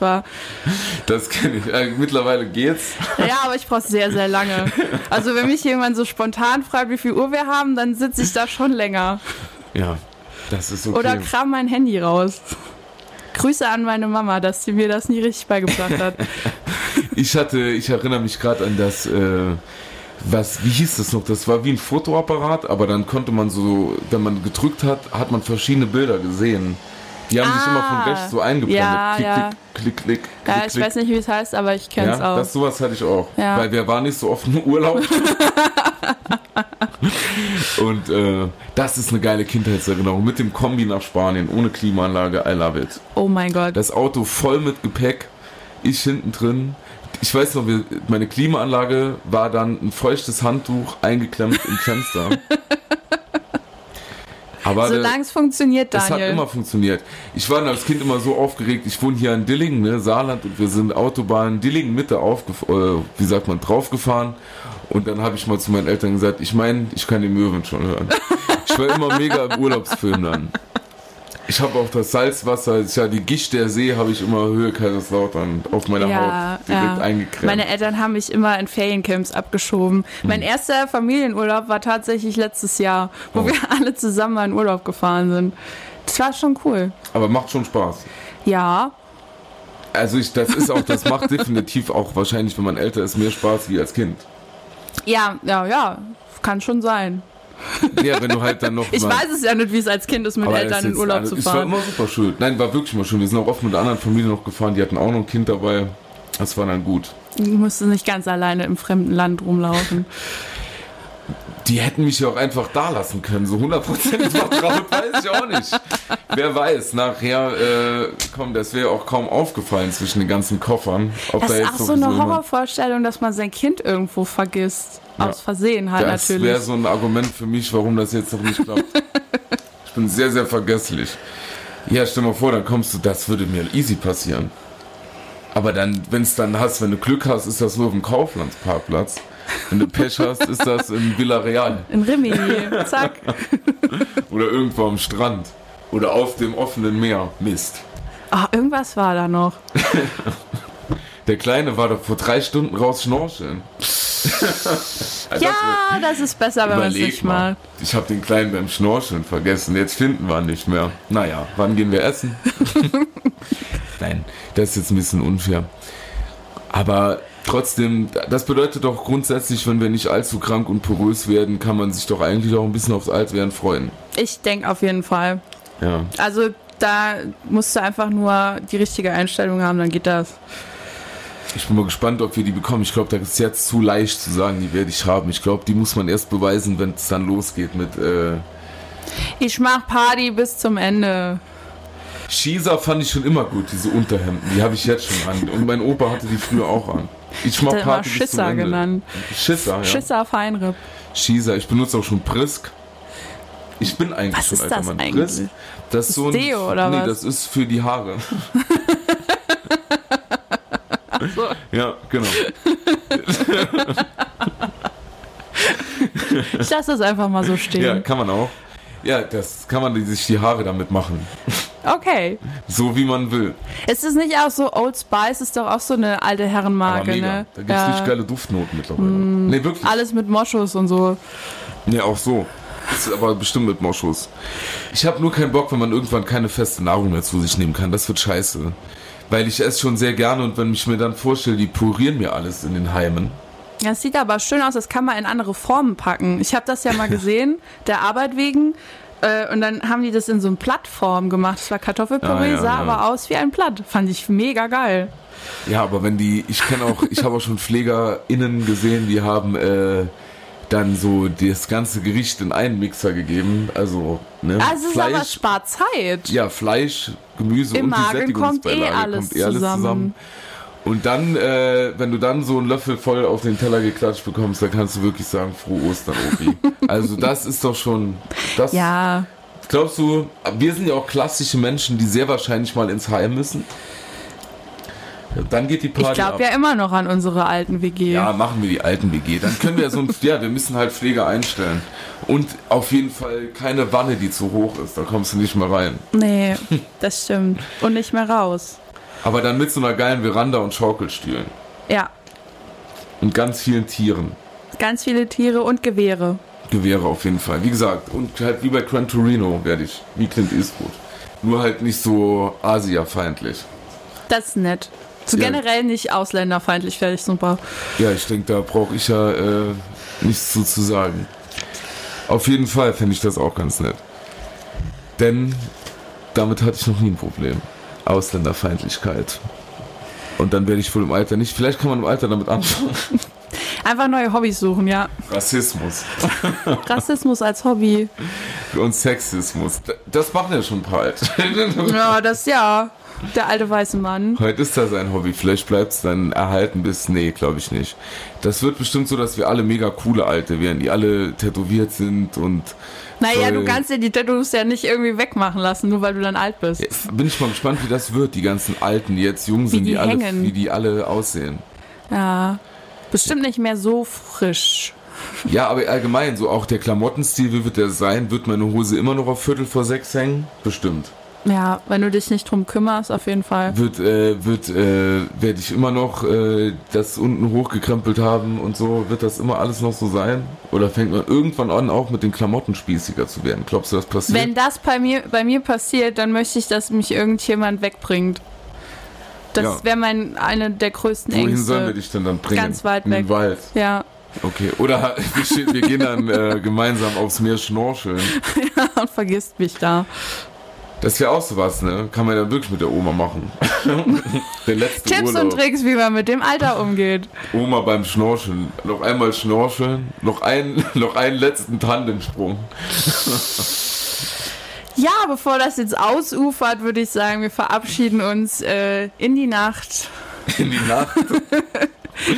[SPEAKER 1] [laughs]
[SPEAKER 2] war.
[SPEAKER 1] Das kenne ich. Äh, mittlerweile geht's.
[SPEAKER 2] Ja, aber ich brauche sehr, sehr lange. Also wenn mich jemand so spontan fragt, wie viel Uhr wir haben, dann sitze ich da schon länger.
[SPEAKER 1] Ja, das ist okay.
[SPEAKER 2] Oder kram mein Handy raus. Grüße an meine Mama, dass sie mir das nie richtig
[SPEAKER 1] [laughs]
[SPEAKER 2] beigebracht hat.
[SPEAKER 1] Ich hatte, ich erinnere mich gerade an das, äh, was, wie hieß das noch? Das war wie ein Fotoapparat, aber dann konnte man so, wenn man gedrückt hat, hat man verschiedene Bilder gesehen. Die haben sich
[SPEAKER 2] Ah.
[SPEAKER 1] immer von rechts so eingeblendet.
[SPEAKER 2] Ja,
[SPEAKER 1] klick,
[SPEAKER 2] ja.
[SPEAKER 1] klick, klick, klick, klick.
[SPEAKER 2] Ja, ich
[SPEAKER 1] klick.
[SPEAKER 2] weiß nicht, wie es heißt, aber ich kenne es
[SPEAKER 1] ja,
[SPEAKER 2] auch.
[SPEAKER 1] Das sowas hatte ich auch.
[SPEAKER 2] Ja.
[SPEAKER 1] Weil wir waren nicht so oft im Urlaub. Und äh, das ist eine geile Kindheitserinnerung. Mit dem Kombi nach Spanien, ohne Klimaanlage, I love it.
[SPEAKER 2] oh mein Gott.
[SPEAKER 1] Das Auto voll mit Gepäck, ich hinten drin. Ich weiß noch, wir- meine Klimaanlage war dann ein feuchtes Handtuch eingeklemmt im Fenster. Aber der-
[SPEAKER 2] Solange es funktioniert,
[SPEAKER 1] das
[SPEAKER 2] Daniel.
[SPEAKER 1] hat immer funktioniert. Ich war als Kind immer so aufgeregt. Ich wohne hier in Dillingen, ne, Saarland, und wir sind Autobahn Dillingen-Mitte aufgef äh, wie sagt man, draufgefahren. Und dann habe ich mal zu meinen Eltern gesagt, ich meine, ich kann den Möwen schon hören. Ich war immer mega im Urlaubsfilm dann. Ich habe auch das Salzwasser, ist ja die Gischt der See, habe ich immer Höhe Kaiserslautern auf meiner
[SPEAKER 2] Ja,
[SPEAKER 1] Haut direkt
[SPEAKER 2] ja.
[SPEAKER 1] eingecremt.
[SPEAKER 2] Meine Eltern haben mich immer in Feriencamps abgeschoben. Mein erster Familienurlaub war tatsächlich letztes Jahr, wo
[SPEAKER 1] Hm. Oh.
[SPEAKER 2] wir [laughs] alle zusammen mal in Urlaub gefahren sind. Das war schon cool.
[SPEAKER 1] Aber macht schon Spaß.
[SPEAKER 2] Ja,
[SPEAKER 1] Also ich, das ist auch, das macht definitiv auch wahrscheinlich, wenn man älter ist, mehr Spaß wie als Kind.
[SPEAKER 2] ja, ja, ja. Kann schon sein.
[SPEAKER 1] Ja, wenn du halt dann noch
[SPEAKER 2] Ich
[SPEAKER 1] mal-
[SPEAKER 2] weiß es ja nicht, wie es als Kind ist, mit
[SPEAKER 1] Aber das
[SPEAKER 2] Eltern
[SPEAKER 1] ist
[SPEAKER 2] in
[SPEAKER 1] jetzt
[SPEAKER 2] Urlaub
[SPEAKER 1] alles-
[SPEAKER 2] zu
[SPEAKER 1] es war
[SPEAKER 2] fahren.
[SPEAKER 1] immer super schön. Nein, war wirklich mal schön. Wir sind auch oft mit einer anderen Familie noch gefahren. Die hatten auch noch ein Kind dabei. Das war dann gut.
[SPEAKER 2] Ich musste nicht ganz alleine im fremden Land
[SPEAKER 1] [laughs]
[SPEAKER 2] rumlaufen.
[SPEAKER 1] Die hätten mich ja auch einfach da lassen können. So [laughs] 100% vertraut weiß ich auch nicht. Wer weiß, nachher, äh, komm, das wäre auch kaum aufgefallen zwischen den ganzen Koffern. Ob
[SPEAKER 2] Das
[SPEAKER 1] da
[SPEAKER 2] ist
[SPEAKER 1] jetzt
[SPEAKER 2] auch
[SPEAKER 1] noch
[SPEAKER 2] so eine
[SPEAKER 1] jemand-
[SPEAKER 2] Horrorvorstellung, dass man sein Kind irgendwo vergisst.
[SPEAKER 1] Ja.
[SPEAKER 2] Aus Versehen halt
[SPEAKER 1] Das wäre
[SPEAKER 2] natürlich.
[SPEAKER 1] so ein Argument für mich, warum das jetzt noch nicht klappt. ich bin sehr, sehr vergesslich. Ja, stell mal vor, dann kommst du, das würde mir easy passieren. Aber dann, wenn es dann hast, wenn du Glück hast, ist das nur auf dem Kauflandsparkplatz. Wenn du Pech hast, ist das in Villarreal [laughs]
[SPEAKER 2] In Rimini, zack.
[SPEAKER 1] oder irgendwo am Strand oder auf dem offenen Meer. Mist.
[SPEAKER 2] Ah, irgendwas war da noch.
[SPEAKER 1] Der Kleine war doch vor drei Stunden raus schnorcheln. Also das
[SPEAKER 2] Ja, das ist besser, wenn man es
[SPEAKER 1] Überleg
[SPEAKER 2] nicht mal.
[SPEAKER 1] Ich habe den Kleinen beim Schnorcheln vergessen. Jetzt finden wir ihn nicht mehr. Naja, wann gehen wir essen? Nein, das ist jetzt ein bisschen unfair. Aber trotzdem, das bedeutet doch grundsätzlich, wenn wir nicht allzu krank und porös werden, kann man sich doch eigentlich auch ein bisschen aufs Altwerden freuen.
[SPEAKER 2] Ich denke auf jeden Fall.
[SPEAKER 1] Ja.
[SPEAKER 2] Also da musst du einfach nur die richtige Einstellung haben, dann geht das.
[SPEAKER 1] Ich bin mal gespannt, ob wir die bekommen. Ich glaube, da ist jetzt zu leicht zu sagen, die werde ich haben. Ich glaube, die muss man erst beweisen, wenn es dann losgeht mit äh,
[SPEAKER 2] Ich mach Party bis zum Ende.
[SPEAKER 1] Schießer fand ich schon immer gut, diese Unterhemden. Die habe ich jetzt schon an. Und mein Opa hatte die früher auch an. Ich mach
[SPEAKER 2] Der hat
[SPEAKER 1] Party
[SPEAKER 2] immer
[SPEAKER 1] bis zum
[SPEAKER 2] Schisser
[SPEAKER 1] Ende.
[SPEAKER 2] genannt.
[SPEAKER 1] Schisser, ja.
[SPEAKER 2] Schisser Feinripp.
[SPEAKER 1] Schießer. Ich benutze auch schon Prisk. Ich bin eigentlich
[SPEAKER 2] Was
[SPEAKER 1] schon
[SPEAKER 2] ist
[SPEAKER 1] alter
[SPEAKER 2] das
[SPEAKER 1] Mann.
[SPEAKER 2] eigentlich?
[SPEAKER 1] Prisk, das ist so ein,
[SPEAKER 2] Deo oder
[SPEAKER 1] nee,
[SPEAKER 2] was?
[SPEAKER 1] das ist für die
[SPEAKER 2] [laughs]
[SPEAKER 1] Haare. Ja, genau.
[SPEAKER 2] Ich lasse das einfach
[SPEAKER 1] [laughs]
[SPEAKER 2] mal so
[SPEAKER 1] Ja,
[SPEAKER 2] stehen.
[SPEAKER 1] kann man auch. Ja, das kann man die- sich die Haare damit machen.
[SPEAKER 2] Okay.
[SPEAKER 1] So wie man will.
[SPEAKER 2] Ist es nicht auch so, Old Spice ist doch auch so eine alte
[SPEAKER 1] Aber
[SPEAKER 2] Herrenmarke,
[SPEAKER 1] mega.
[SPEAKER 2] ne?
[SPEAKER 1] Da gibt es
[SPEAKER 2] Ja. Mm.
[SPEAKER 1] richtig geile Duftnoten mittlerweile. Nee, wirklich.
[SPEAKER 2] Alles mit Moschus und so.
[SPEAKER 1] Ja, auch so. Das ist aber bestimmt mit Moschus. Ich habe nur keinen Bock, wenn man irgendwann keine feste Nahrung mehr zu sich nehmen kann. Das wird scheiße. Weil ich esse schon sehr gerne und wenn ich mir dann vorstelle, die purieren mir alles in den Heimen.
[SPEAKER 2] Das sieht aber schön aus, das kann man in andere Formen packen. Ich habe das
[SPEAKER 1] [laughs]
[SPEAKER 2] ja mal gesehen, der Arbeit wegen. Äh, Und dann haben die das in so eine Plattform gemacht. Das war Kartoffelpüree,
[SPEAKER 1] Ah, ja,
[SPEAKER 2] sah
[SPEAKER 1] ja.
[SPEAKER 2] aber aus wie ein Platt. Fand ich mega geil.
[SPEAKER 1] Ja, aber wenn die, ich kenne auch, ich habe auch schon PflegerInnen gesehen, die haben äh, dann so das ganze Gericht in einen Mixer gegeben. Also, ne?
[SPEAKER 2] Also es ist aber Sparzeit.
[SPEAKER 1] ja, Fleisch, Gemüse
[SPEAKER 2] Im
[SPEAKER 1] und die
[SPEAKER 2] Magen
[SPEAKER 1] Sättigungsbeilage
[SPEAKER 2] kommt eh alles zusammen.
[SPEAKER 1] Und dann, äh, wenn du dann so einen Löffel voll auf den Teller geklatscht bekommst, dann kannst du wirklich sagen, frohe Ostern,
[SPEAKER 2] [laughs]
[SPEAKER 1] Opi. also das ist doch schon, das
[SPEAKER 2] Ja,
[SPEAKER 1] glaubst du, wir sind ja auch klassische Menschen, die sehr wahrscheinlich mal ins Heim müssen. Dann geht die Party
[SPEAKER 2] ich
[SPEAKER 1] ab.
[SPEAKER 2] glaube ja immer noch an unsere alten WG.
[SPEAKER 1] Ja, machen wir die alten WG. Dann können wir so ein, ja, wir müssen halt Pflege einstellen. Und auf jeden Fall keine Wanne, die zu hoch ist. Da kommst du nicht mehr rein. [laughs]
[SPEAKER 2] Nee, das stimmt. Und nicht mehr raus.
[SPEAKER 1] Aber dann mit so einer geilen Veranda und Schaukelstühlen.
[SPEAKER 2] Ja,
[SPEAKER 1] Und ganz vielen Tieren.
[SPEAKER 2] ganz viele Tiere und Gewehre.
[SPEAKER 1] Gewehre auf jeden Fall. Wie gesagt, und halt wie bei Gran Torino werde ich. Wie Clint Eastwood. Nur halt nicht so asiafeindlich.
[SPEAKER 2] Das ist nett. So
[SPEAKER 1] Ja.
[SPEAKER 2] generell nicht ausländerfeindlich, fände ich super.
[SPEAKER 1] Ja, ich denke, da brauche ich ja äh, nichts zu, zu sagen. Auf jeden Fall fände ich das auch ganz nett. Denn damit hatte ich noch nie ein Problem. Ausländerfeindlichkeit. Und dann werde ich wohl im Alter nicht. Vielleicht kann man im Alter damit anfangen.
[SPEAKER 2] Einfach neue Hobbys suchen, ja.
[SPEAKER 1] Rassismus.
[SPEAKER 2] Rassismus als Hobby.
[SPEAKER 1] Und Sexismus. D- Das machen ja schon ein paar alte.
[SPEAKER 2] [laughs] Ja, das ja. Der alte weiße Mann.
[SPEAKER 1] Heute ist das ein Hobby. Vielleicht bleibt es dann erhalten bis. Nee, glaube ich nicht. Das wird bestimmt so, dass wir alle mega coole Alte werden, die alle tätowiert sind und.
[SPEAKER 2] Naja,
[SPEAKER 1] voll-
[SPEAKER 2] du kannst dir die Tattoos ja nicht irgendwie wegmachen lassen, nur weil du dann alt bist.
[SPEAKER 1] Bin ich mal gespannt, wie das wird, die ganzen Alten, die jetzt jung sind,
[SPEAKER 2] die
[SPEAKER 1] die, alle,
[SPEAKER 2] hängen.
[SPEAKER 1] wie die alle aussehen.
[SPEAKER 2] Ja. Bestimmt nicht mehr so frisch.
[SPEAKER 1] Ja, aber allgemein, so auch der Klamottenstil, wie wird der sein? Wird meine Hose immer noch auf Viertel vor sechs hängen? Bestimmt.
[SPEAKER 2] Ja, wenn du dich nicht drum kümmerst, auf jeden Fall.
[SPEAKER 1] Wird, äh, wird, äh, werde ich immer noch äh, das unten hochgekrempelt haben und so, wird das immer alles noch so sein? Oder fängt man irgendwann an, auch mit den Klamotten spießiger zu werden? Glaubst du, das passiert?
[SPEAKER 2] Wenn das bei mir, bei mir passiert, dann möchte ich, dass mich irgendjemand wegbringt. Das
[SPEAKER 1] Ja.
[SPEAKER 2] wäre mein eine der größten
[SPEAKER 1] Wohin
[SPEAKER 2] Ängste.
[SPEAKER 1] sollen wir dich denn dann bringen?
[SPEAKER 2] Ganz weit
[SPEAKER 1] In den
[SPEAKER 2] weg.
[SPEAKER 1] Wald.
[SPEAKER 2] ja, [laughs]
[SPEAKER 1] Okay. Oder [laughs] wir, stehen- wir gehen dann äh, gemeinsam aufs Meer schnorcheln.
[SPEAKER 2] und vergisst mich da.
[SPEAKER 1] Das ist ja auch sowas, ne? Kann man ja wirklich mit der Oma machen. [laughs] der letzte
[SPEAKER 2] Tipps
[SPEAKER 1] Urlaub.
[SPEAKER 2] und Tricks, wie man mit dem Alter umgeht.
[SPEAKER 1] Oma beim Schnorcheln. Noch einmal schnorcheln. Noch einen, [laughs] noch einen letzten Tandemsprung.
[SPEAKER 2] Ja, bevor das jetzt ausufert, würde ich sagen, wir verabschieden uns äh, in die Nacht,
[SPEAKER 1] In die Nacht.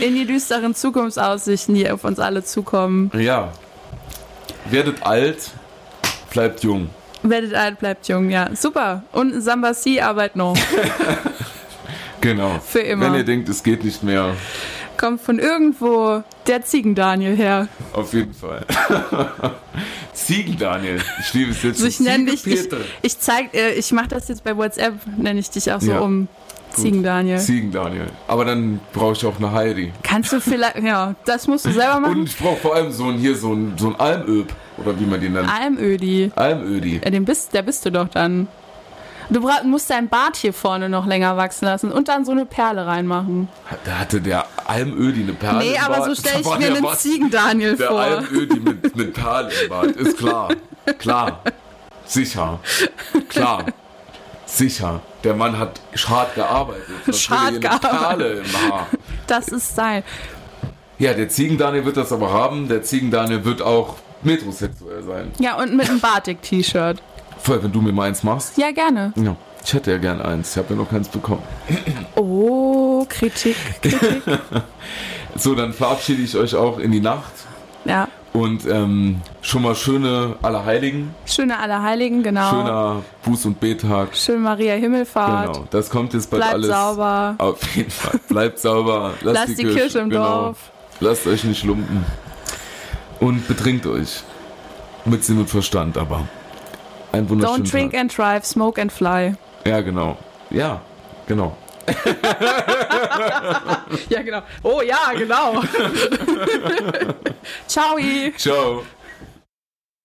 [SPEAKER 2] in die düsteren Zukunftsaussichten, die auf uns alle zukommen.
[SPEAKER 1] Ja. Werdet alt, bleibt jung.
[SPEAKER 2] Werdet alt, bleibt jung, ja. Super. Und Samba C
[SPEAKER 1] [laughs]
[SPEAKER 2] Arbeit noch.
[SPEAKER 1] Genau.
[SPEAKER 2] Für immer.
[SPEAKER 1] Wenn ihr denkt, es geht nicht mehr.
[SPEAKER 2] Kommt von irgendwo der Ziegendaniel her.
[SPEAKER 1] Auf jeden Fall. [laughs] Ziegen Daniel. Ich liebe es jetzt.
[SPEAKER 2] So,
[SPEAKER 1] schon.
[SPEAKER 2] ich nenne dich, ich,
[SPEAKER 1] Ziegenpeter.
[SPEAKER 2] ich zeig, äh, ich mache das jetzt bei WhatsApp, nenne ich dich auch so
[SPEAKER 1] Ja.
[SPEAKER 2] um. Ziegendaniel.
[SPEAKER 1] Ziegen Daniel. Aber dann brauche ich auch eine Heidi.
[SPEAKER 2] Kannst du vielleicht, ja, das musst du selber
[SPEAKER 1] Und
[SPEAKER 2] machen.
[SPEAKER 1] ich brauche vor allem so einen, hier so einen, so einen Almöb. Oder wie man den nennt.
[SPEAKER 2] Almödi.
[SPEAKER 1] Almödi.
[SPEAKER 2] Ja, den bist, der bist du doch dann. Du bra- musst deinen Bart hier vorne noch länger wachsen lassen und dann so eine Perle reinmachen.
[SPEAKER 1] Da hatte der Almödi eine Perle.
[SPEAKER 2] nee,
[SPEAKER 1] im
[SPEAKER 2] aber
[SPEAKER 1] Bart.
[SPEAKER 2] so
[SPEAKER 1] [laughs]
[SPEAKER 2] stelle
[SPEAKER 1] Da
[SPEAKER 2] ich
[SPEAKER 1] war
[SPEAKER 2] mir
[SPEAKER 1] der
[SPEAKER 2] einen
[SPEAKER 1] was-
[SPEAKER 2] Ziegendaniel
[SPEAKER 1] Der
[SPEAKER 2] vor.
[SPEAKER 1] Almödi mit, mit Perle im Bart. Ist klar. Klar. Sicher. Klar. Sicher. Der Mann hat hart gearbeitet. Was will
[SPEAKER 2] Hart
[SPEAKER 1] hier eine Perle
[SPEAKER 2] gearbeitet.
[SPEAKER 1] im Haar.
[SPEAKER 2] Das ist sein.
[SPEAKER 1] Ja, der Ziegendaniel wird das aber haben. Der Ziegendaniel wird auch metrosexuell sein.
[SPEAKER 2] Ja, und mit einem Batik-T-Shirt.
[SPEAKER 1] Voll, wenn du mir mal eins machst.
[SPEAKER 2] Ja, gerne.
[SPEAKER 1] Ja. Ich hätte ja gern eins. Ich habe ja noch keins bekommen.
[SPEAKER 2] Oh, Kritik.
[SPEAKER 1] So, dann verabschiede ich euch auch in die Nacht.
[SPEAKER 2] Ja,
[SPEAKER 1] Und ähm, schon mal schöne Allerheiligen.
[SPEAKER 2] schöne Allerheiligen, genau.
[SPEAKER 1] Schöner Buß- und Bettag.
[SPEAKER 2] Schön Maria Himmelfahrt.
[SPEAKER 1] Genau, das kommt jetzt bald
[SPEAKER 2] Bleibt
[SPEAKER 1] alles.
[SPEAKER 2] sauber.
[SPEAKER 1] Auf jeden Fall. Bleibt
[SPEAKER 2] [laughs]
[SPEAKER 1] sauber. Lasst, genau.
[SPEAKER 2] Lasst die Kirche im Dorf.
[SPEAKER 1] Lasst euch nicht lumpen. Und betrinkt euch. Mit Sinn und Verstand aber. Ein wunderschönen
[SPEAKER 2] Don't drink
[SPEAKER 1] Tag.
[SPEAKER 2] and drive, smoke and fly.
[SPEAKER 1] Ja, genau. Ja, genau.
[SPEAKER 2] Ja, genau. Oh ja, genau. [laughs] Ciao.
[SPEAKER 1] Ciao.